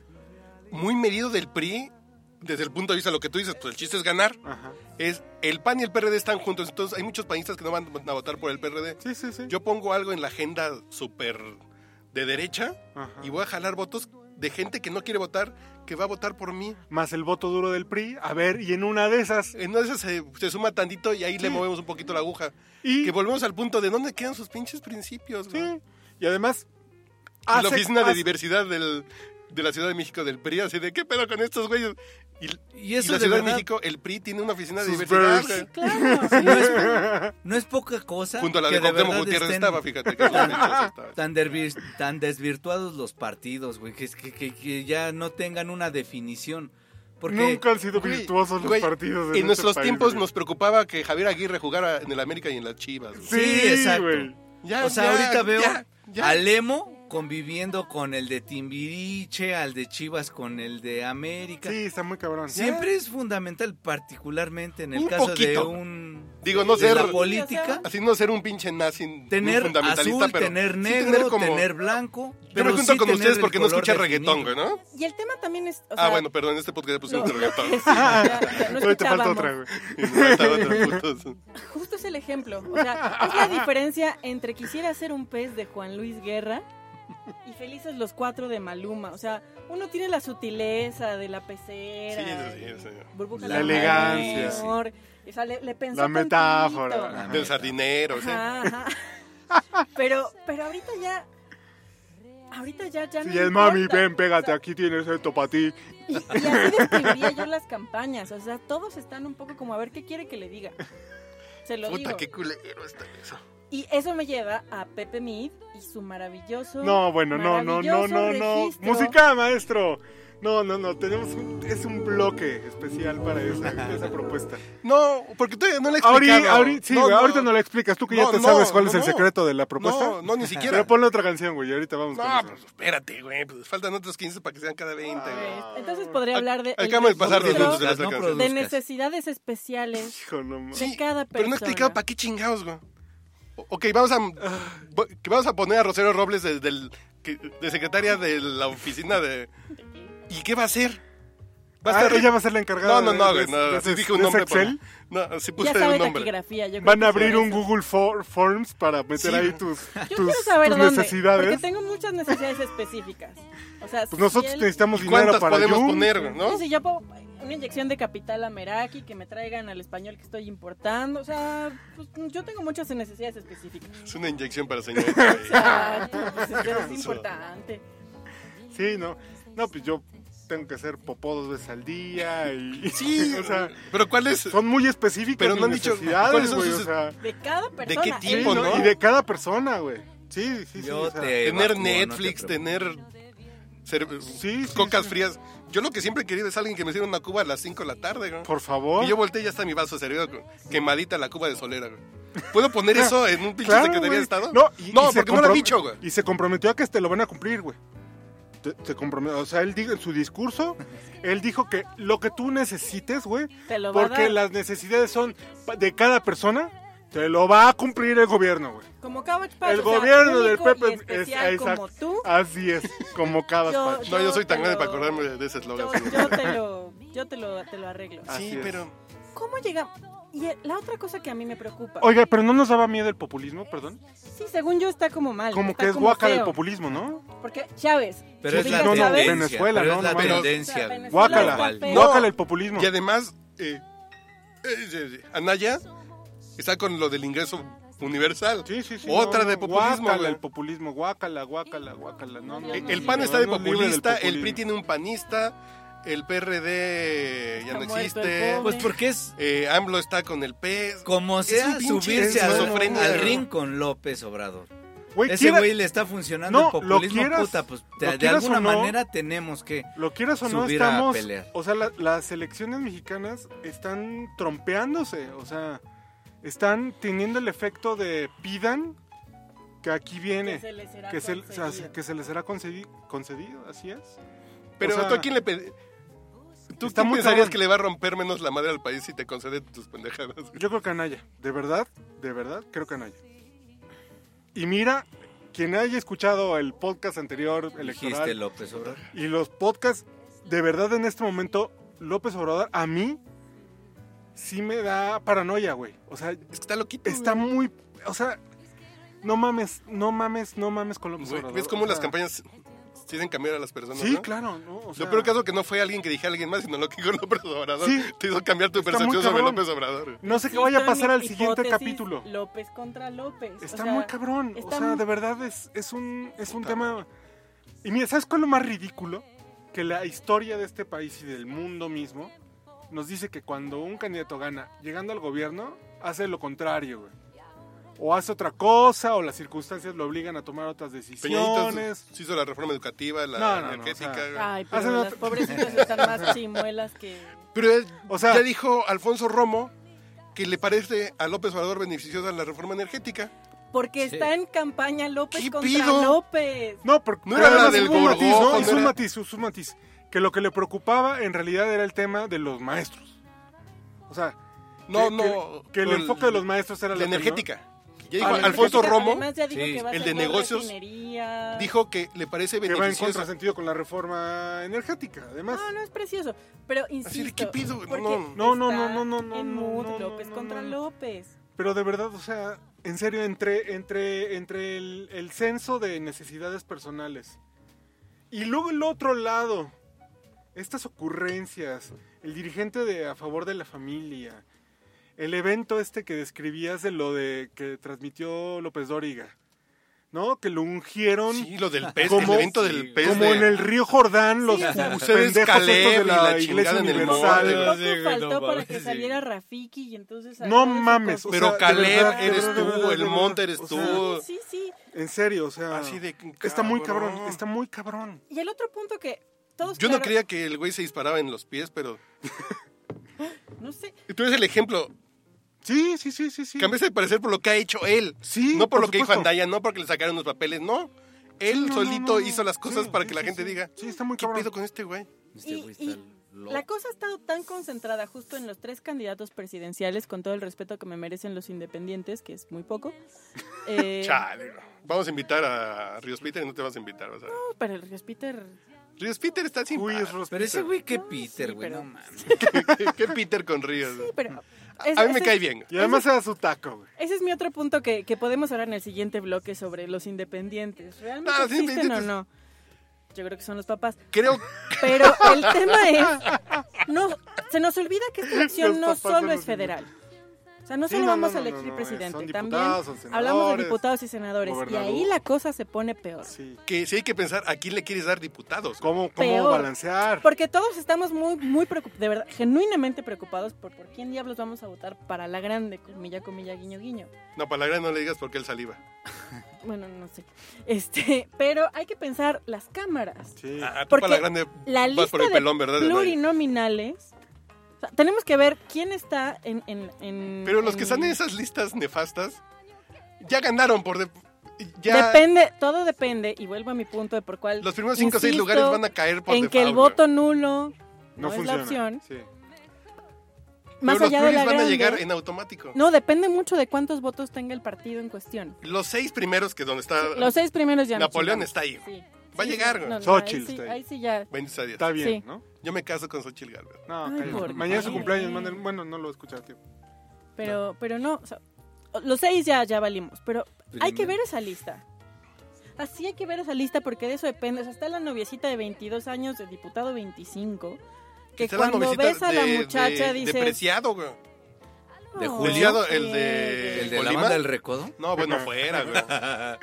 [SPEAKER 4] muy medido del PRI desde el punto de vista de lo que tú dices, pues el chiste es ganar.
[SPEAKER 1] Ajá.
[SPEAKER 4] Es el PAN y el PRD están juntos, entonces hay muchos panistas que no van a votar por el PRD.
[SPEAKER 1] Sí, sí, sí.
[SPEAKER 4] Yo pongo algo en la agenda súper de derecha
[SPEAKER 1] Ajá.
[SPEAKER 4] y voy a jalar votos de gente que no quiere votar, que va a votar por mí.
[SPEAKER 1] Más el voto duro del PRI. A ver, y en una de esas...
[SPEAKER 4] Entonces se, se suma tantito y ahí le
[SPEAKER 1] Sí.
[SPEAKER 4] movemos un poquito la aguja.
[SPEAKER 1] Y,
[SPEAKER 4] Que volvemos al punto de dónde quedan sus pinches principios. güey?
[SPEAKER 1] sí. y además...
[SPEAKER 4] Y
[SPEAKER 1] hace-
[SPEAKER 4] la oficina de
[SPEAKER 1] hace-
[SPEAKER 4] diversidad del, de la Ciudad de México del PRI, así de qué pedo con estos güeyes. Y,
[SPEAKER 3] Y
[SPEAKER 4] y la
[SPEAKER 3] eso
[SPEAKER 4] Ciudad
[SPEAKER 3] de
[SPEAKER 4] de
[SPEAKER 3] verdad
[SPEAKER 4] México, el PRI tiene una oficina de
[SPEAKER 1] Sus
[SPEAKER 4] diversidad.
[SPEAKER 1] birds.
[SPEAKER 4] güey.
[SPEAKER 2] claro
[SPEAKER 3] no es, no es poca cosa
[SPEAKER 4] Junto a la
[SPEAKER 3] que
[SPEAKER 4] de Cuauhtémoc
[SPEAKER 3] verdad
[SPEAKER 4] Gutiérrez
[SPEAKER 3] estén
[SPEAKER 4] estaba, fíjate. Que es la neta, sí estaba.
[SPEAKER 3] Tan, dervi- tan desvirtuados los partidos, güey, que, es que, que- que ya no tengan una definición. Porque
[SPEAKER 1] Nunca han sido
[SPEAKER 4] Güey,
[SPEAKER 1] virtuosos los
[SPEAKER 4] güey,
[SPEAKER 1] partidos.
[SPEAKER 4] En
[SPEAKER 1] este
[SPEAKER 4] nuestros
[SPEAKER 1] país,
[SPEAKER 4] tiempos
[SPEAKER 1] güey.
[SPEAKER 4] nos preocupaba que Javier Aguirre jugara en el América y en las Chivas. güey.
[SPEAKER 3] Sí, exacto.
[SPEAKER 4] Ya,
[SPEAKER 3] o sea,
[SPEAKER 4] ya,
[SPEAKER 3] ahorita veo
[SPEAKER 4] ya, ya.
[SPEAKER 3] al Emo conviviendo con el de Timbiriche, al de Chivas con el de América.
[SPEAKER 1] Sí, está muy cabrón. Eh,
[SPEAKER 3] Siempre es fundamental, particularmente en el
[SPEAKER 4] Un
[SPEAKER 3] caso de
[SPEAKER 4] poquito.
[SPEAKER 3] un
[SPEAKER 4] Digo, no
[SPEAKER 3] de
[SPEAKER 4] ser-
[SPEAKER 3] la política,
[SPEAKER 4] Así no ser un pinche nazi
[SPEAKER 3] tener
[SPEAKER 4] fundamentalista,
[SPEAKER 3] azul,
[SPEAKER 4] pero
[SPEAKER 3] tener
[SPEAKER 4] sí
[SPEAKER 3] negro,
[SPEAKER 4] tener
[SPEAKER 3] tener,
[SPEAKER 4] como-
[SPEAKER 3] blanco.
[SPEAKER 4] Yo me
[SPEAKER 3] pero
[SPEAKER 4] junto
[SPEAKER 3] sí
[SPEAKER 4] con
[SPEAKER 3] tener
[SPEAKER 4] ustedes
[SPEAKER 3] el
[SPEAKER 4] porque no
[SPEAKER 3] color
[SPEAKER 4] escucha
[SPEAKER 3] definido.
[SPEAKER 4] reggaetón, güey, ¿no?
[SPEAKER 2] y el tema también es o
[SPEAKER 4] ah,
[SPEAKER 2] sea,
[SPEAKER 4] bueno, perdón, en este podcast ya pusieron
[SPEAKER 2] lo-
[SPEAKER 4] reggaetón.
[SPEAKER 2] sí, ya- ya no
[SPEAKER 1] Oye, te falta otra,
[SPEAKER 2] escuchábamos.
[SPEAKER 1] güey.
[SPEAKER 4] Y me mataron a putos.
[SPEAKER 2] justo es el ejemplo o sea es la diferencia entre quisiera ser un pez de Juan Luis Guerra y felices los cuatro de Maluma o sea uno tiene la sutileza de la
[SPEAKER 4] Sí,
[SPEAKER 2] pecera
[SPEAKER 4] sí, sí, sí.
[SPEAKER 2] burbuja
[SPEAKER 1] La
[SPEAKER 2] de
[SPEAKER 1] elegancia.
[SPEAKER 2] amor. O sea, le, le pensó
[SPEAKER 1] La metáfora.
[SPEAKER 2] tantito.
[SPEAKER 3] Ah,
[SPEAKER 4] Del sardinero, sí.
[SPEAKER 2] Ajá, ajá. Pero, pero ahorita ya. Ahorita ya, ya no.
[SPEAKER 1] Y el
[SPEAKER 2] importa.
[SPEAKER 1] mami, ven, pégate,
[SPEAKER 2] O sea,
[SPEAKER 1] aquí tienes esto para ti.
[SPEAKER 2] y, y así describiría yo las campañas. O sea, todos están un poco como a ver qué quiere que le diga. Se lo
[SPEAKER 4] Puta,
[SPEAKER 2] digo.
[SPEAKER 4] qué culero está eso.
[SPEAKER 2] Y eso me lleva a Pepe Mid y su maravilloso.
[SPEAKER 1] No, bueno, no, no, no, no, no.
[SPEAKER 2] maravilloso registro.
[SPEAKER 1] Música, maestro. No, no, no, tenemos un, es un bloque especial para esa, esa propuesta.
[SPEAKER 4] No, porque todavía no le he
[SPEAKER 1] Ahorita,
[SPEAKER 4] explicado.
[SPEAKER 1] ahorita, sí, güey, ahorita no la explicas, tú que ya
[SPEAKER 4] No,
[SPEAKER 1] te
[SPEAKER 4] no,
[SPEAKER 1] sabes cuál es
[SPEAKER 4] no,
[SPEAKER 1] el
[SPEAKER 4] no.
[SPEAKER 1] secreto de la propuesta.
[SPEAKER 4] No, no, ni siquiera.
[SPEAKER 1] Pero ponle otra canción, güey, ahorita vamos con
[SPEAKER 4] No,
[SPEAKER 1] eso.
[SPEAKER 4] pues espérate, güey. Pues faltan otros 15 para que sean cada 20, güey.
[SPEAKER 2] Este, Entonces podría
[SPEAKER 4] Ac-
[SPEAKER 2] hablar de. el
[SPEAKER 4] acabamos de pasar
[SPEAKER 3] No
[SPEAKER 4] dos minutos
[SPEAKER 2] registro
[SPEAKER 4] de
[SPEAKER 3] produzcas,
[SPEAKER 4] la
[SPEAKER 3] no
[SPEAKER 4] canción.
[SPEAKER 2] de
[SPEAKER 3] produzcas.
[SPEAKER 2] necesidades especiales.
[SPEAKER 1] Hijo, no mames.
[SPEAKER 4] Sí,
[SPEAKER 2] cada
[SPEAKER 4] pero no he
[SPEAKER 2] persona.
[SPEAKER 4] explicado para qué chingados, güey. O- Ok, vamos a, bo- que vamos a poner a Rosario Robles de, del- que- de secretaria de la oficina de... ¿Y qué va a hacer? Va a
[SPEAKER 1] Ah,
[SPEAKER 4] estar
[SPEAKER 1] ella va a ser la encargada.
[SPEAKER 4] No, no, no,
[SPEAKER 1] de-
[SPEAKER 4] güey. No,
[SPEAKER 1] de-
[SPEAKER 4] sí
[SPEAKER 1] de-
[SPEAKER 4] dije un
[SPEAKER 1] de ese
[SPEAKER 4] nombre.
[SPEAKER 1] Excel.
[SPEAKER 4] Por... No, sí
[SPEAKER 2] Ya
[SPEAKER 4] puse
[SPEAKER 2] sabe
[SPEAKER 4] un nombre.
[SPEAKER 2] taquigrafía. yo creo
[SPEAKER 1] Van
[SPEAKER 2] que
[SPEAKER 1] a
[SPEAKER 2] sí,
[SPEAKER 1] abrir un
[SPEAKER 2] eso.
[SPEAKER 1] Google For- Forms para meter
[SPEAKER 4] Sí.
[SPEAKER 1] ahí tus,
[SPEAKER 2] Yo
[SPEAKER 1] tus,
[SPEAKER 2] quiero saber
[SPEAKER 1] tus
[SPEAKER 2] dónde. Porque
[SPEAKER 1] necesidades.
[SPEAKER 2] tengo muchas necesidades específicas. O sea,
[SPEAKER 1] Pues nosotros
[SPEAKER 2] si él-
[SPEAKER 1] necesitamos
[SPEAKER 4] ¿Y
[SPEAKER 1] dinero
[SPEAKER 4] cuántas
[SPEAKER 1] para
[SPEAKER 4] podemos
[SPEAKER 1] Jung.
[SPEAKER 4] poner, güey,
[SPEAKER 2] Sí,
[SPEAKER 4] no?
[SPEAKER 2] sí, yo puedo- una inyección de capital a Meraki, que me traigan al español que estoy importando. O sea, pues, yo tengo muchas necesidades específicas.
[SPEAKER 4] Es una inyección para señor. güey.
[SPEAKER 2] O
[SPEAKER 1] Ah,
[SPEAKER 2] sea, pues, es importante.
[SPEAKER 1] Sí, no. No, pues yo tengo que hacer popó dos veces al día y...
[SPEAKER 4] Sí,
[SPEAKER 1] o sea,
[SPEAKER 4] pero ¿cuál es?
[SPEAKER 1] son muy específicas
[SPEAKER 4] Pero
[SPEAKER 1] mis
[SPEAKER 4] no han dicho
[SPEAKER 1] necesidades,
[SPEAKER 4] cuáles son
[SPEAKER 1] güey,
[SPEAKER 4] sus-
[SPEAKER 1] o sea,
[SPEAKER 2] De cada persona.
[SPEAKER 4] qué
[SPEAKER 1] sí,
[SPEAKER 4] tipo,
[SPEAKER 2] eh,
[SPEAKER 1] ¿no?
[SPEAKER 4] ¿no?
[SPEAKER 1] Y de cada persona, güey. Sí, sí, sí.
[SPEAKER 3] Yo
[SPEAKER 1] o sea,
[SPEAKER 3] te
[SPEAKER 4] Tener
[SPEAKER 3] evacuo, no te
[SPEAKER 4] Netflix,
[SPEAKER 3] preocupes.
[SPEAKER 4] tener cere-
[SPEAKER 1] Sí, sí,
[SPEAKER 4] cocas
[SPEAKER 1] sí.
[SPEAKER 4] frías. Yo lo que siempre he querido es alguien que me sirva una cuba a las 5 de la tarde, güey.
[SPEAKER 1] Por favor.
[SPEAKER 4] Y yo volteé y ya está mi vaso servido con- quemadita la cuba de solera, güey. ¿Puedo poner eso en un pinche
[SPEAKER 1] Ah, Claro,
[SPEAKER 4] Secretaría
[SPEAKER 1] güey.
[SPEAKER 4] de Estado?
[SPEAKER 1] No, y- y se
[SPEAKER 4] porque no lo
[SPEAKER 1] comprom-
[SPEAKER 4] han dicho, güey.
[SPEAKER 1] Y se comprometió a que este lo van a cumplir, güey. Te- Se comprometió, o sea, él dijo en su discurso, él dijo que lo que tú necesites, güey,
[SPEAKER 2] Te lo va a
[SPEAKER 1] porque
[SPEAKER 2] dar.
[SPEAKER 1] las necesidades son pa- de cada persona, te lo va a cumplir el gobierno, güey.
[SPEAKER 2] Como Couch Patch,
[SPEAKER 1] El
[SPEAKER 2] o sea,
[SPEAKER 1] gobierno del
[SPEAKER 2] único y
[SPEAKER 1] Pepe
[SPEAKER 2] especial
[SPEAKER 1] exacto.
[SPEAKER 2] como tú.
[SPEAKER 1] Así es, como cada
[SPEAKER 2] Yo-
[SPEAKER 1] Patch.
[SPEAKER 4] No, yo soy
[SPEAKER 2] pero-
[SPEAKER 4] tan grande para acordarme de ese eslogan.
[SPEAKER 2] Yo,
[SPEAKER 4] sí.
[SPEAKER 2] yo te lo, yo te lo, te lo arreglo.
[SPEAKER 1] Así
[SPEAKER 4] Sí,
[SPEAKER 1] es.
[SPEAKER 4] pero...
[SPEAKER 2] ¿Cómo llegamos? Y la otra cosa que a mí me preocupa.
[SPEAKER 1] Oiga, pero no nos daba miedo el populismo, perdón.
[SPEAKER 2] Sí, según yo está como mal.
[SPEAKER 1] Como
[SPEAKER 2] está
[SPEAKER 1] que es guaca
[SPEAKER 2] feo.
[SPEAKER 1] del populismo, ¿no?
[SPEAKER 2] Porque Chávez.
[SPEAKER 3] Pero es
[SPEAKER 1] Sí,
[SPEAKER 3] la
[SPEAKER 1] no, no,
[SPEAKER 3] tendencia.
[SPEAKER 1] Venezuela,
[SPEAKER 3] pero
[SPEAKER 1] no,
[SPEAKER 3] es la
[SPEAKER 1] no mames.
[SPEAKER 3] tendencia.
[SPEAKER 2] Venezuela
[SPEAKER 1] Guácala,
[SPEAKER 3] global.
[SPEAKER 2] Pero-
[SPEAKER 1] guácala el populismo.
[SPEAKER 4] Y además, eh, eh, eh, Anaya está con lo del ingreso universal.
[SPEAKER 1] Sí, sí, sí.
[SPEAKER 4] Otra
[SPEAKER 1] no, no,
[SPEAKER 4] de populismo,
[SPEAKER 1] Guácala
[SPEAKER 4] güey.
[SPEAKER 1] el populismo, guácala, guácala, guácala. No, no,
[SPEAKER 4] Eh,
[SPEAKER 1] no,
[SPEAKER 4] El
[SPEAKER 1] no,
[SPEAKER 4] PAN
[SPEAKER 1] no,
[SPEAKER 4] está de
[SPEAKER 1] no, libre del
[SPEAKER 4] populista, el
[SPEAKER 1] populismo.
[SPEAKER 4] PRI tiene un panista, el PRD ya no
[SPEAKER 2] Está muerto
[SPEAKER 4] existe,
[SPEAKER 2] el
[SPEAKER 3] Pues porque es
[SPEAKER 4] eh, AMLO está con el PES.
[SPEAKER 3] como
[SPEAKER 4] Es
[SPEAKER 3] sea
[SPEAKER 4] un pinche
[SPEAKER 3] subirse al,
[SPEAKER 4] esquizofrenia,
[SPEAKER 3] al
[SPEAKER 4] güey.
[SPEAKER 3] ring con López Obrador.
[SPEAKER 1] Güey,
[SPEAKER 3] Ese
[SPEAKER 1] quiera-
[SPEAKER 3] güey le está funcionando
[SPEAKER 1] No,
[SPEAKER 3] el populismo,
[SPEAKER 1] lo quieras-
[SPEAKER 3] puta. Pues
[SPEAKER 1] lo
[SPEAKER 3] de, de
[SPEAKER 1] quieras o
[SPEAKER 3] alguna
[SPEAKER 1] no,
[SPEAKER 3] manera tenemos que.
[SPEAKER 1] Lo quieras o no,
[SPEAKER 3] subir a
[SPEAKER 1] estamos.
[SPEAKER 3] pelear.
[SPEAKER 1] O sea, la- las elecciones mexicanas están trompeándose. O sea, están teniendo el efecto de pidan que aquí
[SPEAKER 2] Que
[SPEAKER 1] viene.
[SPEAKER 2] se le será
[SPEAKER 1] Que se, o sea,
[SPEAKER 2] concedido.
[SPEAKER 1] que se les será concedi- concedido, así es.
[SPEAKER 4] Pero
[SPEAKER 1] O sea,
[SPEAKER 4] ¿tú a quién le pedi- ¿Tú
[SPEAKER 1] está
[SPEAKER 4] quién
[SPEAKER 1] muy
[SPEAKER 4] pensarías
[SPEAKER 1] cabrón.
[SPEAKER 4] que le va a romper menos la madre al país si te concede tus pendejadas? güey?
[SPEAKER 1] Yo creo canalla, de verdad, de verdad, creo canalla. Y mira, quien haya escuchado el podcast anterior electoral
[SPEAKER 3] Dijiste este López Obrador.
[SPEAKER 1] y los podcasts, de verdad en este momento, López Obrador, a mí sí me da paranoia, güey. O sea,
[SPEAKER 4] Es que está loquito.
[SPEAKER 1] está muy, o sea, no mames, no mames, no mames con López
[SPEAKER 4] güey.
[SPEAKER 1] Obrador.
[SPEAKER 4] ¿Ves cómo
[SPEAKER 1] o
[SPEAKER 4] las
[SPEAKER 1] sea,
[SPEAKER 4] campañas tienen cambiar a las personas?
[SPEAKER 1] Sí,
[SPEAKER 4] no?
[SPEAKER 1] claro, no, o sea,
[SPEAKER 4] Lo peor caso que no fue alguien que dije a alguien más, sino lo que dijo López Obrador.
[SPEAKER 1] Sí.
[SPEAKER 4] Te hizo cambiar tu
[SPEAKER 1] Está muy
[SPEAKER 4] percepción sobre
[SPEAKER 1] cabrón.
[SPEAKER 4] López Obrador.
[SPEAKER 1] no sé qué
[SPEAKER 2] Sí,
[SPEAKER 1] vaya a
[SPEAKER 2] estoy en
[SPEAKER 1] pasar al
[SPEAKER 2] hipótesis
[SPEAKER 1] siguiente capítulo.
[SPEAKER 2] López contra López. O
[SPEAKER 1] Está
[SPEAKER 2] sea,
[SPEAKER 1] muy cabrón. O
[SPEAKER 2] está
[SPEAKER 1] sea,
[SPEAKER 2] muy-
[SPEAKER 1] de verdad es, es un, es un tema. Y mira, ¿sabes cuál es lo más ridículo? Que la historia de este país y del mundo mismo nos dice que cuando un candidato gana llegando al gobierno, hace lo contrario, güey. O hace otra cosa, o las circunstancias lo obligan a tomar otras
[SPEAKER 4] Peñanitos
[SPEAKER 1] decisiones.
[SPEAKER 4] se hizo la reforma educativa, la
[SPEAKER 1] No, no, no,
[SPEAKER 4] energética.
[SPEAKER 1] o sea,
[SPEAKER 4] güey.
[SPEAKER 2] Ay, pero
[SPEAKER 1] Hacen
[SPEAKER 2] las
[SPEAKER 1] otro-
[SPEAKER 2] pobrecitas están más chimuelas que...
[SPEAKER 4] Pero él-
[SPEAKER 1] O sea-
[SPEAKER 4] ya dijo Alfonso Romo que le parece a López Obrador beneficiosa la reforma energética.
[SPEAKER 2] Porque
[SPEAKER 3] Sí.
[SPEAKER 2] está en campaña López
[SPEAKER 4] ¿Qué
[SPEAKER 2] contra
[SPEAKER 4] pido?
[SPEAKER 2] López.
[SPEAKER 1] No, porque
[SPEAKER 4] No era
[SPEAKER 1] pero
[SPEAKER 4] la
[SPEAKER 1] además
[SPEAKER 4] del
[SPEAKER 1] hizo un matiz,
[SPEAKER 4] Gorgón,
[SPEAKER 1] ¿no? Hizo
[SPEAKER 4] era-
[SPEAKER 1] un matiz, hizo un matiz. Que lo que le preocupaba en realidad era el tema de los maestros. O sea,
[SPEAKER 4] No,
[SPEAKER 1] que-
[SPEAKER 4] no.
[SPEAKER 1] que, que el
[SPEAKER 4] no,
[SPEAKER 1] enfoque de los maestros era
[SPEAKER 4] la,
[SPEAKER 1] lo que no-
[SPEAKER 4] energética. Ya
[SPEAKER 1] Ah,
[SPEAKER 4] dijo
[SPEAKER 1] la
[SPEAKER 4] Alfonso
[SPEAKER 2] Porque
[SPEAKER 4] Romo
[SPEAKER 2] además ya dijo
[SPEAKER 3] Sí.
[SPEAKER 2] que va a
[SPEAKER 4] el
[SPEAKER 2] ser
[SPEAKER 4] de
[SPEAKER 2] más
[SPEAKER 4] negocios,
[SPEAKER 2] refinería.
[SPEAKER 4] dijo que le parece
[SPEAKER 1] que va en
[SPEAKER 4] beneficiosa.
[SPEAKER 1] contrasentido con la reforma energética, además.
[SPEAKER 4] Ah,
[SPEAKER 2] No, no es precioso. Pero
[SPEAKER 4] Así
[SPEAKER 2] insisto.
[SPEAKER 4] de, ¿qué pido? No,
[SPEAKER 2] porque
[SPEAKER 1] no, no,
[SPEAKER 2] está
[SPEAKER 1] no, no, no,
[SPEAKER 2] En
[SPEAKER 1] no,
[SPEAKER 2] mood
[SPEAKER 1] no, no,
[SPEAKER 2] López
[SPEAKER 1] no,
[SPEAKER 2] contra
[SPEAKER 1] no.
[SPEAKER 2] López.
[SPEAKER 1] Pero de verdad, o sea, en serio, entre, entre, entre el, el censo de necesidades personales y luego el otro lado, estas ocurrencias, el dirigente de a favor de la familia, el evento este que describías de lo de que transmitió López Dóriga, ¿no? Que lo ungieron
[SPEAKER 4] Sí, lo del pez, el
[SPEAKER 1] Ah. Como-
[SPEAKER 4] evento del pez.
[SPEAKER 1] como
[SPEAKER 4] de-
[SPEAKER 1] en el río Jordán, los
[SPEAKER 2] Sí, o sea,
[SPEAKER 4] ustedes
[SPEAKER 1] pendejos estos de
[SPEAKER 4] Caleb y
[SPEAKER 1] la,
[SPEAKER 4] la
[SPEAKER 1] Iglesia
[SPEAKER 4] chingada en el
[SPEAKER 1] Universal.
[SPEAKER 4] monte,
[SPEAKER 2] Poco
[SPEAKER 3] Sí, güey,
[SPEAKER 2] faltó
[SPEAKER 3] no
[SPEAKER 2] para
[SPEAKER 3] mames,
[SPEAKER 2] que
[SPEAKER 3] sí.
[SPEAKER 2] saliera Rafiki y entonces...
[SPEAKER 1] No
[SPEAKER 2] sacaron su
[SPEAKER 1] mames,
[SPEAKER 2] cosa.
[SPEAKER 1] o
[SPEAKER 4] Pero
[SPEAKER 1] sea, de
[SPEAKER 4] Caleb
[SPEAKER 1] verdad, de
[SPEAKER 4] eres
[SPEAKER 1] verdad,
[SPEAKER 4] tú,
[SPEAKER 1] de verdad,
[SPEAKER 4] el
[SPEAKER 1] de verdad.
[SPEAKER 4] monte eres
[SPEAKER 1] O
[SPEAKER 4] tú.
[SPEAKER 1] sea,
[SPEAKER 2] Sí, sí.
[SPEAKER 1] En serio, o sea.
[SPEAKER 4] Así de, cabrón.
[SPEAKER 1] Está muy cabrón, está muy cabrón.
[SPEAKER 2] Y el otro punto que todos...
[SPEAKER 4] Yo no
[SPEAKER 2] claro-
[SPEAKER 4] creía que el güey se disparaba en los pies, pero
[SPEAKER 2] No sé.
[SPEAKER 4] tú eres el ejemplo.
[SPEAKER 1] Sí, sí, sí, sí, sí.
[SPEAKER 4] Cambiaste de parecer por lo que ha hecho él.
[SPEAKER 1] Sí,
[SPEAKER 4] No
[SPEAKER 1] por
[SPEAKER 4] por, lo que dijo
[SPEAKER 1] supuesto.
[SPEAKER 4] Andaya, no porque le sacaron los papeles, no. Él
[SPEAKER 1] Sí, no,
[SPEAKER 4] solito
[SPEAKER 1] no, no, no.
[SPEAKER 4] hizo las cosas
[SPEAKER 1] Sí,
[SPEAKER 4] para
[SPEAKER 1] sí,
[SPEAKER 4] que la
[SPEAKER 1] sí,
[SPEAKER 4] gente
[SPEAKER 1] sí.
[SPEAKER 4] diga,
[SPEAKER 1] Sí, está muy
[SPEAKER 4] ¿qué
[SPEAKER 1] cabrón.
[SPEAKER 4] pedo con este güey?
[SPEAKER 3] Este
[SPEAKER 2] Y-
[SPEAKER 3] güey
[SPEAKER 2] y
[SPEAKER 3] está loco.
[SPEAKER 2] la cosa ha estado tan concentrada justo en los tres candidatos presidenciales, con todo el respeto que me merecen los independientes, que es muy poco. Eh,
[SPEAKER 4] Chale, güey. Vamos a invitar a Ríos Peter y no te vas a invitar, vas a ver.
[SPEAKER 2] pero el Ríos Peter
[SPEAKER 4] Ríos Peter está sin
[SPEAKER 1] Uy,
[SPEAKER 4] par.
[SPEAKER 1] es Ross
[SPEAKER 3] Pero ese
[SPEAKER 1] Peter.
[SPEAKER 3] güey, qué
[SPEAKER 2] Ah,
[SPEAKER 3] Peter,
[SPEAKER 2] sí,
[SPEAKER 3] güey.
[SPEAKER 2] pero-
[SPEAKER 3] No mames.
[SPEAKER 4] ¿Qué, qué Peter con Ríos?
[SPEAKER 2] Sí, pero es-
[SPEAKER 4] A mí me
[SPEAKER 2] ese-
[SPEAKER 4] cae bien.
[SPEAKER 1] Y además era su taco, güey.
[SPEAKER 2] Ese es mi otro punto que, que podemos hablar en el siguiente bloque sobre los independientes. ¿Realmente
[SPEAKER 4] Ah, sí,
[SPEAKER 2] existen o
[SPEAKER 4] independientes.
[SPEAKER 2] no? Yo creo que son los papás.
[SPEAKER 4] Creo
[SPEAKER 2] Pero el tema es, no, se nos olvida que esta
[SPEAKER 1] Los
[SPEAKER 2] elección no
[SPEAKER 1] papás son
[SPEAKER 2] solo
[SPEAKER 1] los
[SPEAKER 2] es federal. O sea, no
[SPEAKER 1] Sí,
[SPEAKER 2] solo
[SPEAKER 1] no,
[SPEAKER 2] vamos
[SPEAKER 1] no,
[SPEAKER 2] a
[SPEAKER 1] no,
[SPEAKER 2] elegir
[SPEAKER 1] no, no, son
[SPEAKER 2] presidente, también
[SPEAKER 1] diputados, son
[SPEAKER 2] hablamos de
[SPEAKER 1] senadores,
[SPEAKER 2] diputados y senadores. Y
[SPEAKER 1] gobernador.
[SPEAKER 2] ahí la cosa se pone peor.
[SPEAKER 1] Sí.
[SPEAKER 4] que sí hay que pensar a quién le quieres dar diputados.
[SPEAKER 1] ¿Cómo, cómo
[SPEAKER 2] Peor.
[SPEAKER 1] balancear?
[SPEAKER 2] Porque todos estamos muy, muy preocupados, de verdad, genuinamente preocupados por por quién diablos vamos a votar para la grande, comilla, comilla, guiño, guiño.
[SPEAKER 4] No, palabra no le digas porque él saliva.
[SPEAKER 2] Bueno, no sé. Este, pero hay que pensar las cámaras.
[SPEAKER 1] Sí.
[SPEAKER 4] Ah, tú
[SPEAKER 2] Porque
[SPEAKER 4] para la grande
[SPEAKER 2] La
[SPEAKER 4] vas
[SPEAKER 2] lista
[SPEAKER 4] por el
[SPEAKER 2] de
[SPEAKER 4] pelón, ¿verdad? Denai?
[SPEAKER 2] plurinominales. o sea, tenemos que ver quién está en. en- en-
[SPEAKER 4] Pero los que
[SPEAKER 2] en-
[SPEAKER 4] están en esas listas nefastas ya ganaron por... de- ya
[SPEAKER 2] Depende, todo depende, y vuelvo a mi punto de por cuál.
[SPEAKER 4] los primeros 5 o 6
[SPEAKER 2] insisto
[SPEAKER 4] lugares van a caer por
[SPEAKER 2] En que el
[SPEAKER 4] default,
[SPEAKER 2] voto
[SPEAKER 4] güey.
[SPEAKER 2] nulo no,
[SPEAKER 1] no,
[SPEAKER 2] es
[SPEAKER 1] funciona.
[SPEAKER 2] la opción.
[SPEAKER 1] Sí.
[SPEAKER 2] Más
[SPEAKER 4] Pero
[SPEAKER 2] allá
[SPEAKER 4] los
[SPEAKER 2] de
[SPEAKER 4] pluris
[SPEAKER 2] la
[SPEAKER 4] van
[SPEAKER 2] grande.
[SPEAKER 4] a llegar en automático.
[SPEAKER 2] No, depende mucho de cuántos votos tenga el partido en cuestión.
[SPEAKER 4] Los seis primeros que donde está
[SPEAKER 2] Los seis primeros ya no
[SPEAKER 4] Napoleón
[SPEAKER 2] chingamos.
[SPEAKER 4] está ahí. güey.
[SPEAKER 2] Sí.
[SPEAKER 4] Va a
[SPEAKER 2] Sí,
[SPEAKER 4] llegar,
[SPEAKER 2] sí,
[SPEAKER 4] güey.
[SPEAKER 2] no, no,
[SPEAKER 1] Xochitl
[SPEAKER 2] ahí, sí,
[SPEAKER 1] está ahí.
[SPEAKER 2] ahí sí ya.
[SPEAKER 4] Bendito sea Dios.
[SPEAKER 1] Está bien,
[SPEAKER 2] Sí.
[SPEAKER 1] ¿no?
[SPEAKER 4] Yo me caso con Xochitl Galvez.
[SPEAKER 1] No,
[SPEAKER 2] Ay,
[SPEAKER 1] cállate.
[SPEAKER 2] ¿por
[SPEAKER 1] Mañana es su
[SPEAKER 2] qué?
[SPEAKER 1] cumpleaños, manden- bueno, no lo escuchas, tío.
[SPEAKER 2] Pero, pero no, o sea, los seis ya, ya valimos, pero hay que ver esa lista. Así hay que ver esa lista porque de eso depende. O sea, está la noviecita de 22 años, de diputado 25, que
[SPEAKER 4] Está la
[SPEAKER 2] cuando
[SPEAKER 4] noviecita
[SPEAKER 2] ves a la
[SPEAKER 4] de-
[SPEAKER 2] muchacha
[SPEAKER 4] de-
[SPEAKER 2] dices...
[SPEAKER 4] Depreciado, güey.
[SPEAKER 3] ¿De
[SPEAKER 2] "No,
[SPEAKER 3] Julio?
[SPEAKER 4] El de-
[SPEAKER 3] ¿El de la
[SPEAKER 4] ¿Colima?
[SPEAKER 3] banda del recodo?
[SPEAKER 4] No, bueno, fuera, güey.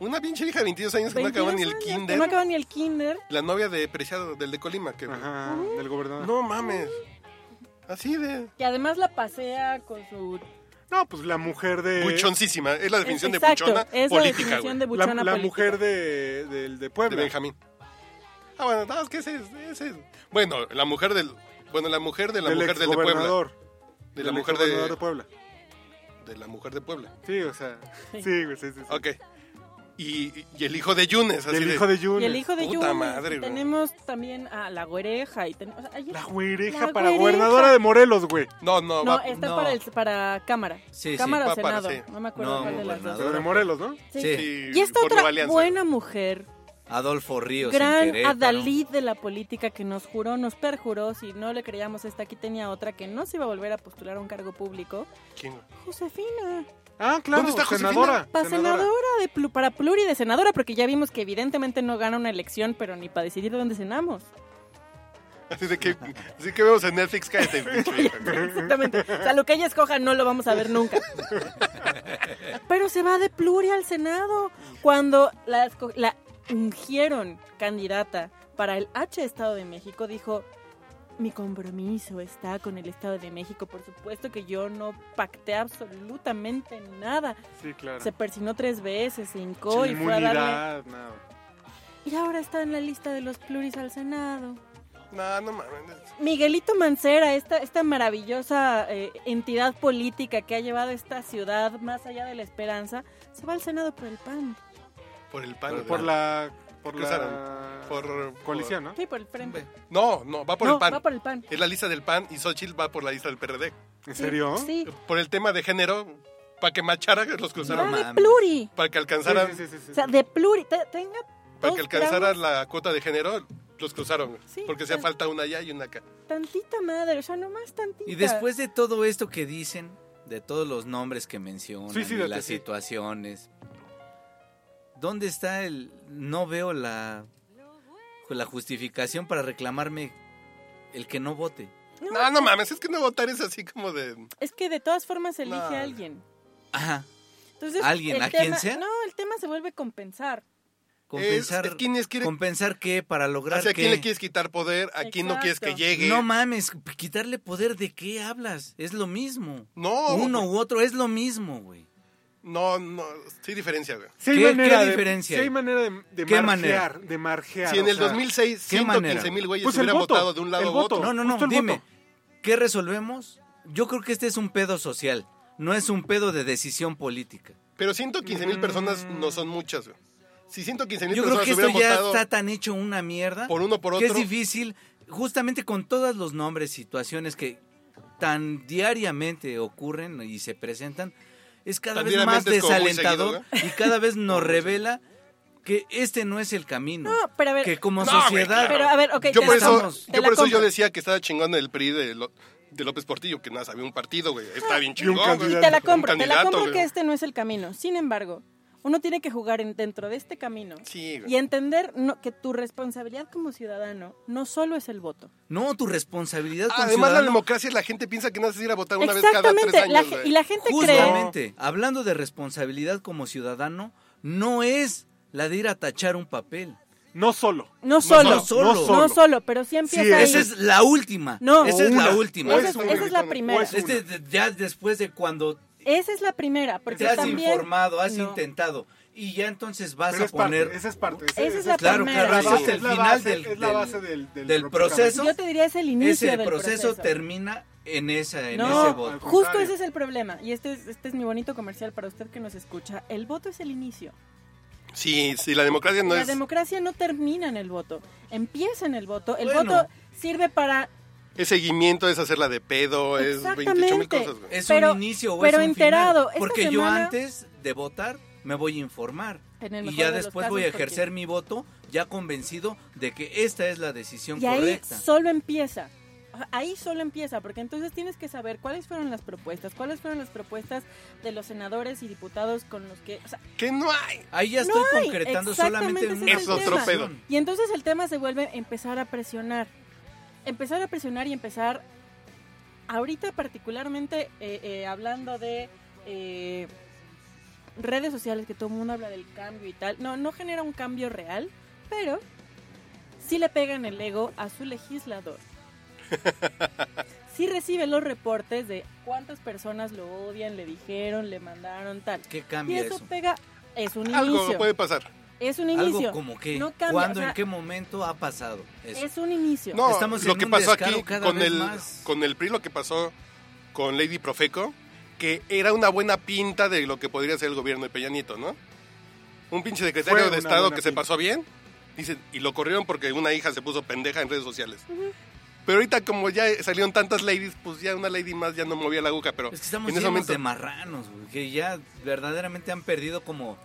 [SPEAKER 4] Una pinche hija de 22 años que no
[SPEAKER 2] 22
[SPEAKER 4] acaba ni el
[SPEAKER 2] años, que
[SPEAKER 4] kinder.
[SPEAKER 2] No acaba ni el kinder.
[SPEAKER 4] La novia de Preciado, del de Colima, que...
[SPEAKER 1] Ajá, del gobernador. No.
[SPEAKER 4] No mames. Así de...
[SPEAKER 2] Que además la pasea con su...
[SPEAKER 1] pues la mujer de.
[SPEAKER 4] Buchoncísima. Es la definición
[SPEAKER 2] Exacto,
[SPEAKER 4] de buchona
[SPEAKER 2] es la
[SPEAKER 4] política, güey.
[SPEAKER 2] definición de
[SPEAKER 1] La,
[SPEAKER 2] buchona
[SPEAKER 1] la
[SPEAKER 2] política.
[SPEAKER 1] mujer de, del de
[SPEAKER 4] De
[SPEAKER 1] Puebla.
[SPEAKER 4] Benjamín. Ah, bueno, no, es que ese es... ese es- Bueno, la mujer del... Bueno, la mujer de la
[SPEAKER 1] del
[SPEAKER 4] mujer del de Puebla.
[SPEAKER 1] exgobernador.
[SPEAKER 4] De la
[SPEAKER 1] Del
[SPEAKER 4] mujer
[SPEAKER 1] exgobernador
[SPEAKER 4] de...
[SPEAKER 1] de Puebla.
[SPEAKER 4] De la mujer de Puebla.
[SPEAKER 1] Sí, o sea.
[SPEAKER 2] Sí.
[SPEAKER 1] Sí, güey, sí, sí. sí.
[SPEAKER 4] Ok. Y, y el hijo de Yunes, así
[SPEAKER 1] Del
[SPEAKER 4] de...
[SPEAKER 1] hijo de Yunes.
[SPEAKER 2] Y el hijo de
[SPEAKER 4] Puta
[SPEAKER 2] Yuna.
[SPEAKER 4] madre,
[SPEAKER 2] y
[SPEAKER 4] güey.
[SPEAKER 2] tenemos también a la güereja. Y ten- o sea, hay-
[SPEAKER 1] La güereja
[SPEAKER 2] La
[SPEAKER 1] para
[SPEAKER 2] güereja.
[SPEAKER 1] gobernadora de Morelos, güey.
[SPEAKER 4] No, no,
[SPEAKER 2] No,
[SPEAKER 4] va-
[SPEAKER 2] está
[SPEAKER 3] no.
[SPEAKER 2] Para, el- para Cámara.
[SPEAKER 3] Sí, sí,
[SPEAKER 2] cámara
[SPEAKER 4] va
[SPEAKER 2] o
[SPEAKER 4] para-
[SPEAKER 2] Senado.
[SPEAKER 4] sí.
[SPEAKER 2] No me acuerdo
[SPEAKER 3] No,
[SPEAKER 2] cuál de las dos.
[SPEAKER 1] Pero de Morelos, ¿no?
[SPEAKER 2] Sí.
[SPEAKER 3] Sí.
[SPEAKER 4] sí,
[SPEAKER 2] eh, Y esta
[SPEAKER 4] por Nueva
[SPEAKER 2] otra
[SPEAKER 4] Alianza.
[SPEAKER 2] buena mujer,
[SPEAKER 3] Adolfo Ríos. en
[SPEAKER 2] gran
[SPEAKER 3] Querétaro.
[SPEAKER 2] adalid de la política que nos juró, nos perjuró, si no le creíamos esta, aquí tenía otra que no se iba a volver a postular a un cargo público.
[SPEAKER 4] ¿Quién, güey?
[SPEAKER 2] Josefina,
[SPEAKER 1] Ah, claro,
[SPEAKER 4] ¿Dónde está Josefina?
[SPEAKER 1] senadora.
[SPEAKER 2] para senadora, de plu- para pluri de senadora, porque ya vimos que evidentemente no gana una elección, pero ni para decidir dónde cenamos.
[SPEAKER 4] Así de que... Así que vemos en Netflix, cállate, pinche vieja, güey.
[SPEAKER 2] Exactamente. O sea, lo que ella escoja no lo vamos a ver nunca. Pero se va de pluri al Senado. Cuando la, esco- la ungieron candidata para el H Estado de México, dijo, mi compromiso está con el Estado de México. Por supuesto que yo no pacté absolutamente nada.
[SPEAKER 1] Sí, claro.
[SPEAKER 2] Se persinó tres veces, se hincó
[SPEAKER 1] Sin
[SPEAKER 2] y fue a darle...
[SPEAKER 1] inmunidad, nada.
[SPEAKER 2] Y ahora está en la lista de los pluris al Senado.
[SPEAKER 4] No, no mames.
[SPEAKER 2] Miguelito Mancera, esta, esta maravillosa eh, entidad política que ha llevado esta ciudad más allá de la esperanza, se va al Senado por el PAN.
[SPEAKER 4] Por el pan.
[SPEAKER 1] Por,
[SPEAKER 4] güey.
[SPEAKER 1] la. Por la.
[SPEAKER 4] Cruzaron. Por-
[SPEAKER 1] coalición, ¿no?
[SPEAKER 2] Sí, por el frente.
[SPEAKER 4] No, no, va por
[SPEAKER 2] No,
[SPEAKER 4] el pan.
[SPEAKER 2] Va por el PAN.
[SPEAKER 4] Es la lista del PAN y Xochitl va por la lista del PRD.
[SPEAKER 1] ¿En serio?
[SPEAKER 2] Sí.
[SPEAKER 4] Por el tema de género, para que machara los
[SPEAKER 2] Va
[SPEAKER 4] cruzaron.
[SPEAKER 3] No,
[SPEAKER 2] de
[SPEAKER 3] mames.
[SPEAKER 2] pluri.
[SPEAKER 4] Para que
[SPEAKER 1] Sí,
[SPEAKER 4] alcanzara,
[SPEAKER 1] sí, sí, sí, sí.
[SPEAKER 2] O sea, de pluri. te- tenga
[SPEAKER 4] para
[SPEAKER 2] dos
[SPEAKER 4] que alcanzara
[SPEAKER 2] gramos,
[SPEAKER 4] la cuota de género, los cruzaron.
[SPEAKER 2] Sí, pues.
[SPEAKER 4] porque hacía
[SPEAKER 2] claro.
[SPEAKER 4] falta una allá y una acá.
[SPEAKER 2] Tantita madre, o sea, nomás tantita.
[SPEAKER 3] Y después de todo esto que dicen, de todos los nombres que mencionan,
[SPEAKER 1] Suicídate,
[SPEAKER 3] y las
[SPEAKER 1] sí.
[SPEAKER 3] situaciones, ¿dónde está el... No veo la, la justificación para reclamarme el que no vote.
[SPEAKER 2] No,
[SPEAKER 4] No, no mames, es que no votar es así como de...
[SPEAKER 2] Es que de todas formas se elige
[SPEAKER 4] No.
[SPEAKER 2] a alguien.
[SPEAKER 3] Ajá,
[SPEAKER 2] Entonces,
[SPEAKER 3] ¿Alguien?
[SPEAKER 2] el
[SPEAKER 3] ¿A
[SPEAKER 2] tema-
[SPEAKER 3] quién sea?
[SPEAKER 2] No, el tema se vuelve compensar.
[SPEAKER 3] compensar...
[SPEAKER 4] Es- es quién es quiere-
[SPEAKER 3] ¿Compensar qué? Para lograr
[SPEAKER 4] hacia
[SPEAKER 3] qué.
[SPEAKER 4] quién le quieres quitar poder, a quién no quieres que
[SPEAKER 2] Exacto.
[SPEAKER 4] llegue.
[SPEAKER 3] No mames, quitarle poder, ¿de qué hablas? Es lo mismo.
[SPEAKER 4] No,
[SPEAKER 3] Uno u otro, es lo mismo, güey.
[SPEAKER 4] no, no, sí hay diferencia, güey.
[SPEAKER 1] Sí hay
[SPEAKER 3] ¿Qué-
[SPEAKER 1] manera
[SPEAKER 3] qué
[SPEAKER 1] de-
[SPEAKER 3] diferencia
[SPEAKER 1] sí hay
[SPEAKER 3] hay?
[SPEAKER 1] manera de, de
[SPEAKER 3] ¿Qué
[SPEAKER 1] margear,
[SPEAKER 3] manera?
[SPEAKER 1] de margear.
[SPEAKER 4] Si en
[SPEAKER 1] o
[SPEAKER 4] el
[SPEAKER 1] sea,
[SPEAKER 4] 2006
[SPEAKER 3] ¿qué manera?
[SPEAKER 4] 115 mil güeyes
[SPEAKER 1] Pues el
[SPEAKER 4] hubieran
[SPEAKER 1] voto,
[SPEAKER 4] votado de un lado
[SPEAKER 1] el
[SPEAKER 4] u otro.
[SPEAKER 1] voto.
[SPEAKER 3] No, no, no,
[SPEAKER 1] Justo el
[SPEAKER 3] dime,
[SPEAKER 1] voto.
[SPEAKER 3] ¿qué resolvemos? Yo creo que este es un pedo social, no es un pedo de decisión política.
[SPEAKER 4] Pero 115 mil personas
[SPEAKER 2] Mm.
[SPEAKER 4] no son muchas, güey. Si 115 mil
[SPEAKER 3] Yo creo
[SPEAKER 4] personas
[SPEAKER 3] que esto ya
[SPEAKER 4] hubieran votado...
[SPEAKER 3] está tan hecho una mierda
[SPEAKER 4] por uno, por
[SPEAKER 3] que es
[SPEAKER 4] otro.
[SPEAKER 3] difícil, justamente con todos los nombres, situaciones que tan diariamente ocurren y se presentan, es cada
[SPEAKER 4] Tan
[SPEAKER 3] vez más
[SPEAKER 4] diariamente es como muy
[SPEAKER 3] desalentador y cada vez nos revela que este no es el camino.
[SPEAKER 2] No, pero a ver.
[SPEAKER 3] que como
[SPEAKER 4] No, güey,
[SPEAKER 3] sociedad...
[SPEAKER 4] claro.
[SPEAKER 2] Pero a ver, ok.
[SPEAKER 4] yo
[SPEAKER 2] te
[SPEAKER 4] por
[SPEAKER 2] la-
[SPEAKER 4] eso,
[SPEAKER 3] estamos-
[SPEAKER 2] te
[SPEAKER 4] yo,
[SPEAKER 2] la
[SPEAKER 4] por eso yo
[SPEAKER 2] compro.
[SPEAKER 4] decía que estaba chingón el PRI de, Lo- de López Portillo, que nada, sabía un partido, güey. Está bien chingón, güey.
[SPEAKER 1] candidato.
[SPEAKER 2] Y Ah, te la
[SPEAKER 4] Un
[SPEAKER 2] compro, te la
[SPEAKER 4] candidato,
[SPEAKER 2] compro
[SPEAKER 4] güey.
[SPEAKER 2] que este no es el camino. Sin embargo, uno tiene que jugar en- dentro de este camino.
[SPEAKER 4] Sí, güey.
[SPEAKER 2] Y entender no- que tu responsabilidad como ciudadano no solo es el voto.
[SPEAKER 3] No, tu responsabilidad como
[SPEAKER 4] Ah, Además, la
[SPEAKER 3] ciudadano-
[SPEAKER 4] democracia, la gente piensa que no haces ir a votar una vez cada tres
[SPEAKER 2] Exactamente. la
[SPEAKER 4] años,
[SPEAKER 2] ge-
[SPEAKER 4] güey.
[SPEAKER 2] y la gente cree.
[SPEAKER 3] Justamente, hablando de responsabilidad como ciudadano, no es la de ir a tachar un papel.
[SPEAKER 1] No solo.
[SPEAKER 2] No solo.
[SPEAKER 3] no solo.
[SPEAKER 2] No solo, pero sí empieza
[SPEAKER 1] Sí,
[SPEAKER 2] ahí.
[SPEAKER 3] Esa es la última.
[SPEAKER 2] No.
[SPEAKER 3] Esa es la
[SPEAKER 1] Una.
[SPEAKER 3] última.
[SPEAKER 1] O
[SPEAKER 2] Esa es-
[SPEAKER 1] un
[SPEAKER 2] esa es la
[SPEAKER 1] gritón,
[SPEAKER 2] primera.
[SPEAKER 1] o es
[SPEAKER 3] Este, de- ya después de cuando
[SPEAKER 2] Esa es la primera, porque
[SPEAKER 3] te has
[SPEAKER 2] también...
[SPEAKER 3] informado, has
[SPEAKER 2] No.
[SPEAKER 3] intentado, y ya entonces vas
[SPEAKER 1] Pero
[SPEAKER 3] a
[SPEAKER 1] es parte,
[SPEAKER 3] poner...
[SPEAKER 1] esa es parte. ese-
[SPEAKER 2] Esa es
[SPEAKER 1] ese
[SPEAKER 2] la
[SPEAKER 3] Claro,
[SPEAKER 2] primera.
[SPEAKER 3] claro,
[SPEAKER 1] base,
[SPEAKER 3] ese es el
[SPEAKER 1] es la
[SPEAKER 3] final
[SPEAKER 1] base,
[SPEAKER 3] del,
[SPEAKER 1] es la
[SPEAKER 3] del-
[SPEAKER 1] base del- del propio
[SPEAKER 3] proceso.
[SPEAKER 2] Yo te diría es el
[SPEAKER 3] Ese
[SPEAKER 2] inicio del
[SPEAKER 3] proceso, termina en esa, en ese
[SPEAKER 2] no,
[SPEAKER 3] voto.
[SPEAKER 2] justo
[SPEAKER 1] contrario.
[SPEAKER 2] ese es el problema. Y este es, este es mi bonito comercial para usted que nos escucha. El voto es el inicio.
[SPEAKER 4] Sí, sí, la democracia no
[SPEAKER 2] la
[SPEAKER 4] es...
[SPEAKER 2] democracia no termina en el voto. Empieza en el voto. El
[SPEAKER 3] Bueno.
[SPEAKER 2] voto sirve para...
[SPEAKER 4] es seguimiento, es hacerla de pedo, es 28 mil
[SPEAKER 2] Exactamente.
[SPEAKER 4] cosas, güey.
[SPEAKER 3] Es
[SPEAKER 2] Pero-
[SPEAKER 3] un inicio o
[SPEAKER 2] pero
[SPEAKER 3] es un
[SPEAKER 2] enterado,
[SPEAKER 3] final.
[SPEAKER 2] esta
[SPEAKER 3] Porque yo
[SPEAKER 2] semana-
[SPEAKER 3] antes de votar me voy a informar.
[SPEAKER 2] En el
[SPEAKER 3] Y
[SPEAKER 2] mejor
[SPEAKER 3] ya
[SPEAKER 2] de los
[SPEAKER 3] después
[SPEAKER 2] casos,
[SPEAKER 3] voy a
[SPEAKER 2] porque-
[SPEAKER 3] ejercer mi voto ya convencido de que esta es la decisión
[SPEAKER 2] Y ahí
[SPEAKER 3] correcta.
[SPEAKER 2] solo empieza. Ahí solo empieza, porque entonces tienes que saber cuáles fueron las propuestas, cuáles fueron las propuestas de los senadores y diputados con los que... o sea,
[SPEAKER 4] Que no hay.
[SPEAKER 3] Ahí ya estoy
[SPEAKER 2] hay,
[SPEAKER 3] concretando
[SPEAKER 2] exactamente
[SPEAKER 3] solamente en
[SPEAKER 2] ese
[SPEAKER 3] una
[SPEAKER 4] es el Es otro tema. pedo.
[SPEAKER 2] y entonces el tema se vuelve empezar a presionar. Empezar a presionar y empezar, ahorita particularmente eh, eh, hablando de eh, redes sociales, que todo el mundo habla del cambio y tal, no, no genera un cambio real, pero sí le pegan el ego a su legislador. Sí recibe los reportes de cuántas personas lo odian, le dijeron, le mandaron, tal.
[SPEAKER 3] ¿Qué
[SPEAKER 2] Y
[SPEAKER 3] cambia
[SPEAKER 2] eso,
[SPEAKER 3] eso?
[SPEAKER 2] pega, es un
[SPEAKER 4] Algo
[SPEAKER 2] inicio.
[SPEAKER 4] puede pasar.
[SPEAKER 2] Es un
[SPEAKER 3] Algo
[SPEAKER 2] inicio.
[SPEAKER 3] como que,
[SPEAKER 2] No cambia,
[SPEAKER 3] ¿cuándo,
[SPEAKER 2] o sea,
[SPEAKER 3] en qué momento ha pasado eso?
[SPEAKER 2] Es un inicio.
[SPEAKER 4] No,
[SPEAKER 3] Estamos
[SPEAKER 4] lo
[SPEAKER 3] en
[SPEAKER 4] que
[SPEAKER 3] un
[SPEAKER 4] pasó
[SPEAKER 3] descaro
[SPEAKER 4] aquí
[SPEAKER 3] cada
[SPEAKER 4] con
[SPEAKER 3] vez
[SPEAKER 4] el,
[SPEAKER 3] más.
[SPEAKER 4] con el PRI, lo que pasó con Lady Profeco, que era una buena pinta de lo que podría ser el gobierno de Peña Nieto, ¿no? Un pinche secretario
[SPEAKER 1] Fue
[SPEAKER 4] de
[SPEAKER 1] una
[SPEAKER 4] Estado
[SPEAKER 1] buena
[SPEAKER 4] que se
[SPEAKER 1] pinta.
[SPEAKER 4] pasó bien dicen, y lo corrieron porque una hija se puso pendeja en redes sociales. Pero ahorita como ya salieron tantas ladies, pues ya una lady más ya no movía la aguja, pero
[SPEAKER 3] Es que estamos
[SPEAKER 4] en ese
[SPEAKER 3] llenos
[SPEAKER 4] momento...
[SPEAKER 3] de marranos, güey, que ya verdaderamente han perdido como,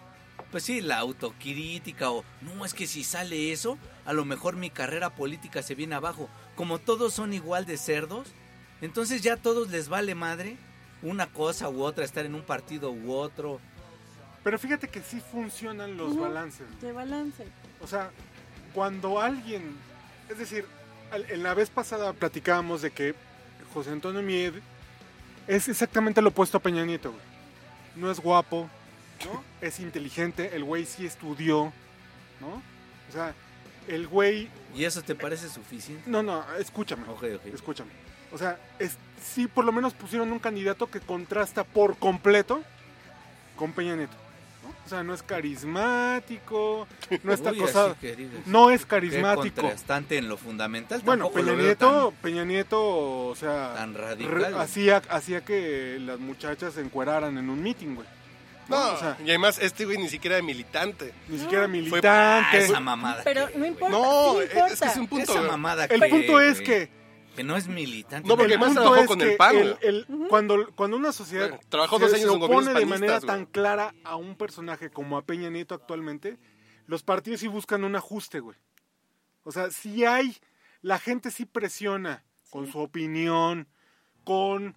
[SPEAKER 3] pues sí, la autocrítica o, no, es que si sale eso, a lo mejor mi carrera política se viene abajo. Como todos son igual de cerdos, entonces ya a todos les vale madre una cosa u otra, estar en un partido u otro.
[SPEAKER 1] Pero fíjate que sí funcionan los
[SPEAKER 2] Ujú.
[SPEAKER 1] balances.
[SPEAKER 2] De balance.
[SPEAKER 1] O sea, cuando alguien, es decir, al- en la vez pasada platicábamos de que José Antonio Mied es exactamente lo opuesto a Peña Nieto. güey. No es guapo, ¿no? es inteligente, el güey sí estudió, ¿no? O sea, el güey,
[SPEAKER 3] ¿Y eso te parece suficiente?
[SPEAKER 1] no, no, escúchame,
[SPEAKER 3] Ok, ok.
[SPEAKER 1] escúchame. O sea, es, sí por lo menos pusieron un candidato que contrasta por completo con Peña Nieto. ¿no? O sea, no es carismático, no está
[SPEAKER 3] Uy, así
[SPEAKER 1] acosado.
[SPEAKER 3] que digas,
[SPEAKER 1] No es
[SPEAKER 3] qué
[SPEAKER 1] carismático.
[SPEAKER 3] contrastante en lo fundamental.
[SPEAKER 1] Bueno,
[SPEAKER 3] tampoco
[SPEAKER 1] Peña
[SPEAKER 3] lo veo
[SPEAKER 1] Nieto, Peña Nieto, o sea,
[SPEAKER 3] tan, tan
[SPEAKER 1] re-
[SPEAKER 3] radical. güey.
[SPEAKER 1] hacía, hacía que las muchachas se encueraran en un meeting, güey.
[SPEAKER 4] No,
[SPEAKER 1] o sea,
[SPEAKER 4] y además este güey ni siquiera era militante.
[SPEAKER 1] ni siquiera
[SPEAKER 3] Ah,
[SPEAKER 1] militante.
[SPEAKER 3] esa mamada.
[SPEAKER 2] Pero
[SPEAKER 3] que,
[SPEAKER 2] no
[SPEAKER 3] güey.
[SPEAKER 2] importa.
[SPEAKER 4] No,
[SPEAKER 2] sí
[SPEAKER 4] es-
[SPEAKER 2] importa.
[SPEAKER 4] es que es un punto...
[SPEAKER 3] Esa
[SPEAKER 4] güey.
[SPEAKER 3] mamada
[SPEAKER 1] el
[SPEAKER 3] que,
[SPEAKER 1] punto es
[SPEAKER 3] güey,
[SPEAKER 1] que,
[SPEAKER 3] Que no es militante.
[SPEAKER 4] No, porque
[SPEAKER 1] el
[SPEAKER 4] más
[SPEAKER 1] punto
[SPEAKER 4] trabajó
[SPEAKER 1] es
[SPEAKER 4] con
[SPEAKER 1] que
[SPEAKER 4] el PAN,
[SPEAKER 1] el-
[SPEAKER 4] güey.
[SPEAKER 1] el- cuando, cuando una sociedad
[SPEAKER 4] Bueno, trabajó dos
[SPEAKER 1] se-
[SPEAKER 4] años
[SPEAKER 1] se
[SPEAKER 4] en gobiernos
[SPEAKER 1] opone de manera
[SPEAKER 4] panistas,
[SPEAKER 1] tan
[SPEAKER 4] güey.
[SPEAKER 1] clara a un personaje como a Peña Nieto actualmente, los partidos sí buscan un ajuste, güey. O sea, si hay, la gente sí presiona con su opinión, con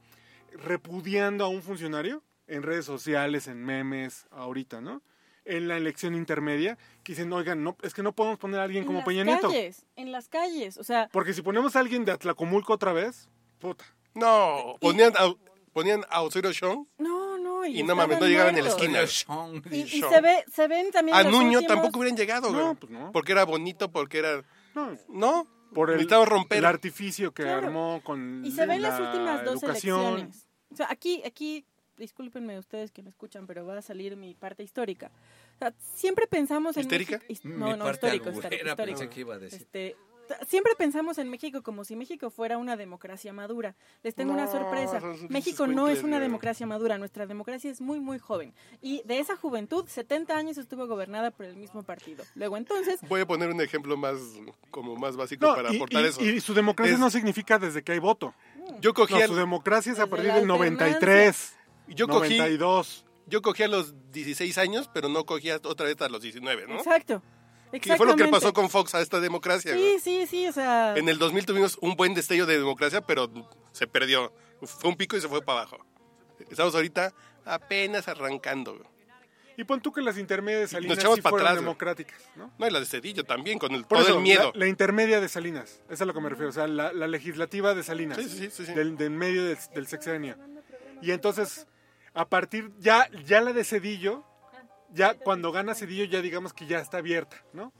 [SPEAKER 1] repudiando a un funcionario en redes sociales, en memes, ahorita, ¿no? En la elección intermedia, que dicen, oigan, no, es que no podemos poner a alguien
[SPEAKER 2] En
[SPEAKER 1] como
[SPEAKER 2] las
[SPEAKER 1] Peña Nieto.
[SPEAKER 2] calles, En las calles. O sea,
[SPEAKER 1] Porque si ponemos a alguien de Atlacomulco otra vez, puta.
[SPEAKER 4] No, ponían a, ponían a Osorio Chong
[SPEAKER 2] no, no. Y,
[SPEAKER 4] Y no mames,
[SPEAKER 2] estaban
[SPEAKER 4] no llegaban en la
[SPEAKER 2] muertos.
[SPEAKER 4] esquina.
[SPEAKER 2] Y, y
[SPEAKER 4] Show.
[SPEAKER 2] se, ve, se ven también.
[SPEAKER 4] A
[SPEAKER 2] los
[SPEAKER 4] Nuño
[SPEAKER 2] últimos-
[SPEAKER 4] tampoco hubieran llegado, güey.
[SPEAKER 1] No, pues no.
[SPEAKER 4] Porque era bonito, porque era.
[SPEAKER 1] No,
[SPEAKER 4] No.
[SPEAKER 1] por el,
[SPEAKER 4] Necesitamos romper.
[SPEAKER 1] el artificio que
[SPEAKER 2] Claro.
[SPEAKER 1] armó con
[SPEAKER 2] Y se ven las
[SPEAKER 1] la
[SPEAKER 2] últimas dos
[SPEAKER 1] educación.
[SPEAKER 2] elecciones. O sea, aquí, aquí, discúlpenme ustedes que me escuchan, pero va a salir mi parte histórica. O sea, siempre pensamos en.
[SPEAKER 4] ¿Histérica? Mm,
[SPEAKER 2] México- his- No, no, histórico, histórico, histórico.
[SPEAKER 3] pensé que iba a decir.
[SPEAKER 2] Este, t- siempre pensamos en México como si México fuera una democracia madura. Les tengo una
[SPEAKER 4] No,
[SPEAKER 2] sorpresa.
[SPEAKER 4] esos pinches
[SPEAKER 2] México no es
[SPEAKER 4] escuincles,
[SPEAKER 2] una
[SPEAKER 4] güey.
[SPEAKER 2] democracia madura. Nuestra democracia es muy, muy joven. Y de esa juventud, 70 años estuvo gobernada por el mismo partido. Luego entonces,
[SPEAKER 4] Voy a poner un ejemplo más como más básico
[SPEAKER 1] No,
[SPEAKER 4] para
[SPEAKER 1] y,
[SPEAKER 4] aportar
[SPEAKER 1] y-
[SPEAKER 4] eso.
[SPEAKER 1] y su democracia
[SPEAKER 4] Es-
[SPEAKER 1] no significa desde que hay voto.
[SPEAKER 4] yo cogí
[SPEAKER 1] No,
[SPEAKER 4] al-
[SPEAKER 1] su democracia es a
[SPEAKER 2] Desde
[SPEAKER 1] partir
[SPEAKER 2] la
[SPEAKER 1] del 93,
[SPEAKER 4] yo cogí
[SPEAKER 1] 92.
[SPEAKER 4] yo cogí a los 16 años, pero no cogí hasta- otra vez a los 19, ¿no?
[SPEAKER 2] Exacto.
[SPEAKER 4] Que fue lo que
[SPEAKER 2] Exactamente.
[SPEAKER 4] pasó con Fox a esta democracia. güey.
[SPEAKER 2] Sí, sí, sí, o sea.
[SPEAKER 4] En el 2000 tuvimos un buen destello de democracia, pero se perdió. Fue un pico y se fue para abajo. Estamos ahorita apenas arrancando. güey.
[SPEAKER 1] Y pon tú que las intermedias de Salinas
[SPEAKER 4] echamos
[SPEAKER 1] sí
[SPEAKER 4] pa'
[SPEAKER 1] fueron
[SPEAKER 4] atrás, güey.
[SPEAKER 1] democráticas, ¿no?
[SPEAKER 4] No, y la de Cedillo también, con el,
[SPEAKER 1] Por
[SPEAKER 4] todo
[SPEAKER 1] eso,
[SPEAKER 4] el miedo.
[SPEAKER 1] La, la intermedia de Salinas, eso es a lo que me refiero, o sea, la, la legislativa de Salinas,
[SPEAKER 4] Sí, sí, sí, sí, sí.
[SPEAKER 1] Del, del medio del, del sexenio. Y entonces, a partir, ya, ya la de Cedillo, ya cuando gana Cedillo, ya digamos que ya está abierta, ¿no?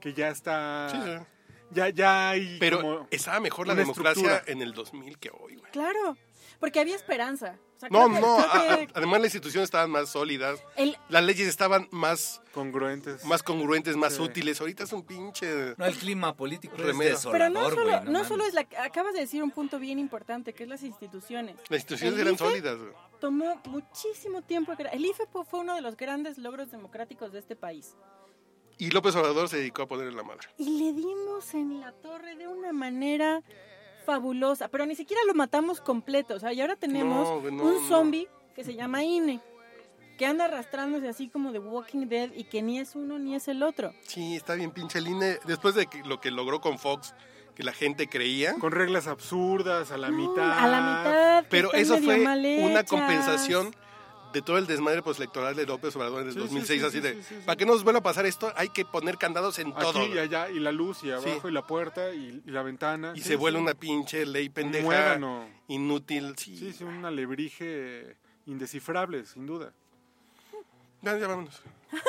[SPEAKER 1] Que ya está...
[SPEAKER 4] Sí, sí.
[SPEAKER 1] Ya, ya hay
[SPEAKER 4] Pero
[SPEAKER 1] como-
[SPEAKER 4] estaba mejor la
[SPEAKER 1] una
[SPEAKER 4] democracia
[SPEAKER 1] estructura.
[SPEAKER 4] en el 2000 que hoy, güey.
[SPEAKER 2] Claro. Porque había esperanza. O sea,
[SPEAKER 4] No,
[SPEAKER 2] creo que-
[SPEAKER 4] no. ah,
[SPEAKER 2] creo
[SPEAKER 4] a-
[SPEAKER 2] que
[SPEAKER 4] a- además, las instituciones estaban más sólidas.
[SPEAKER 2] el-
[SPEAKER 4] Las leyes estaban más,
[SPEAKER 1] Congruentes.
[SPEAKER 4] más congruentes, más
[SPEAKER 1] Sí.
[SPEAKER 4] útiles. Ahorita es un pinche...
[SPEAKER 3] No, el clima político
[SPEAKER 4] Remedo.
[SPEAKER 3] es
[SPEAKER 2] pero
[SPEAKER 3] desolador,
[SPEAKER 2] no solo,
[SPEAKER 3] güey,
[SPEAKER 2] no
[SPEAKER 3] mames.
[SPEAKER 2] solo es la. Acabas de decir un punto bien importante, que es las instituciones.
[SPEAKER 4] Las instituciones
[SPEAKER 2] El
[SPEAKER 4] eran
[SPEAKER 2] IFE
[SPEAKER 4] sólidas, güey.
[SPEAKER 2] Tomó muchísimo tiempo. crear- El IFE fue- fue uno de los grandes logros democráticos de este país.
[SPEAKER 4] Y López Obrador se dedicó a ponerle la madre.
[SPEAKER 2] Y le dimos en la torre de una manera fabulosa. Pero ni siquiera lo matamos completo. O sea, y ahora tenemos
[SPEAKER 4] No, güey, no,
[SPEAKER 2] un
[SPEAKER 4] no.
[SPEAKER 2] zombie que se llama INE. Que anda arrastrándose así como de Walking Dead y que ni es uno ni es el otro.
[SPEAKER 4] Sí, está bien pinche el INE. Después de que- lo que logró con Fox, que la gente creía.
[SPEAKER 1] Con reglas absurdas, a la
[SPEAKER 2] No,
[SPEAKER 1] mitad.
[SPEAKER 2] A la mitad. que
[SPEAKER 4] Pero
[SPEAKER 2] están
[SPEAKER 4] eso
[SPEAKER 2] medio
[SPEAKER 4] fue
[SPEAKER 2] mal
[SPEAKER 4] una
[SPEAKER 2] hechas.
[SPEAKER 4] compensación de todo el desmadre postelectoral de López Obrador en el
[SPEAKER 1] Sí, sí,
[SPEAKER 4] 2006.
[SPEAKER 1] sí,
[SPEAKER 4] así
[SPEAKER 1] sí,
[SPEAKER 4] de,
[SPEAKER 1] sí, sí, sí.
[SPEAKER 4] para que no nos vuelva a pasar esto, hay que poner candados en todo.
[SPEAKER 1] Aquí y allá, y la luz, y abajo,
[SPEAKER 4] Sí.
[SPEAKER 1] y la puerta, y, y la ventana.
[SPEAKER 4] Y
[SPEAKER 1] Sí,
[SPEAKER 4] se vuelve
[SPEAKER 1] sí.
[SPEAKER 4] una pinche ley pendeja,
[SPEAKER 1] muégano.
[SPEAKER 4] inútil. Sí.
[SPEAKER 1] Sí, sí, un alebrije indescifrable, sin duda.
[SPEAKER 4] Ya, ya vámonos.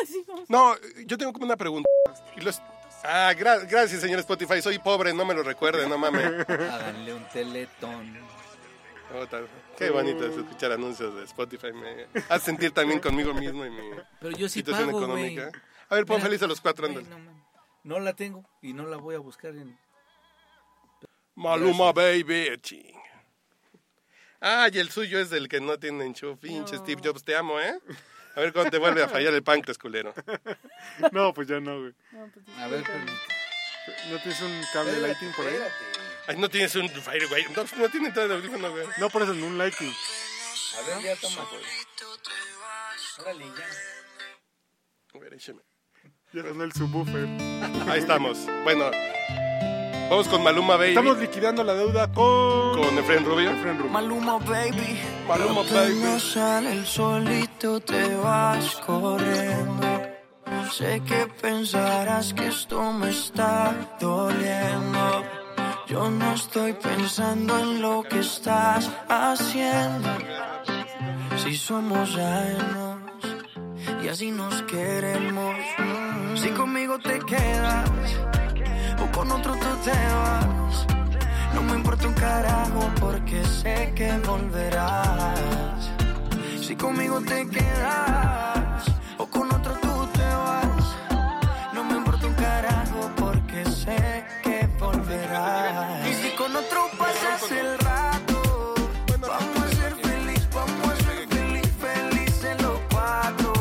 [SPEAKER 2] Sí, vamos.
[SPEAKER 4] No, yo tengo como una pregunta. Y los- Ah, gra- gracias, señor Spotify. Soy pobre, no me lo recuerde, no mames.
[SPEAKER 3] Háganle un teletón.
[SPEAKER 4] Puta, Qué bonito es escuchar anuncios de Spotify. Me hace sentir también conmigo mismo y mi
[SPEAKER 3] Pero yo sí
[SPEAKER 4] situación
[SPEAKER 3] pago, güey.
[SPEAKER 4] económica. A ver, pon
[SPEAKER 3] Mira.
[SPEAKER 4] feliz a los cuatro,
[SPEAKER 3] Güey,
[SPEAKER 4] ándale.
[SPEAKER 3] no mames. No la tengo y no la voy a buscar en...
[SPEAKER 4] Maluma Baby, ching. Ah, y el suyo es del que no tiene enchufe. Pinche
[SPEAKER 2] No.
[SPEAKER 4] Steve Jobs, te amo, ¿eh? A ver cuándo te vuelve a fallar el páncreas, culero.
[SPEAKER 1] No, pues ya no, güey.
[SPEAKER 2] No, pues,
[SPEAKER 3] A ver,
[SPEAKER 2] disculpen.
[SPEAKER 3] permítame.
[SPEAKER 1] ¿No tienes un cable lighting por ahí?
[SPEAKER 4] Ay, no tienes un firewire. No, no tiene todo el audífono, güey.
[SPEAKER 1] No, por eso, en un lighting.
[SPEAKER 3] A ver, ya toma, güey. Órale, ya.
[SPEAKER 4] A ver, écheme.
[SPEAKER 1] Ya sonó el subwoofer.
[SPEAKER 4] Ahí estamos. Bueno, vamos con Maluma Baby.
[SPEAKER 1] Estamos liquidando la deuda con...
[SPEAKER 4] con Efraín Rubio.
[SPEAKER 1] Efren Rubio.
[SPEAKER 5] Maluma, baby.
[SPEAKER 4] Maluma,
[SPEAKER 5] No
[SPEAKER 4] baby.
[SPEAKER 5] sale el solito, te vas corriendo. Sé que pensarás que esto me está doliendo. Yo no estoy pensando en lo que estás haciendo. Si somos ajenos y así nos queremos. Mm. Si conmigo te quedas o con otro tú te vas. No me importa un carajo porque sé que volverás. Si conmigo te quedas o con otro tú te vas. No me importa un carajo porque sé que volverás. Y si con otro pasas el rato, vamos a ser feliz, vamos a ser feliz, felices los cuatro.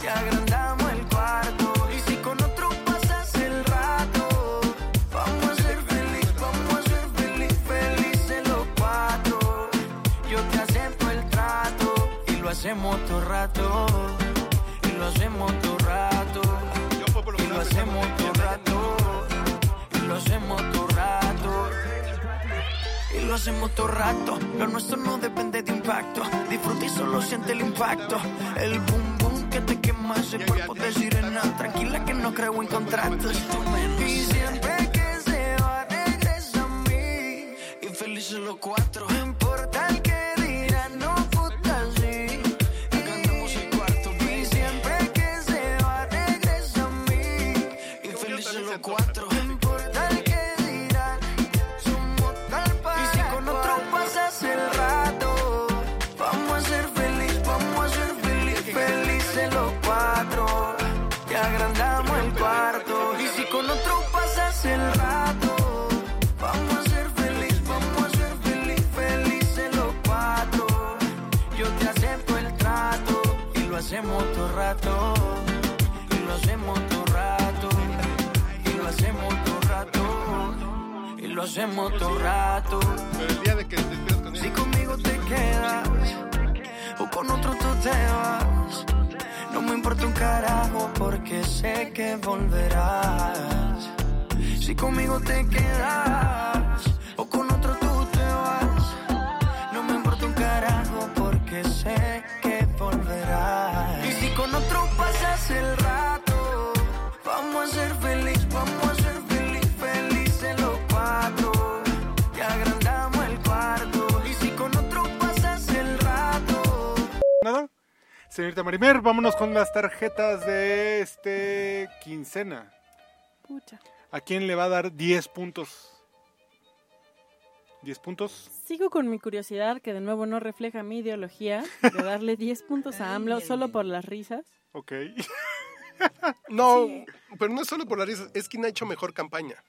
[SPEAKER 5] Te agrandamos el cuarto. Y si con otro pasas el rato, vamos a ser feliz, vamos a ser feliz, felices los cuatro. Yo te acepto el trato y lo hacemos todo rato. Y lo hacemos todo rato. Y lo hacemos todo rato. Y lo hacemos todo rato. Y lo hacemos todo rato. Lo nuestro no depende de impacto. Disfruta y solo siente el impacto. El boom boom que te quema ese cuerpo de sirena. Tranquila que no creo en contratos. Y siempre que se va, regresa a mí. Y felices los cuatro. No importa el que dirán, no puta así. Y cantamos el cuarto. Y siempre que se va, regresa a mí. Y felices los cuatro. No importa el que dirán, somos tal para Y si con otro pasas el rato, vamos a ser feliz, vamos a ser feliz, felices los cuatro. Te agrandamos el cuarto. Y si con otro pasas el rato, vamos a ser feliz, vamos a ser feliz, felices los cuatro. Yo te acepto el trato y lo hacemos todo rato. Y lo hacemos todo rato. Y lo hacemos todo rato. Y lo hacemos todo rato.
[SPEAKER 4] Pero el día de que te despiertas con
[SPEAKER 5] Si
[SPEAKER 4] él.
[SPEAKER 5] conmigo te quedas o con otro tú te vas, importa un carajo porque sé que volverás. Si conmigo te quedas o con otro tú te vas. No me importa un carajo porque sé que volverás. Y si con otro pasas el rato, vamos a ser feliz, vamos a ser feliz, felices los cuatro. Te agrandamos el cuarto. Y si con otro pasas el rato,
[SPEAKER 1] Nada. Señorita Marimer, vámonos con las tarjetas de este quincena.
[SPEAKER 2] Pucha.
[SPEAKER 1] ¿A quién le va a dar 10 puntos? ¿10 puntos?
[SPEAKER 2] Sigo con mi curiosidad, que de nuevo no refleja mi ideología, de darle 10 puntos a AMLO solo por las risas.
[SPEAKER 1] Ok.
[SPEAKER 4] No, pero no es solo por la risa, es quien ha hecho mejor campaña.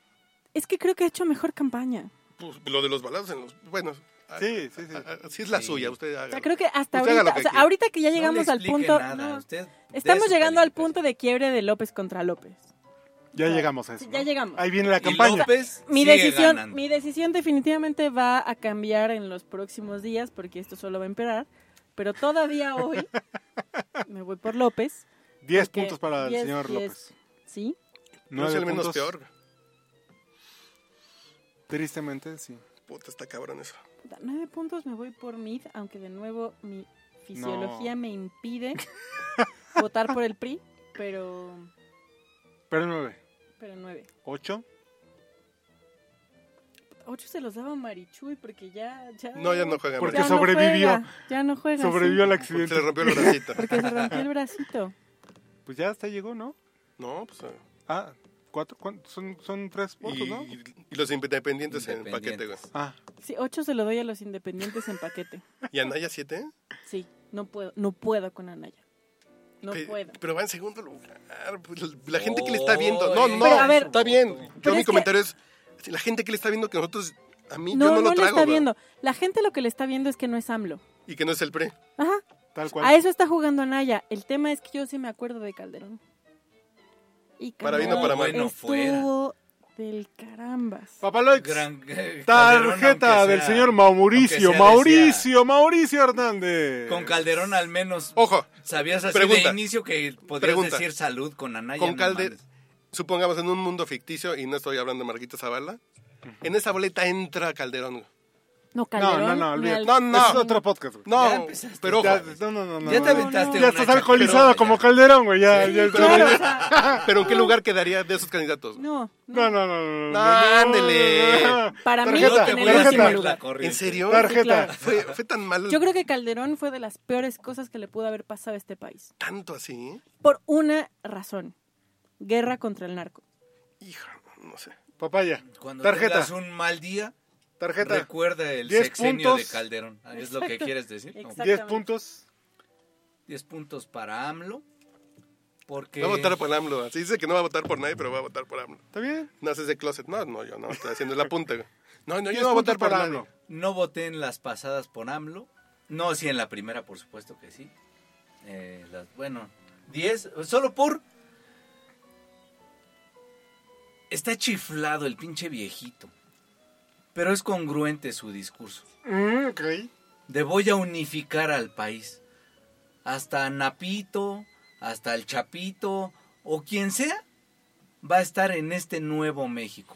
[SPEAKER 2] Es que creo que ha hecho mejor campaña.
[SPEAKER 4] Pues, lo de los balazos en los. Bueno, a-
[SPEAKER 1] Sí, sí, sí.
[SPEAKER 4] a- a- si es la suya, usted haga.
[SPEAKER 2] O sea, creo que hasta
[SPEAKER 4] Usted haga
[SPEAKER 2] ahorita,
[SPEAKER 4] lo que
[SPEAKER 2] o sea,
[SPEAKER 4] quiera.
[SPEAKER 2] ahorita que ya
[SPEAKER 3] No le
[SPEAKER 2] llegamos al
[SPEAKER 3] explique
[SPEAKER 2] punto...
[SPEAKER 3] nada,
[SPEAKER 2] no.
[SPEAKER 3] usted dé
[SPEAKER 2] Estamos
[SPEAKER 3] su
[SPEAKER 2] llegando al
[SPEAKER 3] calificación.
[SPEAKER 2] punto de quiebre de López contra López.
[SPEAKER 1] Ya llegamos a eso.
[SPEAKER 2] Sí, ya
[SPEAKER 1] Ah, ¿no?
[SPEAKER 2] llegamos.
[SPEAKER 1] Ahí viene la
[SPEAKER 3] Y
[SPEAKER 1] campaña.
[SPEAKER 3] López
[SPEAKER 2] Mi
[SPEAKER 3] sigue
[SPEAKER 2] decisión,
[SPEAKER 3] ganando.
[SPEAKER 2] mi decisión definitivamente va a cambiar en los próximos días porque esto solo va a empeorar, pero todavía hoy me voy por López,
[SPEAKER 1] 10
[SPEAKER 2] porque
[SPEAKER 1] puntos para el
[SPEAKER 2] 10,
[SPEAKER 1] señor
[SPEAKER 2] 10.
[SPEAKER 1] López.
[SPEAKER 2] ¿sí?
[SPEAKER 4] No es
[SPEAKER 1] Nueve
[SPEAKER 4] el menos
[SPEAKER 1] puntos.
[SPEAKER 4] peor.
[SPEAKER 1] Tristemente, sí.
[SPEAKER 4] Puta, está cabrón eso.
[SPEAKER 2] Puta, Nueve puntos me voy por Mid, aunque de nuevo mi fisiología
[SPEAKER 1] No.
[SPEAKER 2] me impide votar por el PRI, pero
[SPEAKER 1] Pero 9.
[SPEAKER 2] pero nueve.
[SPEAKER 1] 8.
[SPEAKER 2] Ocho se los daba a Marichuy porque ya, ya
[SPEAKER 4] No, ya no juega.
[SPEAKER 1] Porque
[SPEAKER 2] ya no
[SPEAKER 4] América.
[SPEAKER 1] sobrevivió.
[SPEAKER 2] juega, ya no juega. sí.
[SPEAKER 1] Sobrevivió al
[SPEAKER 4] Porque se
[SPEAKER 1] accidente.
[SPEAKER 4] le rompió el bracito.
[SPEAKER 2] porque se rompió el bracito.
[SPEAKER 1] Pues ya hasta llegó, ¿no?
[SPEAKER 4] No, pues. eh,
[SPEAKER 1] Ah, ¿cuatro? ¿Cuántos? Son, son tres puntos,
[SPEAKER 4] Y,
[SPEAKER 1] ¿no?
[SPEAKER 4] y los independientes en paquete, güey.
[SPEAKER 3] Independientes.
[SPEAKER 1] Ah,
[SPEAKER 2] Sí, ocho se lo doy a los independientes en paquete.
[SPEAKER 4] ¿Y Anaya 7?
[SPEAKER 2] Sí, no puedo, no puedo con Anaya. No puedo.
[SPEAKER 4] Pero va en segundo lugar. pues, la- la gente que le está viendo. No,
[SPEAKER 3] Oye.
[SPEAKER 4] no,
[SPEAKER 2] Pero, a ver,
[SPEAKER 4] está bien. Yo
[SPEAKER 2] pero
[SPEAKER 4] mi
[SPEAKER 2] es que-
[SPEAKER 4] comentario es: la gente que le está viendo que nosotros. A mí
[SPEAKER 2] No,
[SPEAKER 4] yo
[SPEAKER 2] no,
[SPEAKER 4] no, lo
[SPEAKER 2] le
[SPEAKER 4] trago.
[SPEAKER 2] está
[SPEAKER 4] güey.
[SPEAKER 2] viendo. La gente lo que le está viendo es que no es AMLO.
[SPEAKER 4] Y que no es el PRE.
[SPEAKER 2] Ajá.
[SPEAKER 1] tal cual.
[SPEAKER 2] A eso está jugando Anaya. El tema es que yo sí me acuerdo de Calderón. Y
[SPEAKER 4] Para
[SPEAKER 2] Calderón
[SPEAKER 4] bien o para mal.
[SPEAKER 3] Bueno,
[SPEAKER 2] estuvo del carambas.
[SPEAKER 1] Papaloix.
[SPEAKER 3] Gran- eh, Calderón,
[SPEAKER 1] Tarjeta
[SPEAKER 3] aunque
[SPEAKER 1] del
[SPEAKER 3] sea-
[SPEAKER 1] señor Mauricio,
[SPEAKER 3] aunque sea,
[SPEAKER 1] Mauricio, Mauricio Hernández.
[SPEAKER 3] decía, Con Calderón al menos.
[SPEAKER 4] Ojo,
[SPEAKER 3] Sabías así
[SPEAKER 4] Oh,
[SPEAKER 3] de
[SPEAKER 4] Pregunta.
[SPEAKER 3] inicio que podrías
[SPEAKER 4] Pregunta.
[SPEAKER 3] decir salud con Anaya.
[SPEAKER 4] con
[SPEAKER 3] no
[SPEAKER 4] Calde,
[SPEAKER 3] mames.
[SPEAKER 4] supongamos en un mundo ficticio, y no estoy hablando de Marquita Zavala, en esa boleta entra Calderón. güey.
[SPEAKER 2] No,
[SPEAKER 1] No,
[SPEAKER 2] Calderón.
[SPEAKER 1] no, no,
[SPEAKER 2] ni
[SPEAKER 1] olvídate.
[SPEAKER 2] al-
[SPEAKER 4] No, no.
[SPEAKER 1] Es otro podcast, güey.
[SPEAKER 3] Ya
[SPEAKER 4] No,
[SPEAKER 3] empezaste.
[SPEAKER 4] pero ojo,
[SPEAKER 1] Ya, no, no, no, no,
[SPEAKER 3] Ya
[SPEAKER 1] no,
[SPEAKER 3] te
[SPEAKER 1] no.
[SPEAKER 3] aventaste
[SPEAKER 1] Ya
[SPEAKER 3] una
[SPEAKER 1] estás alcoholizado
[SPEAKER 3] chaqueta.
[SPEAKER 1] como Calderón, güey. Ya, ya,
[SPEAKER 2] Sí, claro, o sea,
[SPEAKER 4] pero ¿en qué lugar quedaría de esos candidatos? güey?
[SPEAKER 2] no,
[SPEAKER 1] No,
[SPEAKER 2] no.
[SPEAKER 1] no, no, no. no,
[SPEAKER 4] No,
[SPEAKER 1] no,
[SPEAKER 4] ándele.
[SPEAKER 1] no, no.
[SPEAKER 2] Para mí,
[SPEAKER 1] Tarjeta,
[SPEAKER 3] No te
[SPEAKER 2] en el
[SPEAKER 3] puedes
[SPEAKER 1] tarjeta.
[SPEAKER 2] último
[SPEAKER 3] seguir la
[SPEAKER 2] lugar.
[SPEAKER 3] corriente.
[SPEAKER 4] ¿En serio?
[SPEAKER 2] claro.
[SPEAKER 1] Tarjeta.
[SPEAKER 4] Fue, fue tan malo,
[SPEAKER 2] Yo creo que Calderón fue de las peores cosas que le pudo haber pasado a este país.
[SPEAKER 4] tanto así.
[SPEAKER 2] Por una razón. Guerra contra el narco.
[SPEAKER 4] Hijo, no sé.
[SPEAKER 1] Papaya.
[SPEAKER 3] Cuando
[SPEAKER 1] Tarjeta.
[SPEAKER 3] tengas un mal día,
[SPEAKER 1] Tarjeta.
[SPEAKER 3] recuerda el
[SPEAKER 1] Diez
[SPEAKER 3] sexenio
[SPEAKER 1] puntos.
[SPEAKER 3] de Calderón. Ah, ¿Es lo que
[SPEAKER 2] Exacto.
[SPEAKER 3] quieres decir?
[SPEAKER 2] Exacto.
[SPEAKER 1] 10 puntos.
[SPEAKER 3] 10 puntos para AMLO. Porque.
[SPEAKER 4] Va a votar por AMLO. Así dice que no va a votar por nadie, pero va a votar por AMLO.
[SPEAKER 1] ¿Está bien?
[SPEAKER 4] No haces de closet. No, no, yo no. Estoy haciendo la punta. güey. No, no, yo
[SPEAKER 1] 10
[SPEAKER 4] no voy a votar
[SPEAKER 1] puntos
[SPEAKER 4] por
[SPEAKER 1] para
[SPEAKER 4] AMLO.
[SPEAKER 1] AMLO.
[SPEAKER 3] No voté en las pasadas por AMLO. No, sí, en la primera, por supuesto que sí. Eh, las- bueno, 10, solo por... Está chiflado el pinche viejito. Pero es congruente su discurso.
[SPEAKER 1] Mm, ok.
[SPEAKER 3] De voy a unificar al país. Hasta Napito, hasta el Chapito, o quien sea, va a estar en este nuevo México.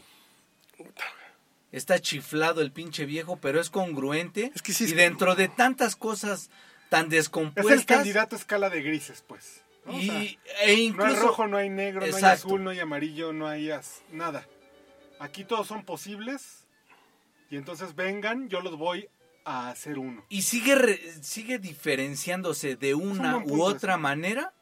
[SPEAKER 3] Está chiflado el pinche viejo, pero es congruente.
[SPEAKER 4] Es que sí es-
[SPEAKER 3] y dentro de tantas cosas tan
[SPEAKER 1] Es
[SPEAKER 3] descompuestas.
[SPEAKER 1] el candidato a escala de grises, pues. ¿no? O
[SPEAKER 3] y,
[SPEAKER 1] sea,
[SPEAKER 3] e
[SPEAKER 1] no hay
[SPEAKER 3] incluso.
[SPEAKER 1] rojo, no hay negro, no hay
[SPEAKER 3] Exacto.
[SPEAKER 1] azul, no hay amarillo, no hay as- nada. Aquí todos son posibles. Y entonces vengan, yo los voy a hacer uno.
[SPEAKER 3] Y sigue, re- sigue diferenciándose de una
[SPEAKER 1] buen
[SPEAKER 3] u
[SPEAKER 1] punto
[SPEAKER 3] otra
[SPEAKER 1] ese.
[SPEAKER 3] manera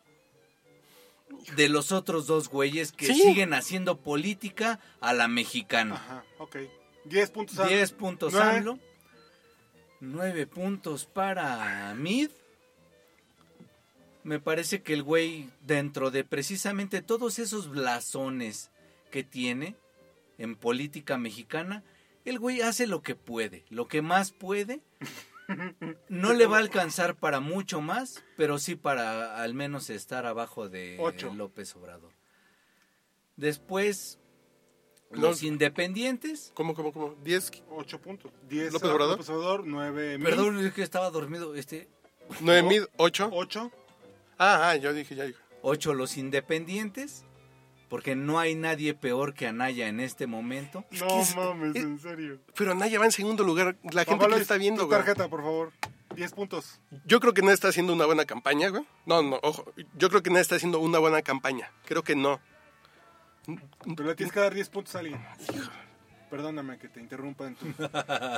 [SPEAKER 3] de los otros dos güeyes que
[SPEAKER 4] Sí.
[SPEAKER 3] siguen haciendo política a la mexicana.
[SPEAKER 1] Ajá, ok. 10 puntos. a-
[SPEAKER 3] 10 puntos
[SPEAKER 1] Nueve.
[SPEAKER 3] AMLO, 9 puntos para Mid. Me parece que el güey, dentro de precisamente todos esos blasones que tiene en política mexicana, el güey hace lo que puede, lo que más puede. No le va a alcanzar para mucho más, pero sí para al menos estar abajo de
[SPEAKER 1] Ocho.
[SPEAKER 3] López Obrador. Después,
[SPEAKER 4] No.
[SPEAKER 3] los independientes.
[SPEAKER 4] ¿Cómo, cómo, cómo? ¿10?
[SPEAKER 1] 8 puntos. 10
[SPEAKER 4] ¿López Obrador? ¿Mm?
[SPEAKER 1] 9
[SPEAKER 3] Perdón, es que estaba dormido. Este,
[SPEAKER 4] ¿9 mil? ¿8?
[SPEAKER 1] 8.
[SPEAKER 4] Ah, ah, yo dije, ya dije.
[SPEAKER 3] 8 los independientes, porque no hay nadie peor que Anaya en este momento.
[SPEAKER 4] Es que
[SPEAKER 1] No
[SPEAKER 4] es-
[SPEAKER 1] mames,
[SPEAKER 4] es-
[SPEAKER 1] en serio.
[SPEAKER 4] Pero Anaya va en segundo lugar. La gente que
[SPEAKER 1] Pablo,
[SPEAKER 4] lo está viendo,
[SPEAKER 1] Tu
[SPEAKER 4] güey.
[SPEAKER 1] tarjeta, por favor. 10 puntos.
[SPEAKER 4] Yo creo que no está haciendo una buena campaña, güey. No, no, ojo. Yo creo que no está haciendo una buena campaña. Creo que no.
[SPEAKER 1] Pero le tienes que dar 10 puntos a alguien. Perdóname que te interrumpa en tu.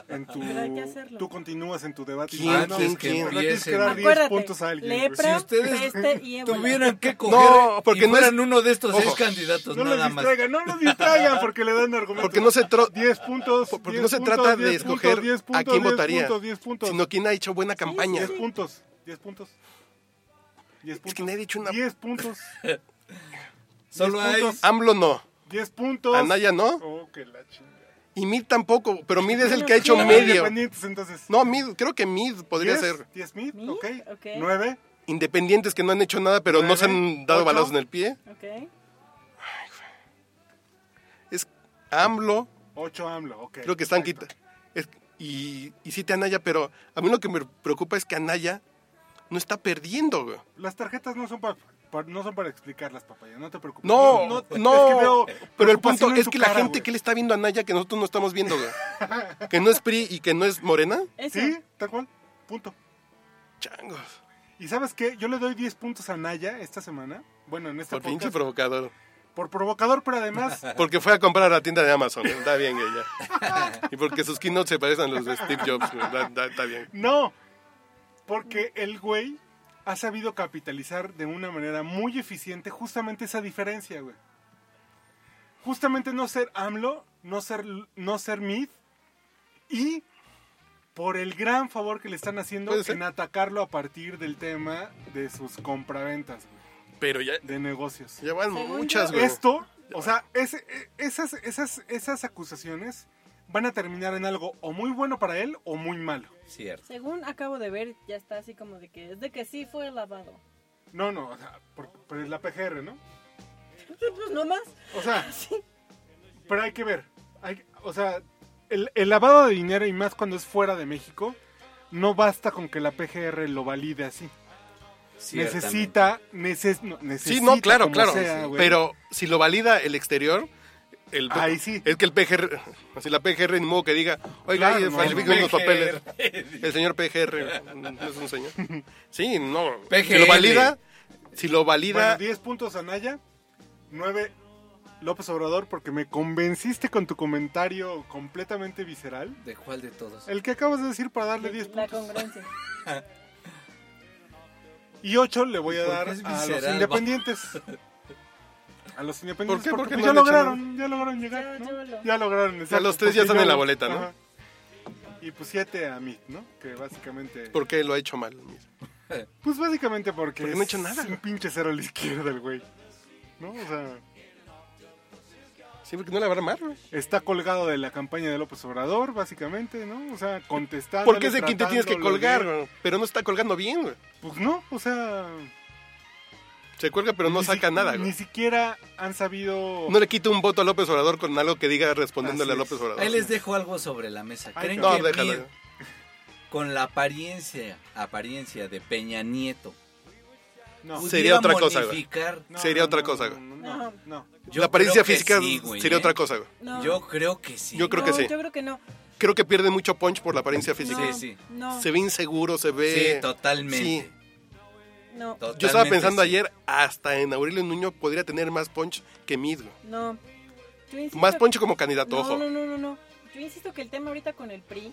[SPEAKER 1] En tu
[SPEAKER 2] Pero hay que hacerlo.
[SPEAKER 1] tú continúas en tu debate.
[SPEAKER 4] ¿Quién,
[SPEAKER 1] Ah, no,
[SPEAKER 4] quién,
[SPEAKER 1] es que
[SPEAKER 4] quién?
[SPEAKER 1] Le tienes que dar 10
[SPEAKER 2] Acuérdate,
[SPEAKER 1] puntos a alguien. güey.
[SPEAKER 2] lepra,
[SPEAKER 3] Si ustedes
[SPEAKER 2] peste y ébola.
[SPEAKER 3] tuvieran que coger
[SPEAKER 4] No, porque
[SPEAKER 3] y
[SPEAKER 4] no
[SPEAKER 3] fueran
[SPEAKER 4] es-
[SPEAKER 3] uno de estos
[SPEAKER 4] Ojo.
[SPEAKER 3] seis candidatos
[SPEAKER 1] No los
[SPEAKER 3] nada más.
[SPEAKER 1] distraigan, no los distraigan porque le dan argumentos.
[SPEAKER 4] Porque no se, tro-
[SPEAKER 1] 10 puntos.
[SPEAKER 4] porque
[SPEAKER 1] 10
[SPEAKER 4] no se
[SPEAKER 1] puntos,
[SPEAKER 4] trata
[SPEAKER 1] 10
[SPEAKER 4] de
[SPEAKER 1] puntos,
[SPEAKER 4] escoger
[SPEAKER 1] 10
[SPEAKER 4] a
[SPEAKER 1] puntos,
[SPEAKER 4] quién
[SPEAKER 1] 10
[SPEAKER 4] votaría,
[SPEAKER 1] puntos, 10 puntos.
[SPEAKER 4] sino quién ha hecho buena campaña.
[SPEAKER 1] 10 puntos. 10 puntos. 10 puntos.
[SPEAKER 4] que nadie ha dicho una-
[SPEAKER 1] 10 puntos.
[SPEAKER 3] Solo hay
[SPEAKER 1] puntos.
[SPEAKER 4] AMLO no.
[SPEAKER 1] 10 puntos.
[SPEAKER 4] Anaya no.
[SPEAKER 1] Oh, que la chingada.
[SPEAKER 4] Y Mid tampoco. Pero Mid es el que ha hecho
[SPEAKER 2] No,
[SPEAKER 4] medio.
[SPEAKER 1] Independientes, entonces.
[SPEAKER 4] No, Mid, creo que Mid podría
[SPEAKER 1] 10,
[SPEAKER 4] ser.
[SPEAKER 1] 10 mil,
[SPEAKER 2] Mid,
[SPEAKER 1] ok.
[SPEAKER 2] ok.
[SPEAKER 1] 9.
[SPEAKER 4] Independientes que no han hecho nada, pero no se
[SPEAKER 1] Nueve,
[SPEAKER 4] han dado
[SPEAKER 1] ocho.
[SPEAKER 4] balazos en el pie.
[SPEAKER 2] Ok.
[SPEAKER 4] Es AMLO.
[SPEAKER 1] 8 AMLO, ok.
[SPEAKER 4] Creo que están
[SPEAKER 1] perfecto.
[SPEAKER 4] quitando. Y, y sí te Anaya, pero a mí lo que me preocupa es que Anaya no está perdiendo, güey.
[SPEAKER 1] Las tarjetas no son para, no son para explicar las papayas, no te preocupes.
[SPEAKER 4] No, no,
[SPEAKER 1] es que veo
[SPEAKER 4] pero el
[SPEAKER 1] preocupación
[SPEAKER 4] punto
[SPEAKER 1] en
[SPEAKER 4] es
[SPEAKER 1] tu
[SPEAKER 4] que la
[SPEAKER 1] cara,
[SPEAKER 4] gente
[SPEAKER 1] güey.
[SPEAKER 4] que le está viendo a Anaya que nosotros no estamos viendo, güey. que no es PRI y que no es Morena.
[SPEAKER 2] Eso.
[SPEAKER 1] Sí, tal cual, punto.
[SPEAKER 4] Changos.
[SPEAKER 1] Y sabes qué, yo le doy 10 puntos a Naya esta semana. Bueno, en este
[SPEAKER 4] Por pinche
[SPEAKER 1] podcast,
[SPEAKER 4] provocador.
[SPEAKER 1] por provocador, pero además
[SPEAKER 4] Porque fue a comprar a la tienda de Amazon. güey. Está bien, güey, ya. Y porque sus keynotes se parecen a los de Steve Jobs, güey. Da- da- Está bien.
[SPEAKER 1] No, porque el güey ha sabido capitalizar de una manera muy eficiente justamente esa diferencia, güey. Justamente no ser AMLO, no ser, no ser Mid y por el gran favor que le están haciendo
[SPEAKER 4] Puede ser.
[SPEAKER 1] en atacarlo a partir del tema de sus compraventas, güey,
[SPEAKER 4] Pero ya,
[SPEAKER 1] de negocios.
[SPEAKER 4] ya van
[SPEAKER 2] Según
[SPEAKER 4] muchas,
[SPEAKER 2] yo-
[SPEAKER 4] güey.
[SPEAKER 1] Esto, o sea, ese- e- esas, esas, esas acusaciones van a terminar en algo o muy bueno para él o muy malo.
[SPEAKER 3] Cierto.
[SPEAKER 2] Según acabo de ver, ya está así como de que es de que sí fue lavado.
[SPEAKER 1] No, no, o sea, por- pero es la PGR, ¿no?
[SPEAKER 2] Pues no más.
[SPEAKER 1] O sea, pero hay que ver. hay- o sea, el, el lavado de dinero y más cuando es fuera de México, no basta con que la PGR lo valide así.
[SPEAKER 3] ciertamente.
[SPEAKER 1] Necesita, neces, no, necesita.
[SPEAKER 4] Sí, no, claro,
[SPEAKER 1] como
[SPEAKER 4] claro.
[SPEAKER 1] sea, güey.
[SPEAKER 4] pero si lo valida el exterior, el
[SPEAKER 1] Ahí sí.
[SPEAKER 4] es que el PGR, si la PGR ni modo que diga, oiga,
[SPEAKER 1] Claro,
[SPEAKER 4] ahí
[SPEAKER 1] no,
[SPEAKER 4] falsifican
[SPEAKER 1] no.
[SPEAKER 4] los papeles. El señor PGR no es un señor. Sí, no. Si
[SPEAKER 3] PGR.
[SPEAKER 4] lo valida, si lo
[SPEAKER 1] Bueno,
[SPEAKER 4] valida,
[SPEAKER 1] 10 puntos Anaya, 9 López Obrador, porque me convenciste con tu comentario completamente visceral.
[SPEAKER 3] ¿De cuál de todos?
[SPEAKER 4] Eh,
[SPEAKER 1] El que acabas de decir para darle 10
[SPEAKER 2] La
[SPEAKER 1] puntos.
[SPEAKER 2] congruencia.
[SPEAKER 1] Y 8 le voy a
[SPEAKER 3] ¿Por qué
[SPEAKER 1] dar
[SPEAKER 3] es
[SPEAKER 1] a los
[SPEAKER 3] visceral,
[SPEAKER 1] independientes. A los independientes.
[SPEAKER 4] ¿Por qué?
[SPEAKER 1] Porque,
[SPEAKER 4] Porque
[SPEAKER 1] pues,
[SPEAKER 4] no
[SPEAKER 1] ya
[SPEAKER 4] han hecho
[SPEAKER 1] lograron, ya lograron llegar.
[SPEAKER 2] Ya,
[SPEAKER 1] ¿no?
[SPEAKER 2] llévalo.
[SPEAKER 1] Ya lograron. exacto,
[SPEAKER 4] los tres ya
[SPEAKER 1] porque
[SPEAKER 4] están en la
[SPEAKER 1] lo-
[SPEAKER 4] boleta, ¿no?
[SPEAKER 1] ajá. Y pues 7 a mí, ¿no? Que básicamente.
[SPEAKER 4] ¿por qué lo ha hecho mal?
[SPEAKER 1] Pues básicamente porque.
[SPEAKER 4] Porque no ha hecho nada.
[SPEAKER 1] Sin pinche cero a la izquierda el güey. ¿No? O sea,
[SPEAKER 4] Sí, porque no la va a armar. güey.
[SPEAKER 1] está colgado de la campaña de López Obrador, básicamente, ¿no? O sea, contestando.
[SPEAKER 4] Porque es de quien te tienes que colgar, güey, pero no está colgando bien, güey.
[SPEAKER 1] Pues no, o sea.
[SPEAKER 4] Se cuelga, pero no
[SPEAKER 1] ni
[SPEAKER 4] saca
[SPEAKER 1] si-
[SPEAKER 4] nada,
[SPEAKER 1] Ni
[SPEAKER 4] güey.
[SPEAKER 1] siquiera han sabido.
[SPEAKER 4] No le quita un voto a López Obrador con algo que diga respondiéndole a
[SPEAKER 1] Así es.
[SPEAKER 4] López Obrador.
[SPEAKER 3] Ahí les dejo algo sobre la mesa.
[SPEAKER 1] Ay,
[SPEAKER 3] ¿Creen
[SPEAKER 4] No,
[SPEAKER 3] que
[SPEAKER 4] déjalo.
[SPEAKER 3] Mid,
[SPEAKER 4] güey.
[SPEAKER 3] con la apariencia, apariencia de Peña Nieto,
[SPEAKER 1] No.
[SPEAKER 4] Sí.
[SPEAKER 3] pudiera
[SPEAKER 4] Sería otra cosa, güey.
[SPEAKER 3] modificar?
[SPEAKER 1] No,
[SPEAKER 4] Sería
[SPEAKER 1] no,
[SPEAKER 4] otra
[SPEAKER 1] no,
[SPEAKER 4] cosa,
[SPEAKER 1] no,
[SPEAKER 4] güey.
[SPEAKER 1] no, no, no.
[SPEAKER 3] Yo
[SPEAKER 4] la apariencia
[SPEAKER 3] creo que
[SPEAKER 4] física
[SPEAKER 3] sí, güey,
[SPEAKER 4] sería
[SPEAKER 3] ¿eh?
[SPEAKER 4] otra cosa, güey.
[SPEAKER 2] No.
[SPEAKER 3] Yo creo que sí.
[SPEAKER 4] Yo creo que
[SPEAKER 2] No,
[SPEAKER 4] sí.
[SPEAKER 2] Yo creo que no.
[SPEAKER 4] Creo que pierde mucho punch por la apariencia física.
[SPEAKER 2] No,
[SPEAKER 3] sí.
[SPEAKER 2] No,
[SPEAKER 4] Se ve inseguro, se ve.
[SPEAKER 3] Sí, totalmente.
[SPEAKER 4] Sí.
[SPEAKER 2] no,
[SPEAKER 4] Yo estaba
[SPEAKER 3] Totalmente
[SPEAKER 4] pensando
[SPEAKER 3] sí.
[SPEAKER 4] ayer, hasta en Aurelio Nuño podría tener más punch que Mid. güey.
[SPEAKER 2] no. Yo insisto
[SPEAKER 4] Más
[SPEAKER 2] que-
[SPEAKER 4] punch como candidato, ojo.
[SPEAKER 2] No, no, no, no, no. Yo insisto que el tema ahorita con el PRI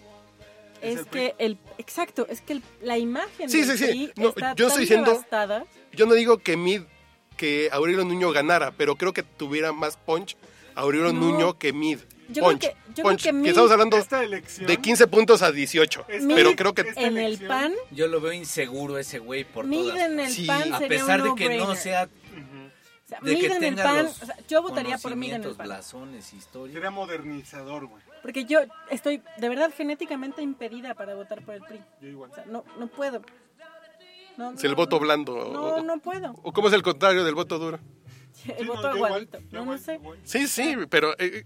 [SPEAKER 1] Es
[SPEAKER 2] es,
[SPEAKER 1] el
[SPEAKER 2] que el exacto, es que el- la imagen
[SPEAKER 4] Sí,
[SPEAKER 2] del
[SPEAKER 4] sí, sí.
[SPEAKER 2] PRI
[SPEAKER 4] No,
[SPEAKER 2] está tan
[SPEAKER 4] yo estoy diciendo-
[SPEAKER 2] devastada.
[SPEAKER 4] Yo no digo que Mid, que Aurelio Nuño ganara, pero creo que tuviera más punch Aurelio
[SPEAKER 2] No.
[SPEAKER 4] Nuño que Mid.
[SPEAKER 2] Yo creo
[SPEAKER 4] punch.
[SPEAKER 2] que- yo
[SPEAKER 4] punch.
[SPEAKER 2] creo que Mid-
[SPEAKER 4] estamos hablando
[SPEAKER 1] Esta elección.
[SPEAKER 4] de 15 puntos a 18.
[SPEAKER 1] Esta-
[SPEAKER 4] Pero
[SPEAKER 2] Mid-
[SPEAKER 4] creo que.
[SPEAKER 1] Esta
[SPEAKER 2] en el
[SPEAKER 1] elección-
[SPEAKER 2] PAN,
[SPEAKER 3] Yo lo veo inseguro ese güey por todas.
[SPEAKER 2] miden el
[SPEAKER 4] Sí.
[SPEAKER 2] PAN sería
[SPEAKER 4] A
[SPEAKER 3] a pesar
[SPEAKER 2] un
[SPEAKER 3] de que no
[SPEAKER 2] no-brainer.
[SPEAKER 3] sea
[SPEAKER 1] Ujú.
[SPEAKER 2] O sea,
[SPEAKER 3] de que
[SPEAKER 2] miden el
[SPEAKER 3] tenga
[SPEAKER 2] PAN,
[SPEAKER 3] los
[SPEAKER 2] o sea, yo votaría por miden el
[SPEAKER 3] conocimientos,
[SPEAKER 2] PAN.
[SPEAKER 3] blasones, historia.
[SPEAKER 1] Sería modernizador, güey.
[SPEAKER 2] Porque yo estoy de verdad genéticamente impedida para votar por el PRI.
[SPEAKER 1] Yo igual.
[SPEAKER 2] O sea, no, no puedo. No,
[SPEAKER 4] Es el
[SPEAKER 2] no,
[SPEAKER 4] voto
[SPEAKER 2] no.
[SPEAKER 4] blando.
[SPEAKER 2] No, no puedo.
[SPEAKER 4] ¿O cómo es el contrario del voto duro?
[SPEAKER 2] El
[SPEAKER 1] Sí, no,
[SPEAKER 2] voto
[SPEAKER 1] yo igual,
[SPEAKER 2] aguadito.
[SPEAKER 1] yo
[SPEAKER 2] No, no
[SPEAKER 1] igual,
[SPEAKER 2] sé.
[SPEAKER 1] igual.
[SPEAKER 4] Sí, sí, pero eh,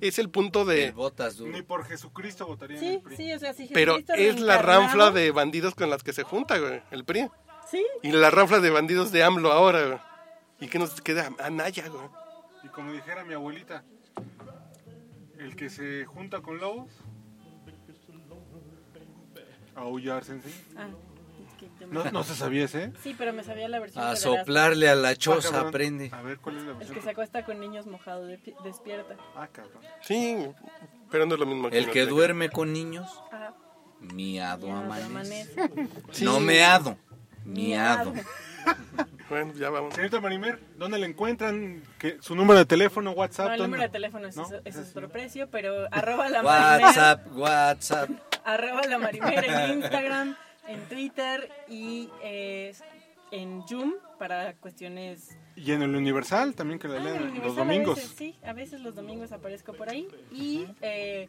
[SPEAKER 4] es el punto
[SPEAKER 3] El
[SPEAKER 4] de.
[SPEAKER 3] botas duro.
[SPEAKER 1] Ni por Jesucristo votaría en
[SPEAKER 2] Sí,
[SPEAKER 1] el PRI.
[SPEAKER 2] sí, o sea, si
[SPEAKER 4] Pero
[SPEAKER 2] Jesucristo
[SPEAKER 4] es la
[SPEAKER 2] reencarnado-
[SPEAKER 4] ranfla de bandidos con las que se junta, güey, el PRI.
[SPEAKER 2] Sí,
[SPEAKER 4] Y la rafla de bandidos de AMLO ahora, güey. ¿Y qué nos queda? Anaya, güey.
[SPEAKER 1] Y como dijera mi abuelita, el que se junta con lobos, aullar, sensei.
[SPEAKER 2] Ah, es que te-
[SPEAKER 1] No, no se sabía ese.
[SPEAKER 2] Sí, pero me sabía la versión.
[SPEAKER 3] A
[SPEAKER 2] de
[SPEAKER 3] soplarle a la
[SPEAKER 1] Ah,
[SPEAKER 3] choza,
[SPEAKER 1] cabrón.
[SPEAKER 3] aprende.
[SPEAKER 1] A ver, ¿cuál es la
[SPEAKER 2] Velasco. El que
[SPEAKER 1] versión?
[SPEAKER 2] se acuesta con niños mojados, de- despierta.
[SPEAKER 1] Ah, cabrón.
[SPEAKER 4] Sí, pero no es lo mismo
[SPEAKER 3] El que
[SPEAKER 4] Norteca.
[SPEAKER 3] duerme con niños,
[SPEAKER 2] Ajá.
[SPEAKER 3] Ah. miado
[SPEAKER 2] Ya,
[SPEAKER 3] amanece.
[SPEAKER 2] amanece.
[SPEAKER 3] No meado, miado.
[SPEAKER 4] Bueno, ya vamos.
[SPEAKER 1] Señorita Marimer, ¿dónde le encuentran? ¿Qué- ¿Su número de teléfono, WhatsApp?
[SPEAKER 2] No, el
[SPEAKER 1] dónde?
[SPEAKER 2] número de teléfono es,
[SPEAKER 1] ¿No?
[SPEAKER 2] es, es otro precio, pero arroba la marimera,
[SPEAKER 3] WhatsApp, WhatsApp.
[SPEAKER 2] arroba la marimera en Instagram, en Twitter y eh, en Zoom para cuestiones...
[SPEAKER 1] Y en el Universal también que la
[SPEAKER 2] Ah, en el
[SPEAKER 1] leen los
[SPEAKER 2] Universal a
[SPEAKER 1] domingos.
[SPEAKER 2] veces, sí, a veces los domingos aparezco por ahí. Y eh,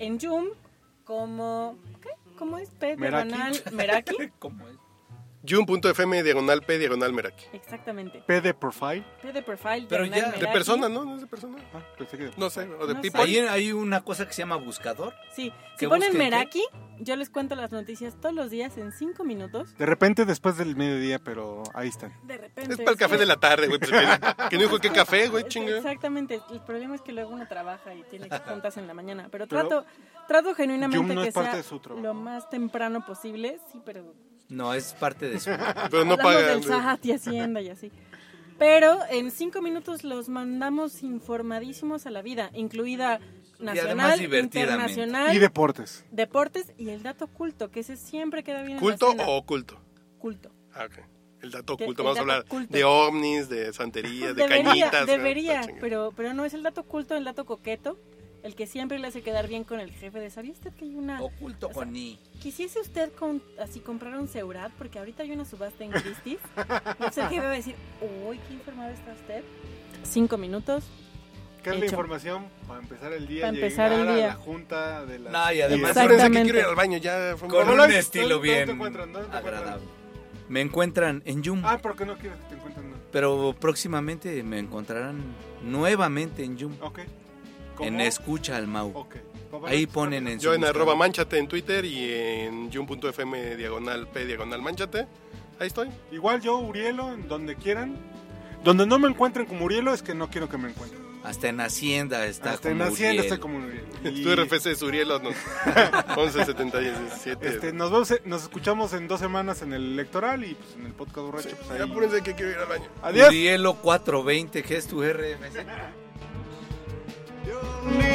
[SPEAKER 2] en Zoom como... ¿Qué? ¿Cómo es? P
[SPEAKER 1] Meraki.
[SPEAKER 2] diagonal Meraki.
[SPEAKER 3] ¿Cómo es?
[SPEAKER 4] Yun.fm diagonal P diagonal Meraki.
[SPEAKER 2] Exactamente.
[SPEAKER 1] P de Profile.
[SPEAKER 2] P de profile.
[SPEAKER 3] Pero
[SPEAKER 2] diagonal
[SPEAKER 3] ya-
[SPEAKER 4] De
[SPEAKER 2] Meraki.
[SPEAKER 4] persona, ¿no? ¿No es de persona?
[SPEAKER 1] Ah, pensé que de-
[SPEAKER 4] No sé, o de
[SPEAKER 2] No sé.
[SPEAKER 4] people.
[SPEAKER 3] Ahí hay una cosa que se llama buscador.
[SPEAKER 2] Sí,
[SPEAKER 3] ¿Que
[SPEAKER 2] si ponen
[SPEAKER 3] busquen qué?
[SPEAKER 2] Meraki, yo les cuento las noticias todos los días en cinco minutos.
[SPEAKER 1] De repente después del mediodía, pero ahí están.
[SPEAKER 2] De repente.
[SPEAKER 4] Es para el café
[SPEAKER 2] sí.
[SPEAKER 4] de la tarde, güey. pues, que- que no dijo que café, güey,
[SPEAKER 2] Es-
[SPEAKER 4] chinga.
[SPEAKER 2] Exactamente, el problema es que luego uno trabaja y tiene juntas en la mañana, pero
[SPEAKER 1] Pero
[SPEAKER 2] trato trato genuinamente
[SPEAKER 1] Yum no
[SPEAKER 2] que
[SPEAKER 1] es parte
[SPEAKER 2] sea
[SPEAKER 1] de su trabajo.
[SPEAKER 2] lo más temprano posible, sí, pero
[SPEAKER 3] No, es parte de su...
[SPEAKER 4] Pero no
[SPEAKER 2] hablamos
[SPEAKER 4] pagan.
[SPEAKER 2] del SAT y Hacienda y así. Pero en cinco minutos los mandamos informadísimos a la vida, incluida nacional,
[SPEAKER 3] divertidamente.
[SPEAKER 1] Y
[SPEAKER 2] internacional,
[SPEAKER 1] deportes.
[SPEAKER 2] deportes y el dato culto, que ese siempre queda bien. en la
[SPEAKER 4] ¿Culto
[SPEAKER 2] cena.
[SPEAKER 4] o oculto?
[SPEAKER 2] culto?
[SPEAKER 4] Ah, ok. El dato
[SPEAKER 2] De-
[SPEAKER 4] oculto.
[SPEAKER 2] el
[SPEAKER 4] Vamos
[SPEAKER 2] dato
[SPEAKER 4] a hablar
[SPEAKER 2] oculto.
[SPEAKER 4] de ovnis, de santería, de
[SPEAKER 2] debería,
[SPEAKER 4] cañitas. güey,
[SPEAKER 2] debería,
[SPEAKER 4] está chingón.
[SPEAKER 2] pero, pero no es el dato oculto, el dato coqueto, el que siempre le hace quedar bien con el jefe de, ¿sabía usted que hay una...
[SPEAKER 3] Oculto con I.
[SPEAKER 2] Quisiese usted con, así comprar un Seurat, porque ahorita hay una subasta en Christie's. Entonces el jefe va a decir, uy, qué informado está usted. Cinco minutos.
[SPEAKER 1] ¿Qué es la
[SPEAKER 2] Hecho.
[SPEAKER 1] información? Para empezar el día.
[SPEAKER 2] Para empezar
[SPEAKER 1] llegar
[SPEAKER 2] el
[SPEAKER 1] A
[SPEAKER 2] día.
[SPEAKER 1] la junta de la.
[SPEAKER 3] No, y además-
[SPEAKER 4] Acuérdense que
[SPEAKER 2] Exactamente.
[SPEAKER 4] quiero ir al baño, ya
[SPEAKER 3] Con
[SPEAKER 4] fue muy-
[SPEAKER 1] no,
[SPEAKER 3] un
[SPEAKER 1] no, no,
[SPEAKER 3] estilo
[SPEAKER 1] no te
[SPEAKER 3] bien
[SPEAKER 1] encuentran, no te encuentran.
[SPEAKER 3] agradable. Me encuentran en Yum,
[SPEAKER 1] Ah, pero que no quiero que te encuentren. no.
[SPEAKER 3] pero próximamente me encontrarán nuevamente en Yum.
[SPEAKER 1] Ok. ¿Cómo?
[SPEAKER 3] En Escucha al Mau.
[SPEAKER 1] Ok. ¿Cómo
[SPEAKER 3] Ahí
[SPEAKER 1] no?
[SPEAKER 3] ponen en su
[SPEAKER 4] Yo en
[SPEAKER 3] buscador.
[SPEAKER 4] arroba manchate en Twitter y en yun.fm diagonal P diagonal manchate. Ahí estoy.
[SPEAKER 1] Igual yo, Urielo, en donde quieran. Donde no me encuentren como Urielo es que no quiero que me encuentren.
[SPEAKER 3] Hasta en Hacienda está
[SPEAKER 1] Hasta en
[SPEAKER 3] como
[SPEAKER 1] Hacienda
[SPEAKER 3] Uriel.
[SPEAKER 1] estoy como Urielo. Y,
[SPEAKER 4] Tu RFC es Uriel Osno. 1177.
[SPEAKER 1] Este, nos, vemos, nos escuchamos en dos semanas en el electoral y pues, en el podcast borracho. pues, ahí.
[SPEAKER 4] Ya Apúrense que quiero ir al baño.
[SPEAKER 1] Adiós.
[SPEAKER 3] Urielo 420, que es tu RFC.
[SPEAKER 6] Me